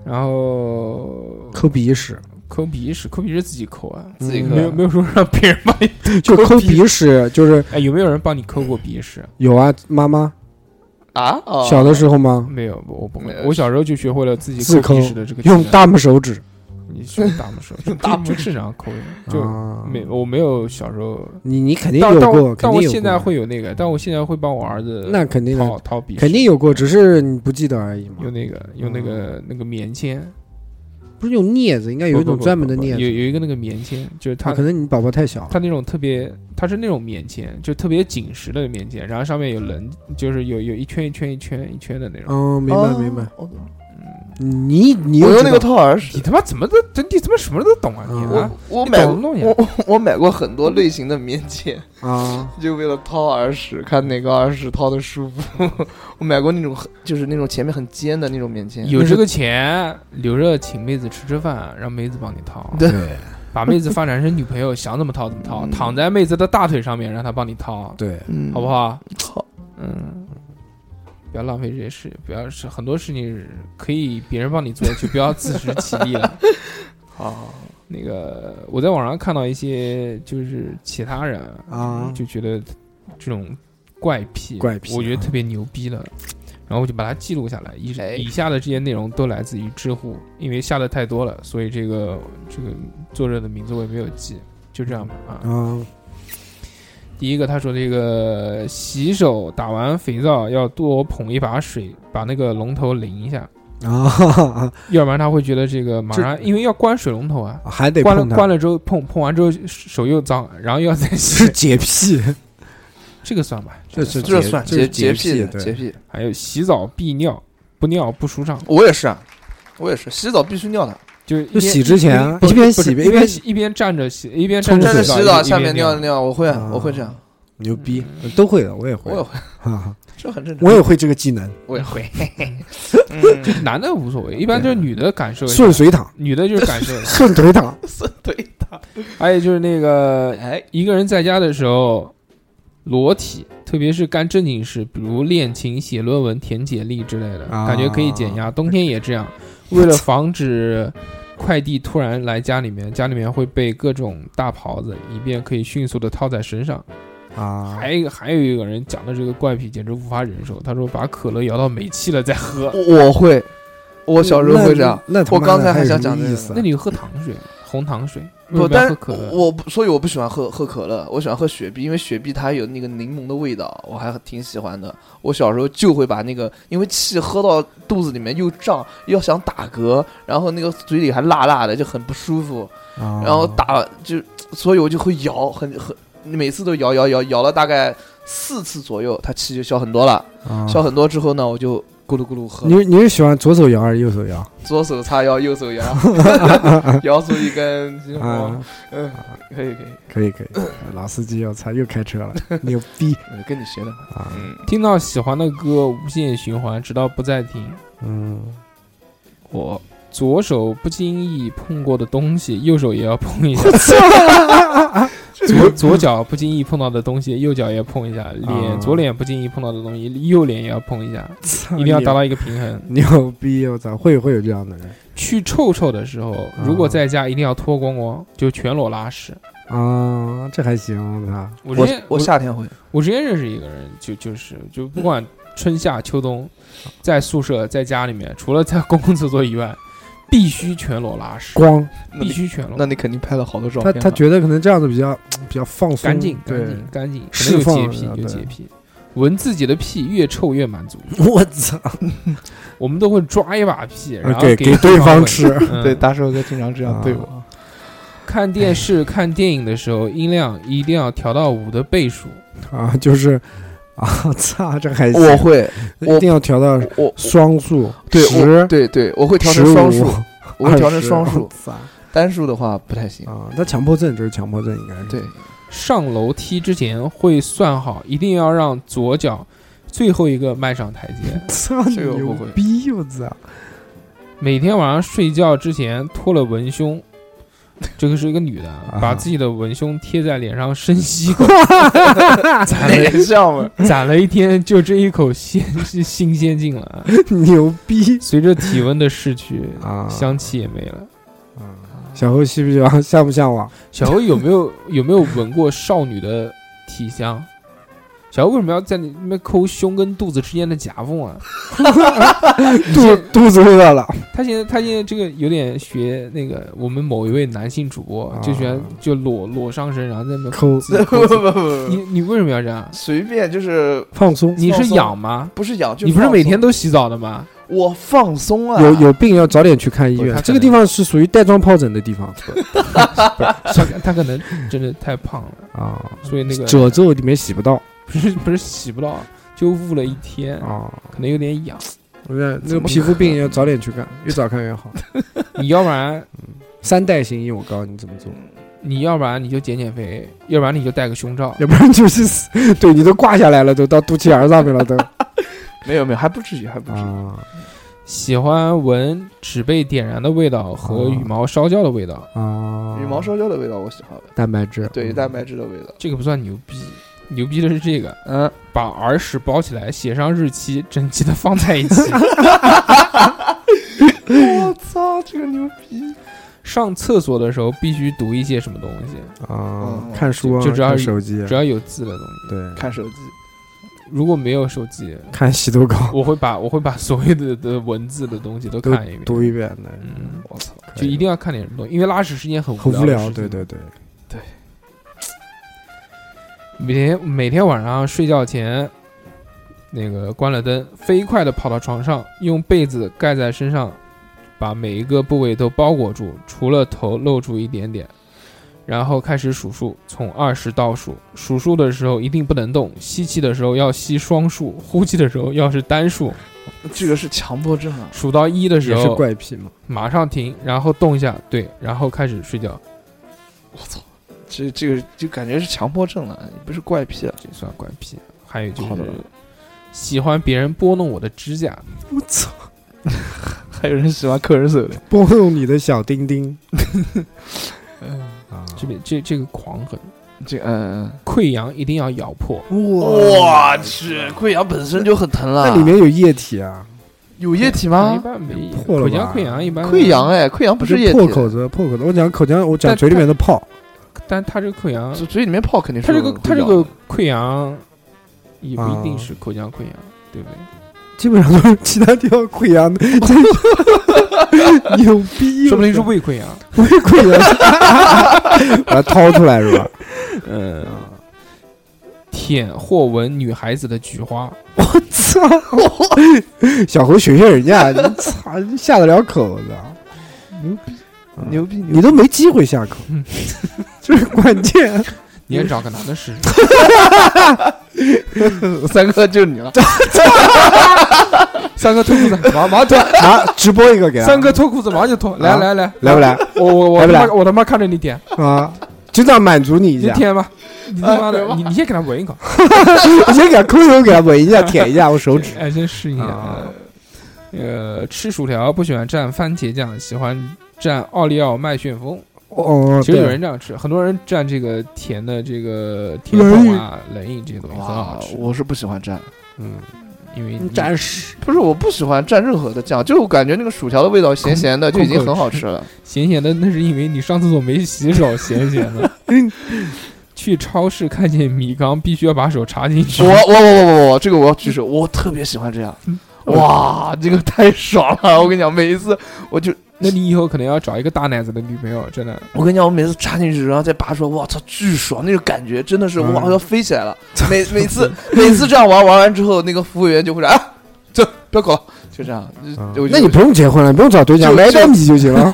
然后
抠
<laughs>
鼻屎
抠鼻屎，抠鼻屎自己抠啊，
自己
嗯
抠
没有没有说让别人帮你。
就
抠
抠
鼻
鼻屎，就是
<laughs> 哎，有没有人帮你抠过鼻屎？
有啊，妈妈
啊，哦
小的时候吗？
没有，我不会
没。有
我小时候就学会了自己
自
抠
抠
鼻屎的这个技能。
用大拇手指，
你是大拇 <laughs> 嗯手，就
大拇
就正常抠的，就
啊
没我没有小时候。
你你肯定
但
有
但
过，
我
肯
但
定
我
有
现在
过，
会有那个，但我现在会帮我儿子
那肯定的
掏掏鼻屎，
肯定有过，只是你不记得而已嘛
有。那个用那个那个棉签，
不是用镊子，应该有
不
一
不
种
不
专门的
不不
镊
有
子。
有一个那个棉签，就是它
啊可能你宝宝太小了，
它那种特别，它是那种棉签，就特别紧实的棉签，然后上面有棱，就是有有一圈一圈一圈一圈的那种。
嗯，明白明白。
哦。
你你
我
又
用
知
那个
道
掏耳屎
你，他妈怎么都，你他妈什么都懂啊你啊
我！我
你
买
懂弄呀
我我买过很多类型的棉签，
啊，
就为了掏耳屎，看哪个耳屎掏的舒服。我买过那种很就是那种前面很尖的那种棉签，
有这个钱留着请妹子吃吃饭，让妹子帮你掏，
对
把妹子发展成女朋友，想怎么掏怎么掏，
嗯
躺在妹子的大腿上面让她帮你掏，
对，
嗯，
好不？好？
好，
嗯，不要浪费这些事，不要是很多事情是可以别人帮你做，就不要自食其力了。
<laughs> 好，
那个我在网上看到一些就是其他人
啊
就觉得这种怪癖，
怪癖
我觉得
啊
特别牛逼的，然后我就把它记录下来。以
哎
以下的这些内容都来自于知乎，因为下的太多了，所以这个这个作者的名字我也没有记，就这样吧啊。
嗯
啊，
第一个他说这个洗手打完肥皂要多捧一把水，把那个龙头淋一下，
啊， <laughs>
要不然他会觉得这个马上因为要关水龙头啊，
还得
关了
碰它，
关了之后碰碰完之后手又脏，然后又要再洗
是，洁
<laughs>
癖，
这个算吧。
这是
这
洁
算
这是
洁
洁
癖，
对
洁癖。
还有洗澡必尿，不尿不舒畅，
我也是啊，我也是，洗澡必须尿的，
就是
就
一
洗
边
之前啊
不是
一边
不是
洗
一
一边
洗一边站着洗，一边站
站着
嗯洗
洗澡下
一边
面尿
尿。
尿，我会啊
啊，
我会这样，
牛逼，都会的，我也会
我也，会，
啊
这很正常。
我也会这个技能，
我也会，
就男的无所谓，一般就是女的感受一下，
顺水躺，
女的就是感受一下。
顺
<laughs>
腿躺，
是对的。
还有就是那个
哎，
一个人在家的时候，裸体，特别是干正经事，比如练琴、写论文、填简历之类的，
啊
感觉可以减压。冬天也这
<laughs>
样，为了防止快递突然来家里面，家里面会备各种大袍子，以便可以迅速的套在身上。
啊，
还有一个，还有一个人讲的这个怪癖，简直无法忍受。他说把可乐摇到没气了再
<laughs>
喝，
<laughs> 我我会，我小时候会这样。
那。那他
我
妈
刚
的
才还
有
想
什么
讲这
意
个
思啊
那，你就喝糖水，红糖水，为什么嗯要
不，但
喝
是
可乐？
我不，所以我不喜欢喝喝可乐，我喜欢喝雪碧，因为雪碧它有那个柠檬的味道，我还挺喜欢的。我小时候就会把那个，因为气喝到肚子里面又胀，又想打嗝，然后那个嘴里还辣辣的，就很不舒服。
啊
然后打就，所以我就会摇，很很，每次都摇摇摇摇了大概四次左右，它气就消很多了。
啊
消很多之后呢，我就咕噜咕噜喝
你，你是喜欢左手摇还是右手摇？
左手叉腰，右手摇， <laughs> 摇出一根金黄。
啊，
嗯，可以可以，
可以
<coughs>
可以，老司机要擦又开车了，牛逼
呃跟你学的。
啊！
嗯，
听到喜欢的歌无限循环，直到不再听。
嗯，
我左手不经意碰过的东西，右手也要碰一下。左左脚不经意碰到的东西，右脚也碰一下；
啊
脸左脸不经意碰到的东西，右脸也要碰一下，一定要达到一个平衡。
牛逼！我操，会会有这样的人
去臭臭的时候，如果在家一定要脱光光，就全裸拉屎。
啊，这还行，我操，
我之
我
前
我夏天会，
我之前认识一个人，就就是就不管春夏秋冬，在宿舍在家里面，除了在公共厕所以外，必须全裸拉屎，
光
那
必
你
须全裸
那，你肯定拍了好多照
他
片。
他觉得可能这样子比较比较放松，
干净干
对，
净干净，可
释
能有
放
洁
一
癖
下
有
对嗯
洁癖，闻自己的屁越臭越满足。
我操，
我们都会抓一把屁，然后
啊给
给
对方
闻
吃，
<laughs> 嗯
对大寿哥经常这样对我，
看电视、看电影的时候，音量一定要调到五的倍数。
啊，就是啊，操，这还行，
我会，我
一定要调到
我
双数，
对我
十
对对，我会调
十
成双
五，
数，我会调成
20
双数，
操
单数的话不太行。
啊，他强迫症就是强迫症，应该是
<laughs> 对，
上楼梯之前会算好，一定要让左脚最后一个迈上台
<laughs>
阶。
操，
这个
牛
我会
逼，我操， <laughs>
每天晚上睡觉之前脱了文胸，这个是一个女的啊
啊，
把自己的文胸贴在脸上深吸一口，攒
哪
了
个 <laughs> 项目？
攒了一天，就这一口鲜是新鲜劲了。啊
牛逼
随着体温的逝去，
啊！
香气也没了。
小侯喜不喜欢， <laughs> 像不像我？
小欧有没有有没有闻过少女的体香？小欧为什么要在你那边抠胸跟肚子之间的夹缝啊？
肚肚子饿了，
他现在他现在这个有点学那个我们某一位男性主播，就喜欢
啊
就裸裸上身，然后在那边抠
抠
自己
不
抠自己。
不不
你
不，
你为什么要这样？
随便就是
放松，
你
放
是
松
痒吗？
不是痒，就
你不是每
放松
天都洗澡的吗？
我放松啊？
有有病要早点去看医
不是
院
他。
这个
可能
地方是属于带状疱疹的
<laughs>
地方
他他可能真的太胖了，
啊，
所以那
<laughs>
个
褶皱里面洗不到
不是不是洗不到，就捂了一天，
啊。
可能有点痒。
我觉得那
怎
个
么
皮肤
可
病
能
要早点去看，越早看越好。
你要不然
<laughs> 三代行医，我告诉你怎么做，
你要不然你就减减肥，要不然你就戴个胸罩。
要不然就是死 <laughs> 对你都挂下来了，都到肚脐眼儿上面 <laughs> 了都
没有没有，还不至于，还不至于。
啊
喜欢闻纸被点燃的味道和羽毛烧焦的味道，
啊！
羽毛烧焦的味道我喜欢，
蛋白质，
对
嗯
蛋白质的味道。
这个不算牛逼，牛逼的是这个，
嗯，
把儿时包起来，写上日期，整齐的放在一起。
我操，这个牛逼！
上厕所的时候必须读一些什么东西，
啊
嗯，
看书啊，
就就只要
看手机啊，
只要有字的东西。
对，
看手机，
如果没有手机，
看洗头膏，
我会把我会把所有的的文字的东西都看一遍。
<laughs> 读一遍的，
嗯，
我操，
就一定要看点什么东西，因为拉屎是一件很
很
无
无
聊的
聊，
事情。
对对对，
每天每天晚上睡觉前，那个关了灯，飞快的跑到床上，用被子盖在身上，把每一个部位都包裹住，除了头露出一点点，然后开始数数，从二十倒数。数数的时候一定不能动，吸气的时候要吸双数，呼气的时候要是单数。
这个是强迫症啊！
数到一的时
也是
候
怪癖 <laughs> 嘛。
马上停，然后动一下，对，然后开始睡觉，
我操，这这个就感觉是强迫症了，不是怪癖啊了。
这算怪癖。还有就
好的
是喜欢别人拨弄我的指甲。
我操，
<laughs> 还有人喜欢抠人手的，
拨弄你的小丁 <laughs> 丁
嗯，
啊！
这边这这个狂狠，
这嗯，
溃疡一定要咬破，
我去，溃疡本身就很疼了，
<laughs> 那里面有液体啊，
有液体
啊但一
啊吗？
般没
破了
溃疡
吧
溃疡一般
<laughs> 溃疡，哎，溃疡不是液体，
破口子，破口子。我讲口腔，我讲
但
嘴里面的泡，
但他这个溃疡，
嘴嘴里面泡肯定是
他这个
会
他这
咬
个
的
溃疡也不一定
啊
是口腔溃疡，对不对？
基本上都是其他地方溃疡的，真是牛
<laughs>
逼！
说不定是
我操
胃溃疡。
胃溃疡，把它掏出来是吧？
嗯，舔或闻女孩子的菊花，
我操！小猴学学人家，你操，你下得了口子啊？牛逼！
牛逼，
你都没机会下口，这是关键。
你也找个男的试试。
牛三哥就是你了，
三哥脱裤 <laughs> 子，马马脱，
拿直播一个给他，
三哥脱裤子马上就脱，来
啊
来来，
来不来
我我我
来不
他
来
妈我他妈看着你舔，
啊？就这样满足你一
你
下，
舔吧，你他妈
哎
的
对吧
你你先给他闻一口，
<laughs> 我先给他抠一口，给他闻一下，舔一下我手指。
哎，先试一呃下
啊。
呃，吃薯条不喜欢蘸番茄酱，喜欢蘸奥利奥麦旋风。
我哦，
其实有
对
人这样吃，很多人蘸这个甜的这个甜筒啊、冷饮这些东西很好
<laughs> 哇，
吃，
我是不喜欢蘸，
嗯，
因为
哦蘸屎，
不是我不喜欢蘸任何的酱，就是我感觉那个薯条的味道咸咸的就已经很好吃了。
咸咸的，那是因为你上厕所没洗手，咸咸
<laughs>
的。去超市看见米缸，必须要把手插进去
我。我我我我我，这个我要举手，我特别喜欢这样。哇，这个太爽了！我跟你讲，每一次我就
那你以后可能要找一个大奶子的女朋友，真的。
我跟你讲，我每次插进去，然后再拔出来，我操，巨爽！那种感觉真的是，
嗯
哇，要飞起来
<laughs>
了。每每次每次这样玩玩完之后，那个服务员就会说：“啊，走，不要搞了。”就这样。
嗯
就
那你不用结婚了，你不用找对象，
就
买
就
袋米就行了。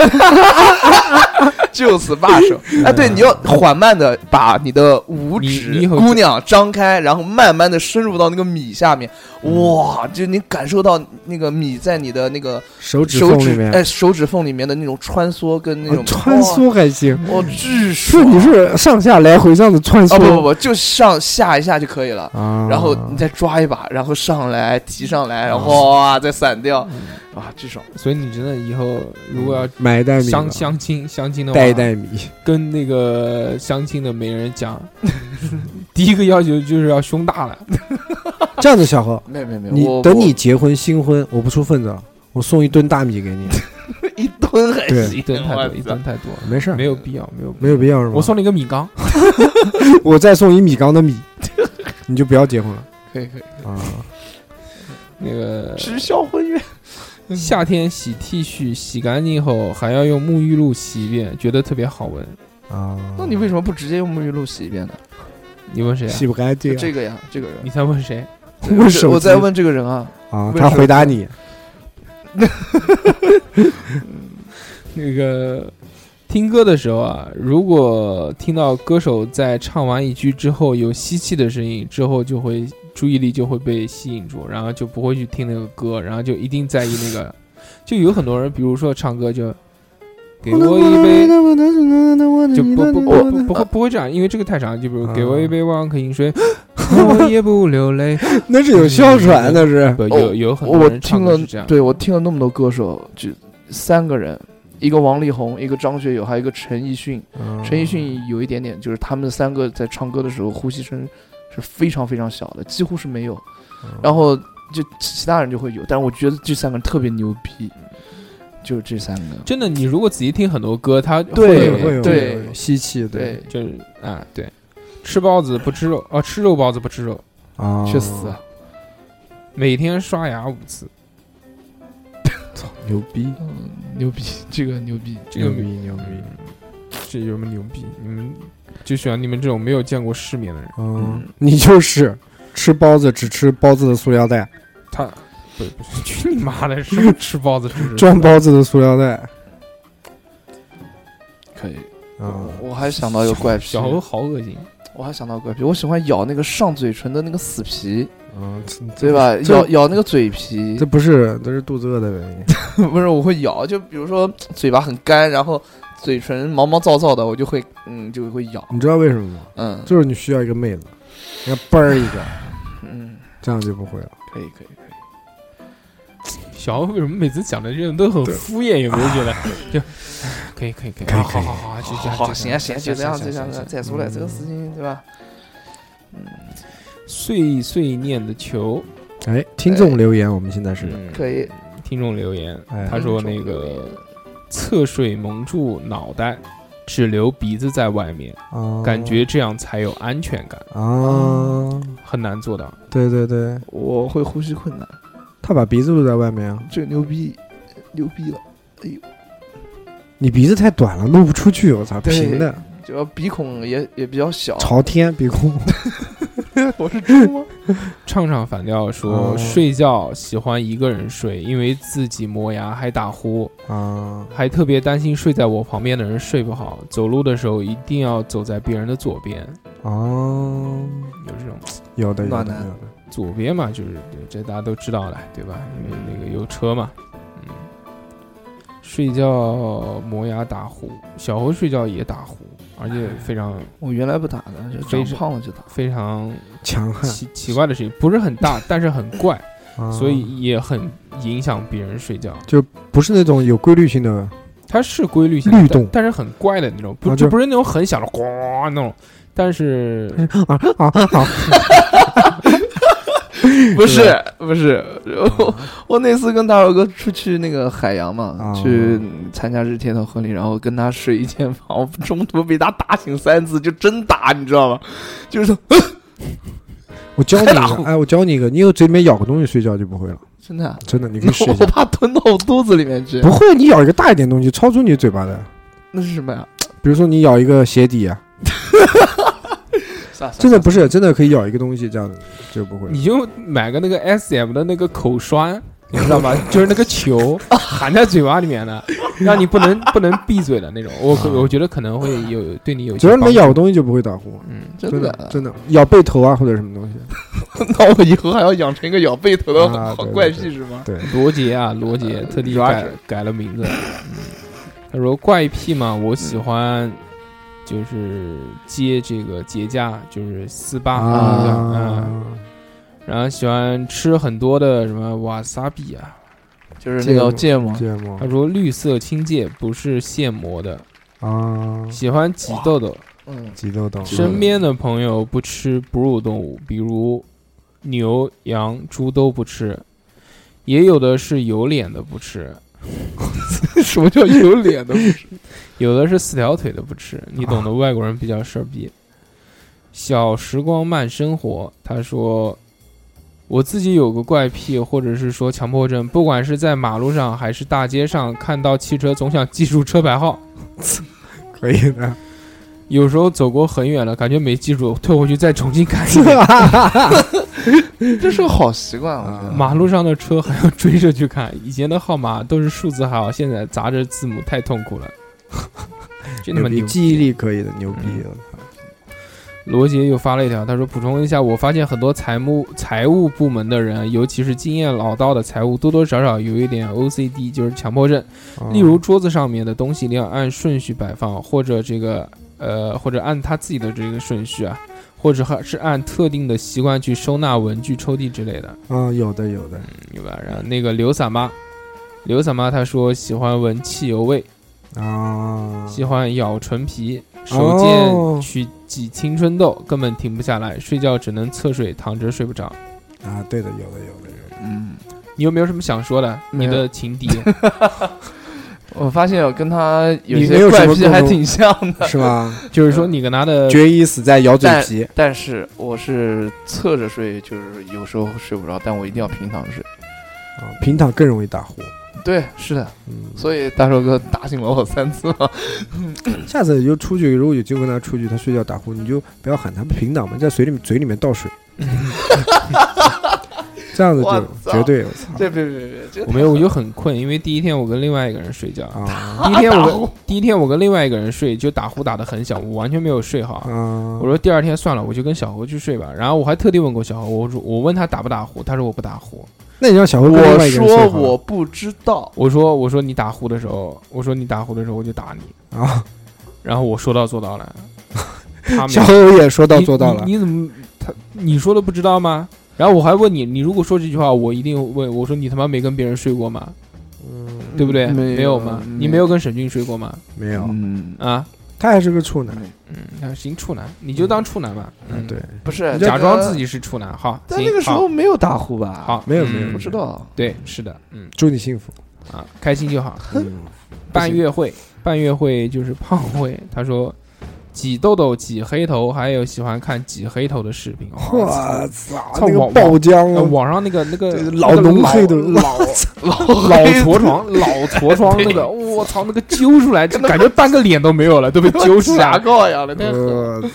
就此罢
<laughs>
手。
嗯
哎，对，你要缓慢的把你的五
你你以
指
后
姑娘张开，然后慢慢的深入到那个米下面。哇，就你感受到那个米在你的那个
手
<laughs>
指
手
缝里
指
面，
哎手指缝里面的那种穿梭跟那
啊
种
穿，梭还行，
哇哇，哦巨
是
爽！
你是上下来回这样子穿
啊，不不
梭
不，就上下一下就可以了。
啊
然后你再抓一把，然后上来提上来，然后哇再散掉，啊，巨爽！
所以你真的以后如果要
买一袋米
相
吧
相亲相亲的话，
带一袋米，
跟那个相亲的媒人讲， <laughs> 第一个要求就是要胸大了。
这样子小何，
没有没有没有，
你
我
等
我
你结婚新婚，我不出份子了，我送一吨大米给你，
<laughs> 一吨还
对
行，
一吨太
我
多，
操
一吨太多，
没事儿
没，有必要，没有
没有必要是
要
吗？
我送你一个米缸，
<laughs> 我再送一米缸
<laughs>
的米，你就不要结婚了
可以可以，
啊！
那个
直销婚约。
夏天洗 T 恤，洗干净后还要用沐浴露洗一遍，觉得特别好闻。
啊，
那你为什么不直接用沐浴露洗一遍呢？
你问谁、啊？
洗不干净
就
啊？
这个呀，这个人
你，在问谁？
为
是
什
我在问这个人啊，
啊？
为
他
手
回答你，
那个听歌的时候啊，如果听到歌手在唱完一句之后有吸气的声音，之后就会注意力就会被吸引住，然后就不会去听那个歌，然后就一定在意那个。就有很多人，比如说唱歌就给我一杯。就不不不不不会不会这样，因为这个太长。就比
啊
如给我一杯忘恩饮
<laughs>
水，我也不流泪。
<laughs> 那是有哮喘，那是
不
哦
有有很多
我
人唱
听
歌
了
是这样，，
哦对我听了那么多歌手，就三个人，一个王力宏，一个张学友，还有一个陈奕迅。
嗯
陈奕迅有一点点，就是他们三个在唱歌的时候呼吸声是非常非常小的，几乎是没有。然后就其他人就会有，但是我觉得这三个人特别牛逼，就是这三个。
真的，你如果仔细听很多歌，它
对
会有
对
会有吸气，
对，
就是啊，对，吃包子不吃肉，哦，吃肉包子不吃肉，
啊，
去死！
每天刷牙五次，
牛逼，
嗯，牛逼，这个牛逼，
这
牛
个
逼，牛逼，
这有什么牛逼？你们就喜欢你们这种没有见过世面的人，
嗯，你就是吃包子只吃包子的塑料
嗯
袋，
他不不是去你妈的，什么吃包子吃肉？
装包子的塑料袋
可以。
嗯
啊，
我还想到一个怪癖，
小猴好恶心，
我还想到怪癖，我喜欢咬那个上嘴唇的那个死皮，
嗯，
对 <laughs> 吧？
这
咬咬那个嘴皮
这，不是，这是肚子饿的原因。
不是我会咬，就比如说嘴巴很干，然后嘴唇毛毛躁躁的，我就会嗯就会咬，
你知道为什么吗？
嗯
就是你需要一个妹子，要嘣儿一
<laughs>
个，
嗯，
这样就不会了。
可以可以可以，
小猴为什么每次讲的这种都很敷衍？有没有觉得？就可以可以可以，
可以
啊
可
好
以
好好，就这
好
样，
好
就
行啊行啊，就这样就这样，嗯
行行
再说了这个事情对吧？嗯，
碎碎念的球，
哎，听众留言，我们现在是
嗯
可以。
听众留言
哎，
他说那个侧睡蒙住脑袋，只留鼻子在外面，
啊，
感觉嗯这样才有安全感，
啊，
很难做到。
对对对，
我会呼吸困难，
他把鼻子露在外面啊，
这个牛逼牛逼了，
你鼻子太短了，露不出去，我操，
对哦
平的，
主要鼻孔也也比较小，
朝天鼻孔，
<laughs> 我是猪吗？
唱唱反调说，
哦
睡觉喜欢一个人睡，因为自己磨牙还打呼，
啊，
还特别担心睡在我旁边的人睡不好。走路的时候一定要走在别人的左边，
哦，
有这种
有的有的有
暖男
的，
左边嘛，就是对这大家都知道的，对吧？因为那个有车嘛，嗯。睡觉磨牙打呼，小猴睡觉也打呼，而且非
<laughs>
常
我原来不打的，就
非
长
常
胖了就打。
非常
强悍，
奇奇怪的事情，不是很大，但是很怪，
<laughs> 啊
所以也很影响别人睡觉。
不是那种有规律性的啊
它是规律性的
律动
但但是很怪的那种，
啊
不
就
就不是那种很响的呱那种，但是
啊啊啊！
<laughs> <laughs> 不
是
是不是，我我那次跟大伟哥出去那个海洋嘛
啊，
去参加日天的婚礼，然后跟他睡一间房，中途被他打醒三次，就真打，你知道吗？就是说
我教你一
太
个
<laughs> 大，
哎，我教你一个，你以后嘴里面咬个东西睡觉就不会了，
真的啊，
真的，你可以试一下
<laughs> 我。怕吞到我肚子里面去
不。会，你咬一个大一点东西，超出你嘴巴的，
那是什么呀？
比如说你咬一个鞋底啊，
算了
真的不是真的可以咬一个东西这样子就不
嗯
会了。
你就买个那个 S M 的那个口栓，你知道
<laughs>
吗？就是那个球含在嘴巴里面的，让你不能 <laughs> 不能闭嘴的那种。我可我觉得可能会有对你有一些
只要你
帮
啊没
助
咬东西就不会打呼，
嗯，
真
真
的
的真的咬背头啊或者什么东西，
那我以后还要养成一个咬背头的
啊
好
对对
怪
对
癖是吗？
对，
罗杰
<laughs>
啊，罗
呃
杰特地
主要
改
是
改了名字。嗯，他说怪癖嘛，我喜欢就是接这个节假，就是四八和五杠嗯，
啊，
然后喜欢吃很多的什么瓦萨比啊。
就是那个芥末，
芥末
他说绿色青芥不是现磨的，
啊，
喜欢挤痘痘。
嗯，
挤痘痘，
身边的朋友不吃哺乳动物，比如牛、羊、猪都不吃，也有的是有脸的不吃， <laughs>
什么叫有脸的？
有的是四条腿的不吃。你懂的，外国人比较事儿逼。小时光慢生活，他说。我自己有个怪癖，或者是说强迫症，不管是在马路上还是大街上，看到汽车总想记住车牌号，
可以 <laughs> 的。
有时候走过很远了，感觉没记住，退回去再重新看一遍。
这是个好习惯，我觉
啊
得。
马路上的车还要追着去看，以前的号码都是数字号，现在砸着字母太痛苦了。 <laughs> 真他妈
逼
牛！
记忆力可以的，牛逼！
嗯罗杰又发了一条，他说：“补充一下，我发现很多财务财务部门的人，尤其是经验老道的财务，多多少少有一点 OCD，就是强迫症。
哦
啊
嗯例如桌子上面的东西一定要按顺序摆放，或者这个呃，或者按他自己的这个顺序啊，或者还是按特定的习惯去收纳文具、抽屉之类的。”
啊，有的有的
对吧？然后那个刘三妈，刘三妈她说喜欢闻汽油味，
啊，
喜欢咬唇皮，手
哦
贱去挤青春痘，根本停不下来，睡觉只能侧睡，躺着睡不着。
啊，对的，有的有的。
嗯，
你有没有什么想说的？
没
你
有
的情
<laughs>
敌
我发现我跟他有
你没
些
有什
怪
么
癖
共
还
同
挺像的，
是吧？
就是说你跟他的
决一死在咬嘴
但
皮，
<laughs> 但是我是侧着睡，就是有时候睡不着，但我一定要平躺睡。
啊，平躺更容易打呼。
对，是的，
嗯，
所以大寿哥打醒了我三次嘛。
下次就出去，如果有机会跟他出去，他睡觉打呼，你就不要喊他，平躺嘛，在水里面嘴里面倒水，这样子
我
就
操
绝对我操
这别别别，这
我没有，我就很困，因为第一天我跟另外一个人睡
哦
觉，第
啊
一天我跟第一天我跟另外一个人睡，就打呼打得很响，我完全没有睡好。
啊
我！说第二天算了，我就跟小侯去睡吧。然后我还特地问过小侯，我说我问他打不打呼，他说我不打呼。
那你让小辉跟另
我
外一个人睡
说
好了
我不知道，
我说我说你打呼的时候，我说你打呼的时候我就打你，
啊！
然后我说到做到了。他没
<laughs> 小欧也说到
你
做到了
你，你怎么他你说的不知道吗？然后我还问你，你如果说这句话，我一定问我说你他妈没跟别人睡过吗？
嗯
对不对？
没有
有吗？
没有
你没有跟沈俊睡过吗？
没有，
嗯，
啊，
他还是个处男，
嗯，那行处男，你就当处男吧。
嗯，对，，
不是
假装自，
这个
己是处男，好，
但
行
那个时
好
候没有打呼吧？
好，
没有
嗯
没有
不知道，
对，是的，嗯
祝你幸福。
啊，开心就好。
嗯
半月会，半月会就是胖会。他说，挤痘痘、挤黑头，还有喜欢看挤黑头的视频。
我
哇
操，
操
那个
网
爆
呃
浆啊，
网上那个那个
老浓黑的
老
老
老痤疮，老痤疮那个，我操，那个揪出来就感觉半个脸都没有了，都被揪出
<laughs>
啊
来
牙，膏一样的，
<laughs>
那
我操，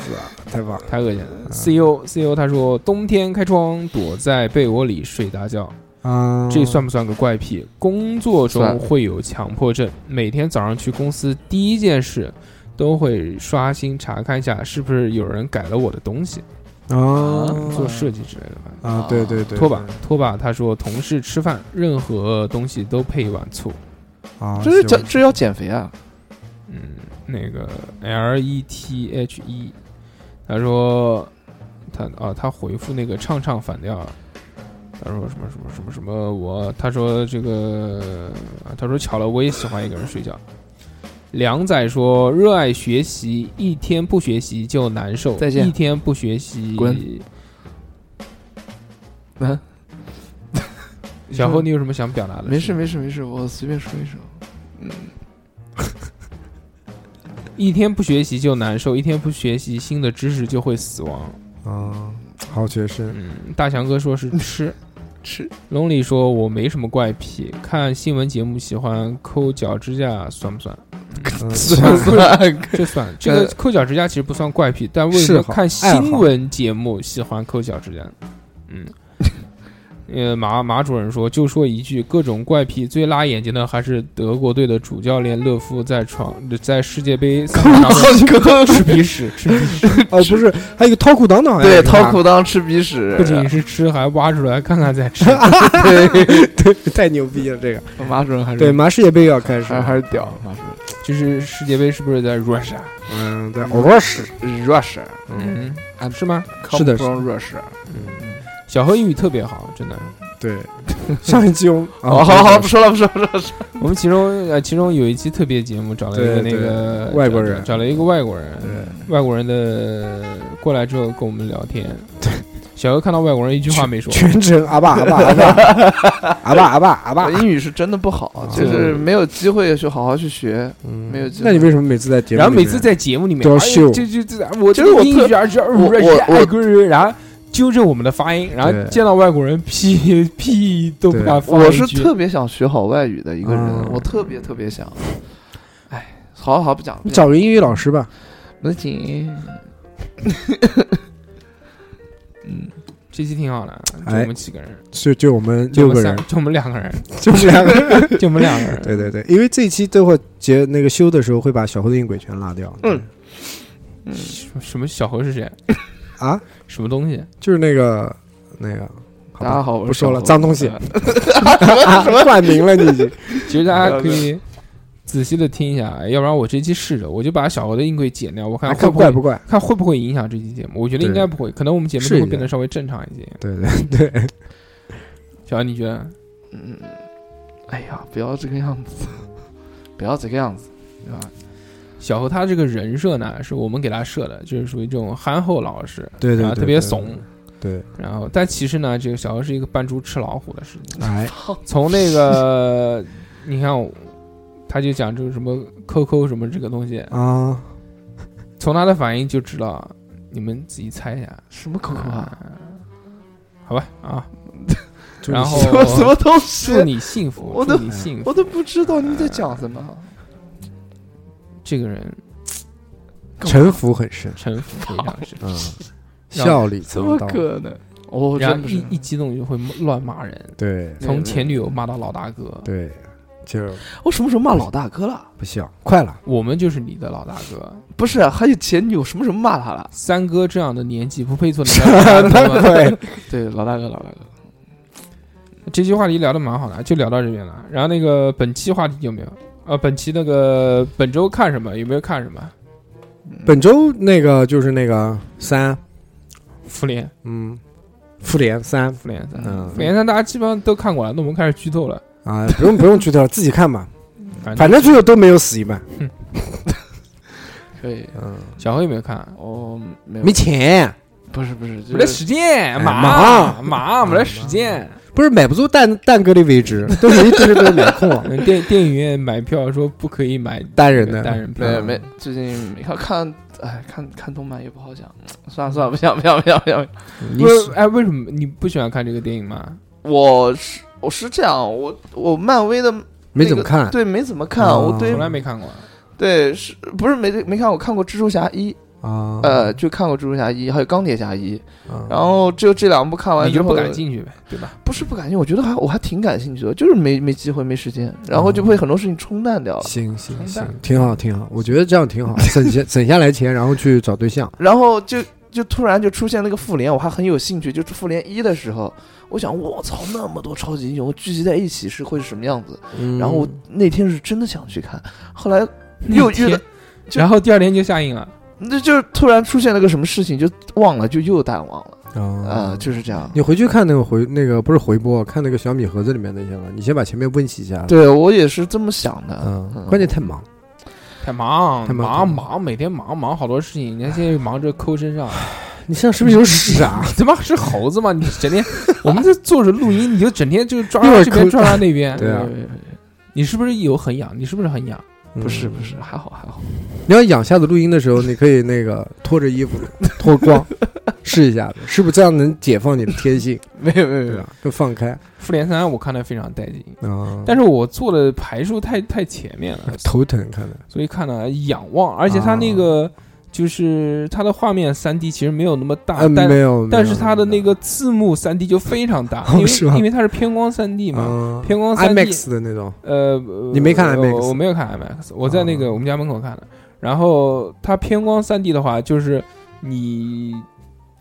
太棒了！
太恶心了。CEO 嗯 E CEO 他说，冬天开窗躲在被窝里睡大觉，
啊，
这算不算个怪癖？工作中
算
会有强迫症，每天早上去公司第一件事都会刷新查看一下是不是有人改了我的东西，
啊
做设计之类的吧。
啊，对对对，
拖把，拖把，他说同事吃饭任何东西都配一碗醋。
啊，
这是
行
这这要减肥啊？
嗯，那个 L E T H E，他说他啊，他回复那个唱唱反调了。他说什么什么什么什么我，他说这个，啊他说巧了，我也喜欢一个人睡觉。梁仔说：“热爱学习，一天不学习就难受，
再见
一天不学习，
滚。嗯，
小侯，你有什么想表达的？
没事，没事没事，我随便说一说。
一天不学习就难受，一天不学习，新的知识就会死亡。
啊，好学生，
嗯，大强哥说是吃，
<laughs> 吃
龙里说我没什么怪癖，看新闻节目喜欢抠脚指甲，算不
<laughs>
算？
嗯
算 <laughs> 算
这算，这个抠脚指甲其实不算怪癖，但为什么
嗜好
看
爱好
新闻节目喜欢抠脚指甲？
<laughs>
嗯，呃，马马主任说，就说一句，各种怪癖最辣眼睛的还是德国队的主教练勒夫在床在世界杯赛场上
<laughs>
吃鼻屎，吃鼻屎，
哦，不是，还有一个掏裤裆的，哎好像
对，
是啊吧
掏裤裆吃鼻屎
不。仅是吃，还挖出来看看再吃。
对，
对， <laughs> 太牛逼了，这个
马主任还是
对，马世界杯要开始
还，还是屌，马主
就是世界杯是不是在 Russia？
嗯，对，俄罗斯，
任 Russia，
嗯，是吗？
是的
come from Russia。
嗯，小何英语特别好，真的。
对，上一期我，啊
哦，好好，不说了，不说了，
<laughs>
不说了。
我们其中呃，其中有一期特别节目，找了一个
对
那个
对外国人
找了一个外国人，
对，
外国人的过来之后跟我们聊天。 <laughs> 小何看到外国人一句话没说，
全程阿爸阿爸阿爸阿爸阿爸阿
我
爸，
英语是真的不好，就是没有机会去好好去学。没有
那你为什么每次在节目？
嗯然后每次，在节目里面
都要
哎呀
秀
就就就我
就是我
英
特
语啊而且
我我
外国人，然后纠正哎我们的发音，然后
对
见到外国人屁屁都不
对
敢放一
我
句。
是特别想学好外语的一个人
嗯，
我特别特别想。哎，好好不讲，
你找个英语老师吧，
不行。嗯，
这期挺好的，就
哎
我们几个人，
就就我们
就
六
我
个
们三
人，，
就我们两个人，
<laughs> 就我们两个人。
就我们两个人。
对对对，因为这一期最后结那个修的时候会把小猴的音轨全拉掉。
嗯
什么什么小何是谁？
啊，
<laughs> 什么东西？
就是那个那个，好
大家
吧，
好，我
不
是小
说了，
侯
<laughs>
脏东西，
呃
啊冠名了你已经。
其实大家可以仔细的听一下，要不然我这期试着，我就把小何的音轨剪掉，我看会
啊看
不
怪
会
不怪？
看会不会影响这期节目。我觉得应该不会，可能我们节目就
试一
会
下
变得稍微正常一些。
对对对，
小何，你觉得？
嗯，哎呀，不要这个样子， <laughs> 不要这个样子，对吧？
小何他这个人设呢，是我们给他设的，就是属于这种憨厚老实，
对对
啊，
对
特别
对
怂。
对，
然后，但其实呢，这个小何是一个扮猪吃老虎的事情。
哎，
从那个， <laughs> 你看我，他就讲这个什么 QQ 什么这个东西，
啊，
从他的反应就知道，你们自己猜一下。
什么口口啊？
好吧啊，
祝你
<laughs> 然后
什么什么东西？
祝你幸福，
我都
祝你幸福。
我都不知道你们在讲什么。
这个人
城府很深，
城府非常深，
嗯，笑里
怎
藏
么
刀。
可能？我
然
真
后
不
一
是
一激动就会乱骂人，
对
对
从前女友骂到老大哥。
对，就
我哦什么时候骂老大哥了？
不笑，快了。
我们就是你的老大哥，
不是，还有前女友什么时候骂他了？
三哥这样的年纪不配做你
<laughs>
的老大哥吗。
对，
对，老大哥，老大哥，
这期话题聊的蛮好的，就聊到这边了。然后那个本期话题有没有？啊，本期那个本周看什么？有没有看什么？嗯
本周那个就是那个三，
复联，
嗯，复联三
复联三，
嗯
复联三大家基本上都看过了，那我们开始剧透了。
啊，不用不用剧透了，自己看吧，
嗯反
反正最后都没有死一半。
可以。
嗯，
小何有没有看？
哦，没有
没，钱，
不是不是，就
没得
是
时间，
哎
马
马
马没得时间。，
不是买不足蛋蛋哥的位置，都是一堆都是没空啊
<laughs> <laughs> 嗯电电影院买票说不可以买
单人的
单人票
没，没，最近没看看，哎，看看动漫也不好讲。算了算了， <laughs> 不想不想不想不想。
你
不是哎，为什么你不喜欢看这个电影吗？
我是我是这样，我我漫威的
没怎么看，
对没怎么看，
哦
我对
从来没看过。
对是不是没没看？我看过蜘蛛侠一，
啊，
呃，就看过蜘蛛侠一，还有钢铁侠一，
啊，
然后只有这两部看完
你
之
就
后，
不感兴趣呗，对吧？
不是不感兴趣，我觉得还我还挺感兴趣的，就是没没机会没时间，然后就被很多事情冲淡掉了。
行行
冲
行
淡，
挺好挺好，我觉得这样
<laughs>
挺好，省下省下来钱，然后去找对象。
然后就就突然就出现那个复联，我还很有兴趣。就是复联一的时候，我想我操，那么多超级英雄聚集在一起是会是什么样子？
嗯
然后我那天是真的想去看，后来
<laughs>
嗯又
那天
遇到，就
然后第二天就下映了。
那就是突然出现了个什么事情，就忘了，就又淡忘了啊、
啊，
就是这样。
你回去看那个回那个不是回播，看那个小米盒子里面那些吧，你先把前面温习一下。
对我也是这么想的，
嗯
嗯，
关键太忙，
太忙，
太忙
忙
太忙
忙，每天忙忙好多事情。你看现在忙着抠身
<laughs>
上，
你身上是不是有屎啊？
<laughs> 你他妈是猴子吗？你整
<laughs>
天我们这坐着录音，你就整天就抓
一会儿
这边
抠
抓抓那边。
<laughs> 对啊，
你是不是有很痒？你是不是很痒？
嗯不是不是，还好还好。
你要养下次录音的时候，你可以那个脱着衣服 <laughs> 脱光，试一下子，是不是这样能解放你的天
<laughs>
性，
没有没有
对。吧？就放开
复联三我看的非常带劲，
啊，
但是我做的排数太太前面
<laughs>
了，
头疼，看着
所以看了仰望，而且它那个就是它的画面三 D 其实没有那么大，
啊，
但
没有，
但是它的那
个
个字幕三 D 就非常大，
哦
因
是吗
为因为它是偏光三 D 嘛，
啊
偏光三 D
IMAX 的那种，
呃，
你没看 IMAX
我我没有看 IMAX，我在那
啊
个我们家门口看的。然后它偏光三 D 的话，就是你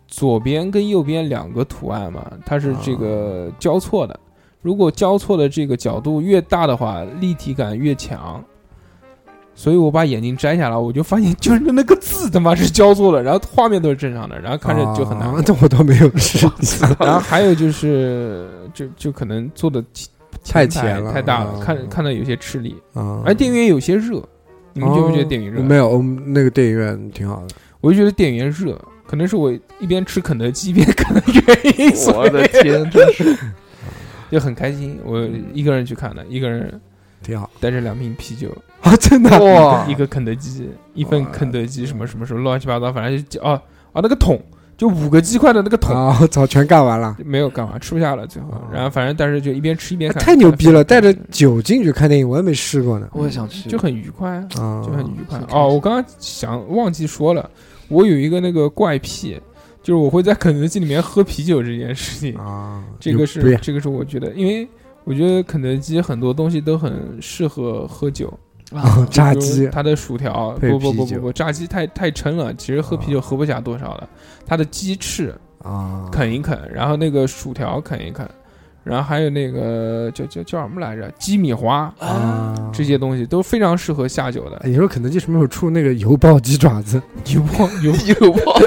左边跟右边两个图案嘛，它是这个
哦
交错的。如果交错的这个角度越大的话，立体感越强。所以我把眼镜摘下来，我就发现就是那个字他妈是交错的，然后画面都是正常的，然后看着就很难过
啊。 <laughs> 这我倒没有
<laughs>
试，
然后还有就是，就就可能做的
太前了
太大了，
啊
看看到有些吃力。
啊，
哎
嗯
而电影院有些热，你们觉不觉得电影热？
哦没，有，我们那个电影院挺好的，
我就觉得电影院热，可能是我一边吃肯德基一边看的原
哎
因，所
我
以
的天，真是
就很开心。我一个人去看的，一个人
挺好 <laughs>
带着两瓶啤酒，
啊，真的
哇
一！个肯德基，一份
哇
肯德基什么什么什么乱七八糟，反正就哦啊那个桶，就五个鸡块的那个桶。
啊，我操，全干完了。
没有干嘛，吃不下了，最后
啊，
然后反正但是就一边吃一边看，
太牛逼了！带
看得
着
非常开心
酒进去看电影，我也没试过呢。
我也想去，
就很愉快，啊。
啊，
就很愉快
嗯。
哦，我刚刚想忘记说了，我有一个那个怪癖，就是我会在肯德基里面喝啤酒这件事情。
啊，
这个
牛
是
逼
这个是我觉得，因为我觉得肯德基很多东西都很适合喝酒，
啊，
<laughs>
炸
比如
鸡
它的薯条，
配
不不不
啤
不
酒
不，炸鸡太太撑了，其实喝啤酒喝不下多少的。它的鸡翅
啊，
啃一啃，然后那个薯条啃一啃，然后还有那个叫叫叫什么来着，鸡米花
啊，
这些东西都非常适合下酒的
哎。你说肯德基什么时候出那个油爆鸡
<laughs>
爪子？
油
<laughs>
爆油
有吧？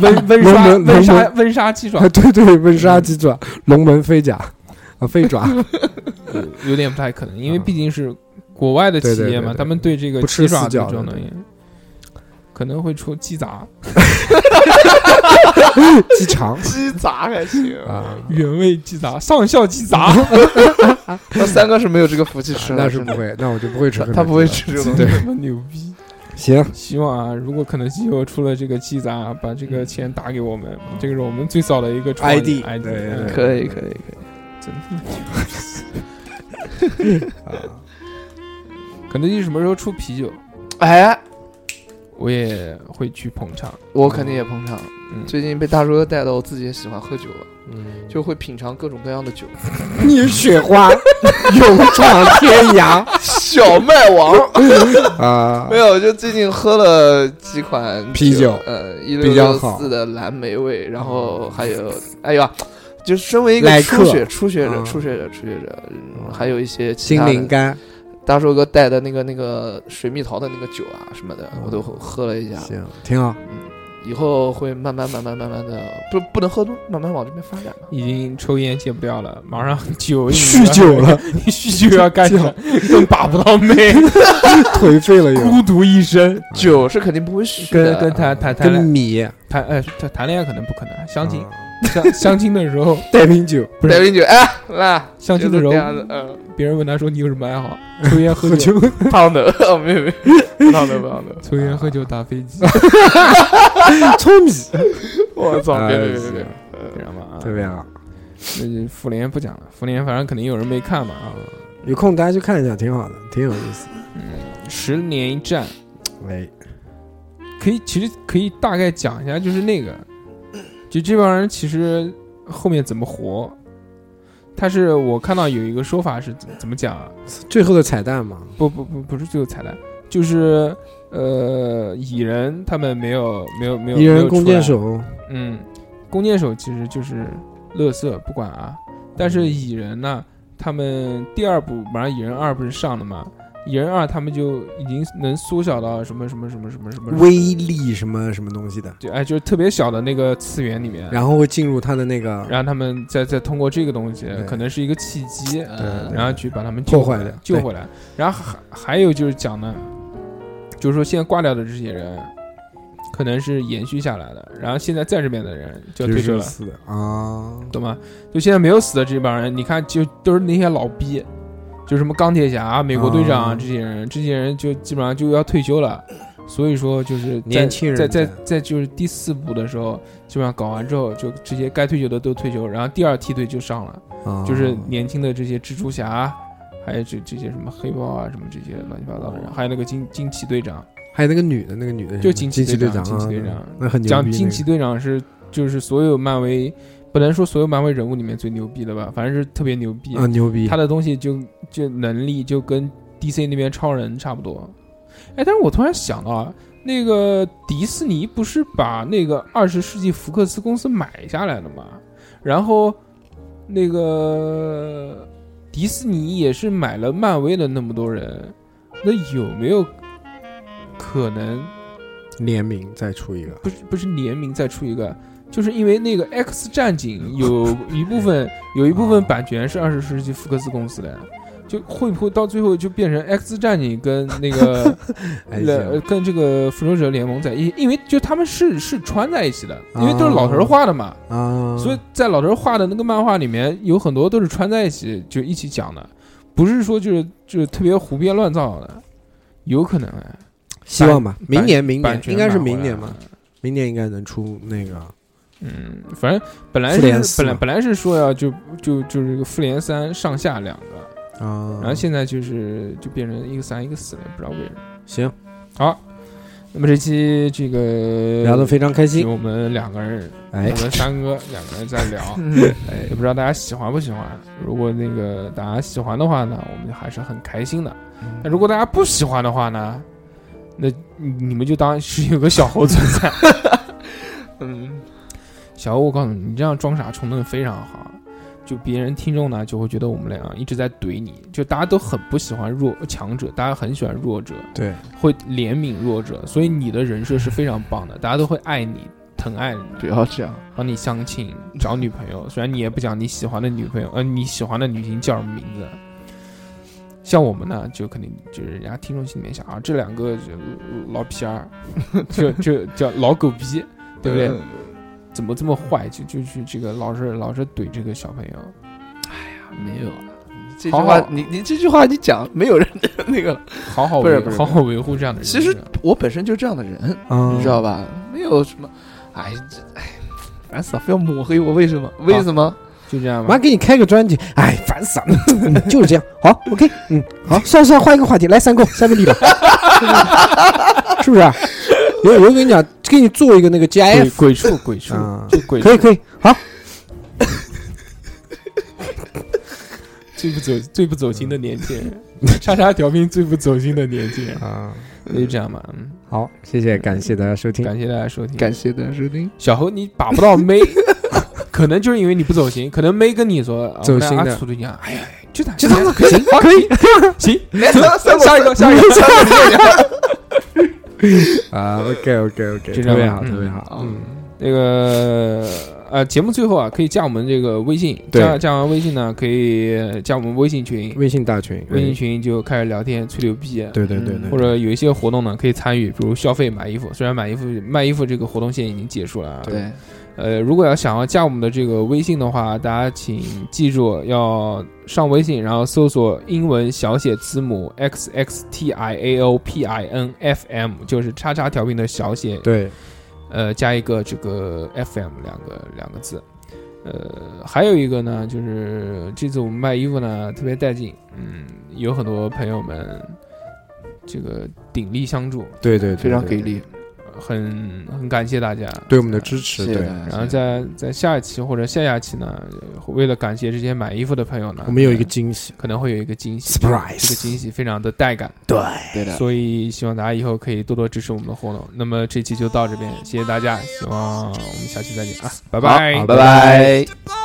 温温
龙
莎
门
温
龙
莎
门
温莎鸡
<laughs>
爪
啊，对对，温莎鸡爪、龙门飞甲啊，
<laughs>
飞爪
有点不太可能，因为毕竟是国外的企
嗯对对
业
对
嘛，
对
他们对这个
不吃
鸡
四
爪子
角
这
的
种东西可能会出鸡杂，
鸡肠
鸡杂还行
啊，
原味鸡杂、上校鸡杂，
那三哥是没有这个福气吃的，
<laughs> 那是
真
不
的
会，那我就不会吃
他
肯德基了。
他不会吃这种东西
<laughs> 对。
他妈 <laughs> 牛逼！
行，
<laughs> 希望啊，如果肯德基又出了这个鸡杂，把这个钱打给我们，这个是我们最早的一个创业
ID
ID，
嗯对对
嗯
对
可以可以可以，
真的牛逼！
<laughs>
<laughs>
啊
肯德基什么时候出啤酒，
哎，
我也会去捧场。
我肯定也捧场。
嗯
最近被大叔哥带到，我自己也喜欢喝酒了，
嗯，
就会品尝各种各样的酒。
你雪 <laughs> 花勇闯天涯
小麦王
<laughs> 啊
没，有，就最近喝了几款
啤酒
呃，一
比
六
较
六
好
四的蓝莓味，然后还有，哎呀，就身为一
耐
个
克
初学初学者、
嗯
初学者、初学者，嗯还有一些其
心
他
灵
的。
干
大叔哥带的那个那个水蜜桃的那个酒啊什么的
嗯，
我都喝了一下。
行，挺好。
以后会慢慢慢慢慢慢的，不不能喝多，慢慢往这边发展吧。
已经抽烟戒不掉了，马上酒瘾
酗酒了，
<laughs>
<laughs>
你酗酒要干什么？更把不到妹，
颓废了
<laughs>
又，
孤独一生。
酒是肯定不会酗
跟
的，
跟谈谈谈
哎跟
恋
米
谈呃谈谈恋爱可能不可能，相亲
啊
相相亲的时候，
带瓶酒，
不
带
是
瓶酒，哎，来，
相亲的时候
就是这样子，嗯，
别人问他说你有什么爱好？抽烟喝
喝
酒，
酒，
胖的，哦没有没有，胖的胖的，
抽烟喝酒打飞机，
聪
<laughs>
明，
我操，别别
哎
别
行
别，
知道吗？啊
特别好。
那就复联不讲了，复联反正肯定有人没看嘛啊。
有空大家去看一下，挺好的，挺有意思。哎
十年一战
喂，
可以，其实可以大概讲一下，就是那个，就这帮人其实后面怎么活。他是我看到有一个说法是怎怎么讲啊？
最后的彩蛋嘛，
不不不，不是最后彩蛋，就是呃，蚁人他们没有没有没有
蚁
没
人
有
弓
出
箭
来，
手，
嗯，弓箭手其实就是乐色，不管啊。但是蚁人呢，他们第二部马上蚁人二不是上了吗？蚁人二他们就已经能缩小到什么什么什么什么什么，
威力什么什么东西的，
就哎就是特别小的那个次元里面，
然后会进入他的那个
然后他们再再通过这个东西
对，
可能是一个契机，呃
对对
然后去把他们救
破坏
回来
掉
救
对
回来。然后还还有就是讲呢，就是说现在挂掉的这些人，可能是延续下来的，然后现在在这边的人就
就
退休
是
了，
死的啊，
懂吗？就现在没有死的这帮人，你看就都是那些老逼，就什么钢铁侠啊、美国队长啊
啊
这些人，这些人就基本上就要退休了。所以说，就是在
年轻人
在在
在
在就是第四部的时候，基本上搞完之后，就这些该退休的都退休，然后第二梯队就上了，
啊
就是年轻的这些蜘蛛侠，啊还有这这些什么黑豹啊，什么这些乱七八糟的人，还有那个惊惊奇队长，
还有那个女的，那个女的
就惊
惊
奇
奇
队
长，
长惊奇
啊
队长
那很牛逼
讲
那
惊
个
奇队长是就是所有漫威，不能说所有漫威人物里面最牛逼的吧，反正是特别牛逼。
啊，牛逼
他的东西就就能力就跟 DC 那边超人差不多。哎，但是我突然想到啊，那个迪士尼不是把那个二十世纪福克斯公司买下来了吗？然后那个迪士尼也是买了漫威的那么多人，那有没有可能
联名再出一个
不是不是联名再出一个，就是因为那个《X 战
<laughs>
警》有一部分有一部分版权是二十世纪福克斯公司的，就会不会到最后就变成《X 战警》跟那个
<laughs>
<laughs>
哎
呃
行
跟这个复仇者联盟在一，因为就他们是是穿在一起的，因为都是
啊
老头儿画的嘛，
啊，
所以在老头儿画的那个漫画里面有很多都是穿在一起就一起讲的，不是说就是就是特别胡编乱造的，有可能哎。
希望吧，明年明
版
年
权
应该是
拿回
明
来
年
了
吧，明年应该能出那个
嗯，反正本来
复联
是
四
本来
嘛
本来是说要就就就是这个复联三上下两个，
啊，
然后现在就是就变成一个三一个四了，也不知道为什么。
行
好，那么这期这个
聊得非常开
是
心，
我们两个人，我
哎，
们三哥两个人在
<laughs>
聊，哎，也不知道大家喜欢不喜欢。如果那个大家喜欢的话呢，我们还是很开心的。
嗯
那如果大家不喜欢的话呢，那你你们就当是有个小猴存在。
嗯，
小欧，我告诉你，你这样装傻充愣非常好，就别人听众呢就会觉得我们俩一直在怼你，就大家都很不喜欢弱强者，大家很喜欢弱者，
对，
会怜悯弱者，所以你的人设是非常棒的，大家都会爱你。疼爱你，
不要这样，
帮你相亲，找女朋友。虽然你也不讲你喜欢的女朋友，呃，你喜欢的女星叫什么名字。像我们呢，就肯定就是人家听众心里面想啊，这两个就老皮儿， <laughs> 就就叫老狗逼，对不对？
嗯？
怎么这么坏？就就去这个老是老是怼这个小朋友，
没有，这句
好
话
好
你你这句话你讲没有人 <laughs> 那个了，
好好
不是
维
不是
好好维护这样的人。
其实我本身就是这样的人，
嗯，
你知道吧？没有什么，哎这哎，烦死了，非要抹黑我，为什么？为什么？
就这样吧
妈，。给你开个专辑，哎，烦死了， <laughs> 嗯就是这样。好，OK，嗯，好，算了算了，换一个话题，来三哥，三个地吧， <laughs> 是不是啊？有有，我跟你讲，给你做一个那个
鬼
GIF
鬼畜鬼畜
啊，
就鬼畜
可以可以，好，
最不走最不走心的年轻人， <laughs> 叉叉调频最不走心的年轻人。
啊，
那就这样吧，嗯，
好，谢谢，感谢大家收听，
感谢大家收听。
感谢大家收听。
小猴，你把
<laughs>
不到妹，可能就是因为你不走心，可能妹跟你说啊
走心的
我们俩处对象，哎呀，就他
就这样，行，
<laughs>
可以
行，
来，三三
下
<laughs>
一个下一个，
啊，OK OK OK，
就这样吧嗯
特别好，特别好，
嗯，
那个呃，节目最后啊，可以加我们这个微信，
对
加加完微信呢，可以加我们微信群，
微信大群，
微信群就开始聊天吹牛逼，啊
对，对
嗯
对对
或
对，
者有一些活动呢可以参与，比如消费买衣服，虽然买衣服卖衣服这个活动现在已经结束了啊，，
对，
呃，如果要想要加我们的这个微信的话，大家请记住要上微信，然后搜索英文小写字母 x x t i a o p i n f m，就是叉叉调频的小写
对，
呃，加一个这个 FM 两个两个字。呃，还有一个呢，就是这次我们卖衣服呢特别带劲，嗯，有很多朋友们这个鼎力相助，
对对，对
非常给，力，
很很感谢大家
对对我们的支持，
谢谢
对
大，家。
然后在在下一期或者下下期呢，呃为了感谢这些买衣服的朋友呢，
我们有一
可
个
能
惊喜
可能会有一个惊喜这个惊
，surprise，
喜非常的带感，
对，
对的，
所以希望大家以后可以多多支持我们的活动。那么这期就到这边，谢谢大家，希望我们下期再见啊，拜拜，
好拜拜。
to go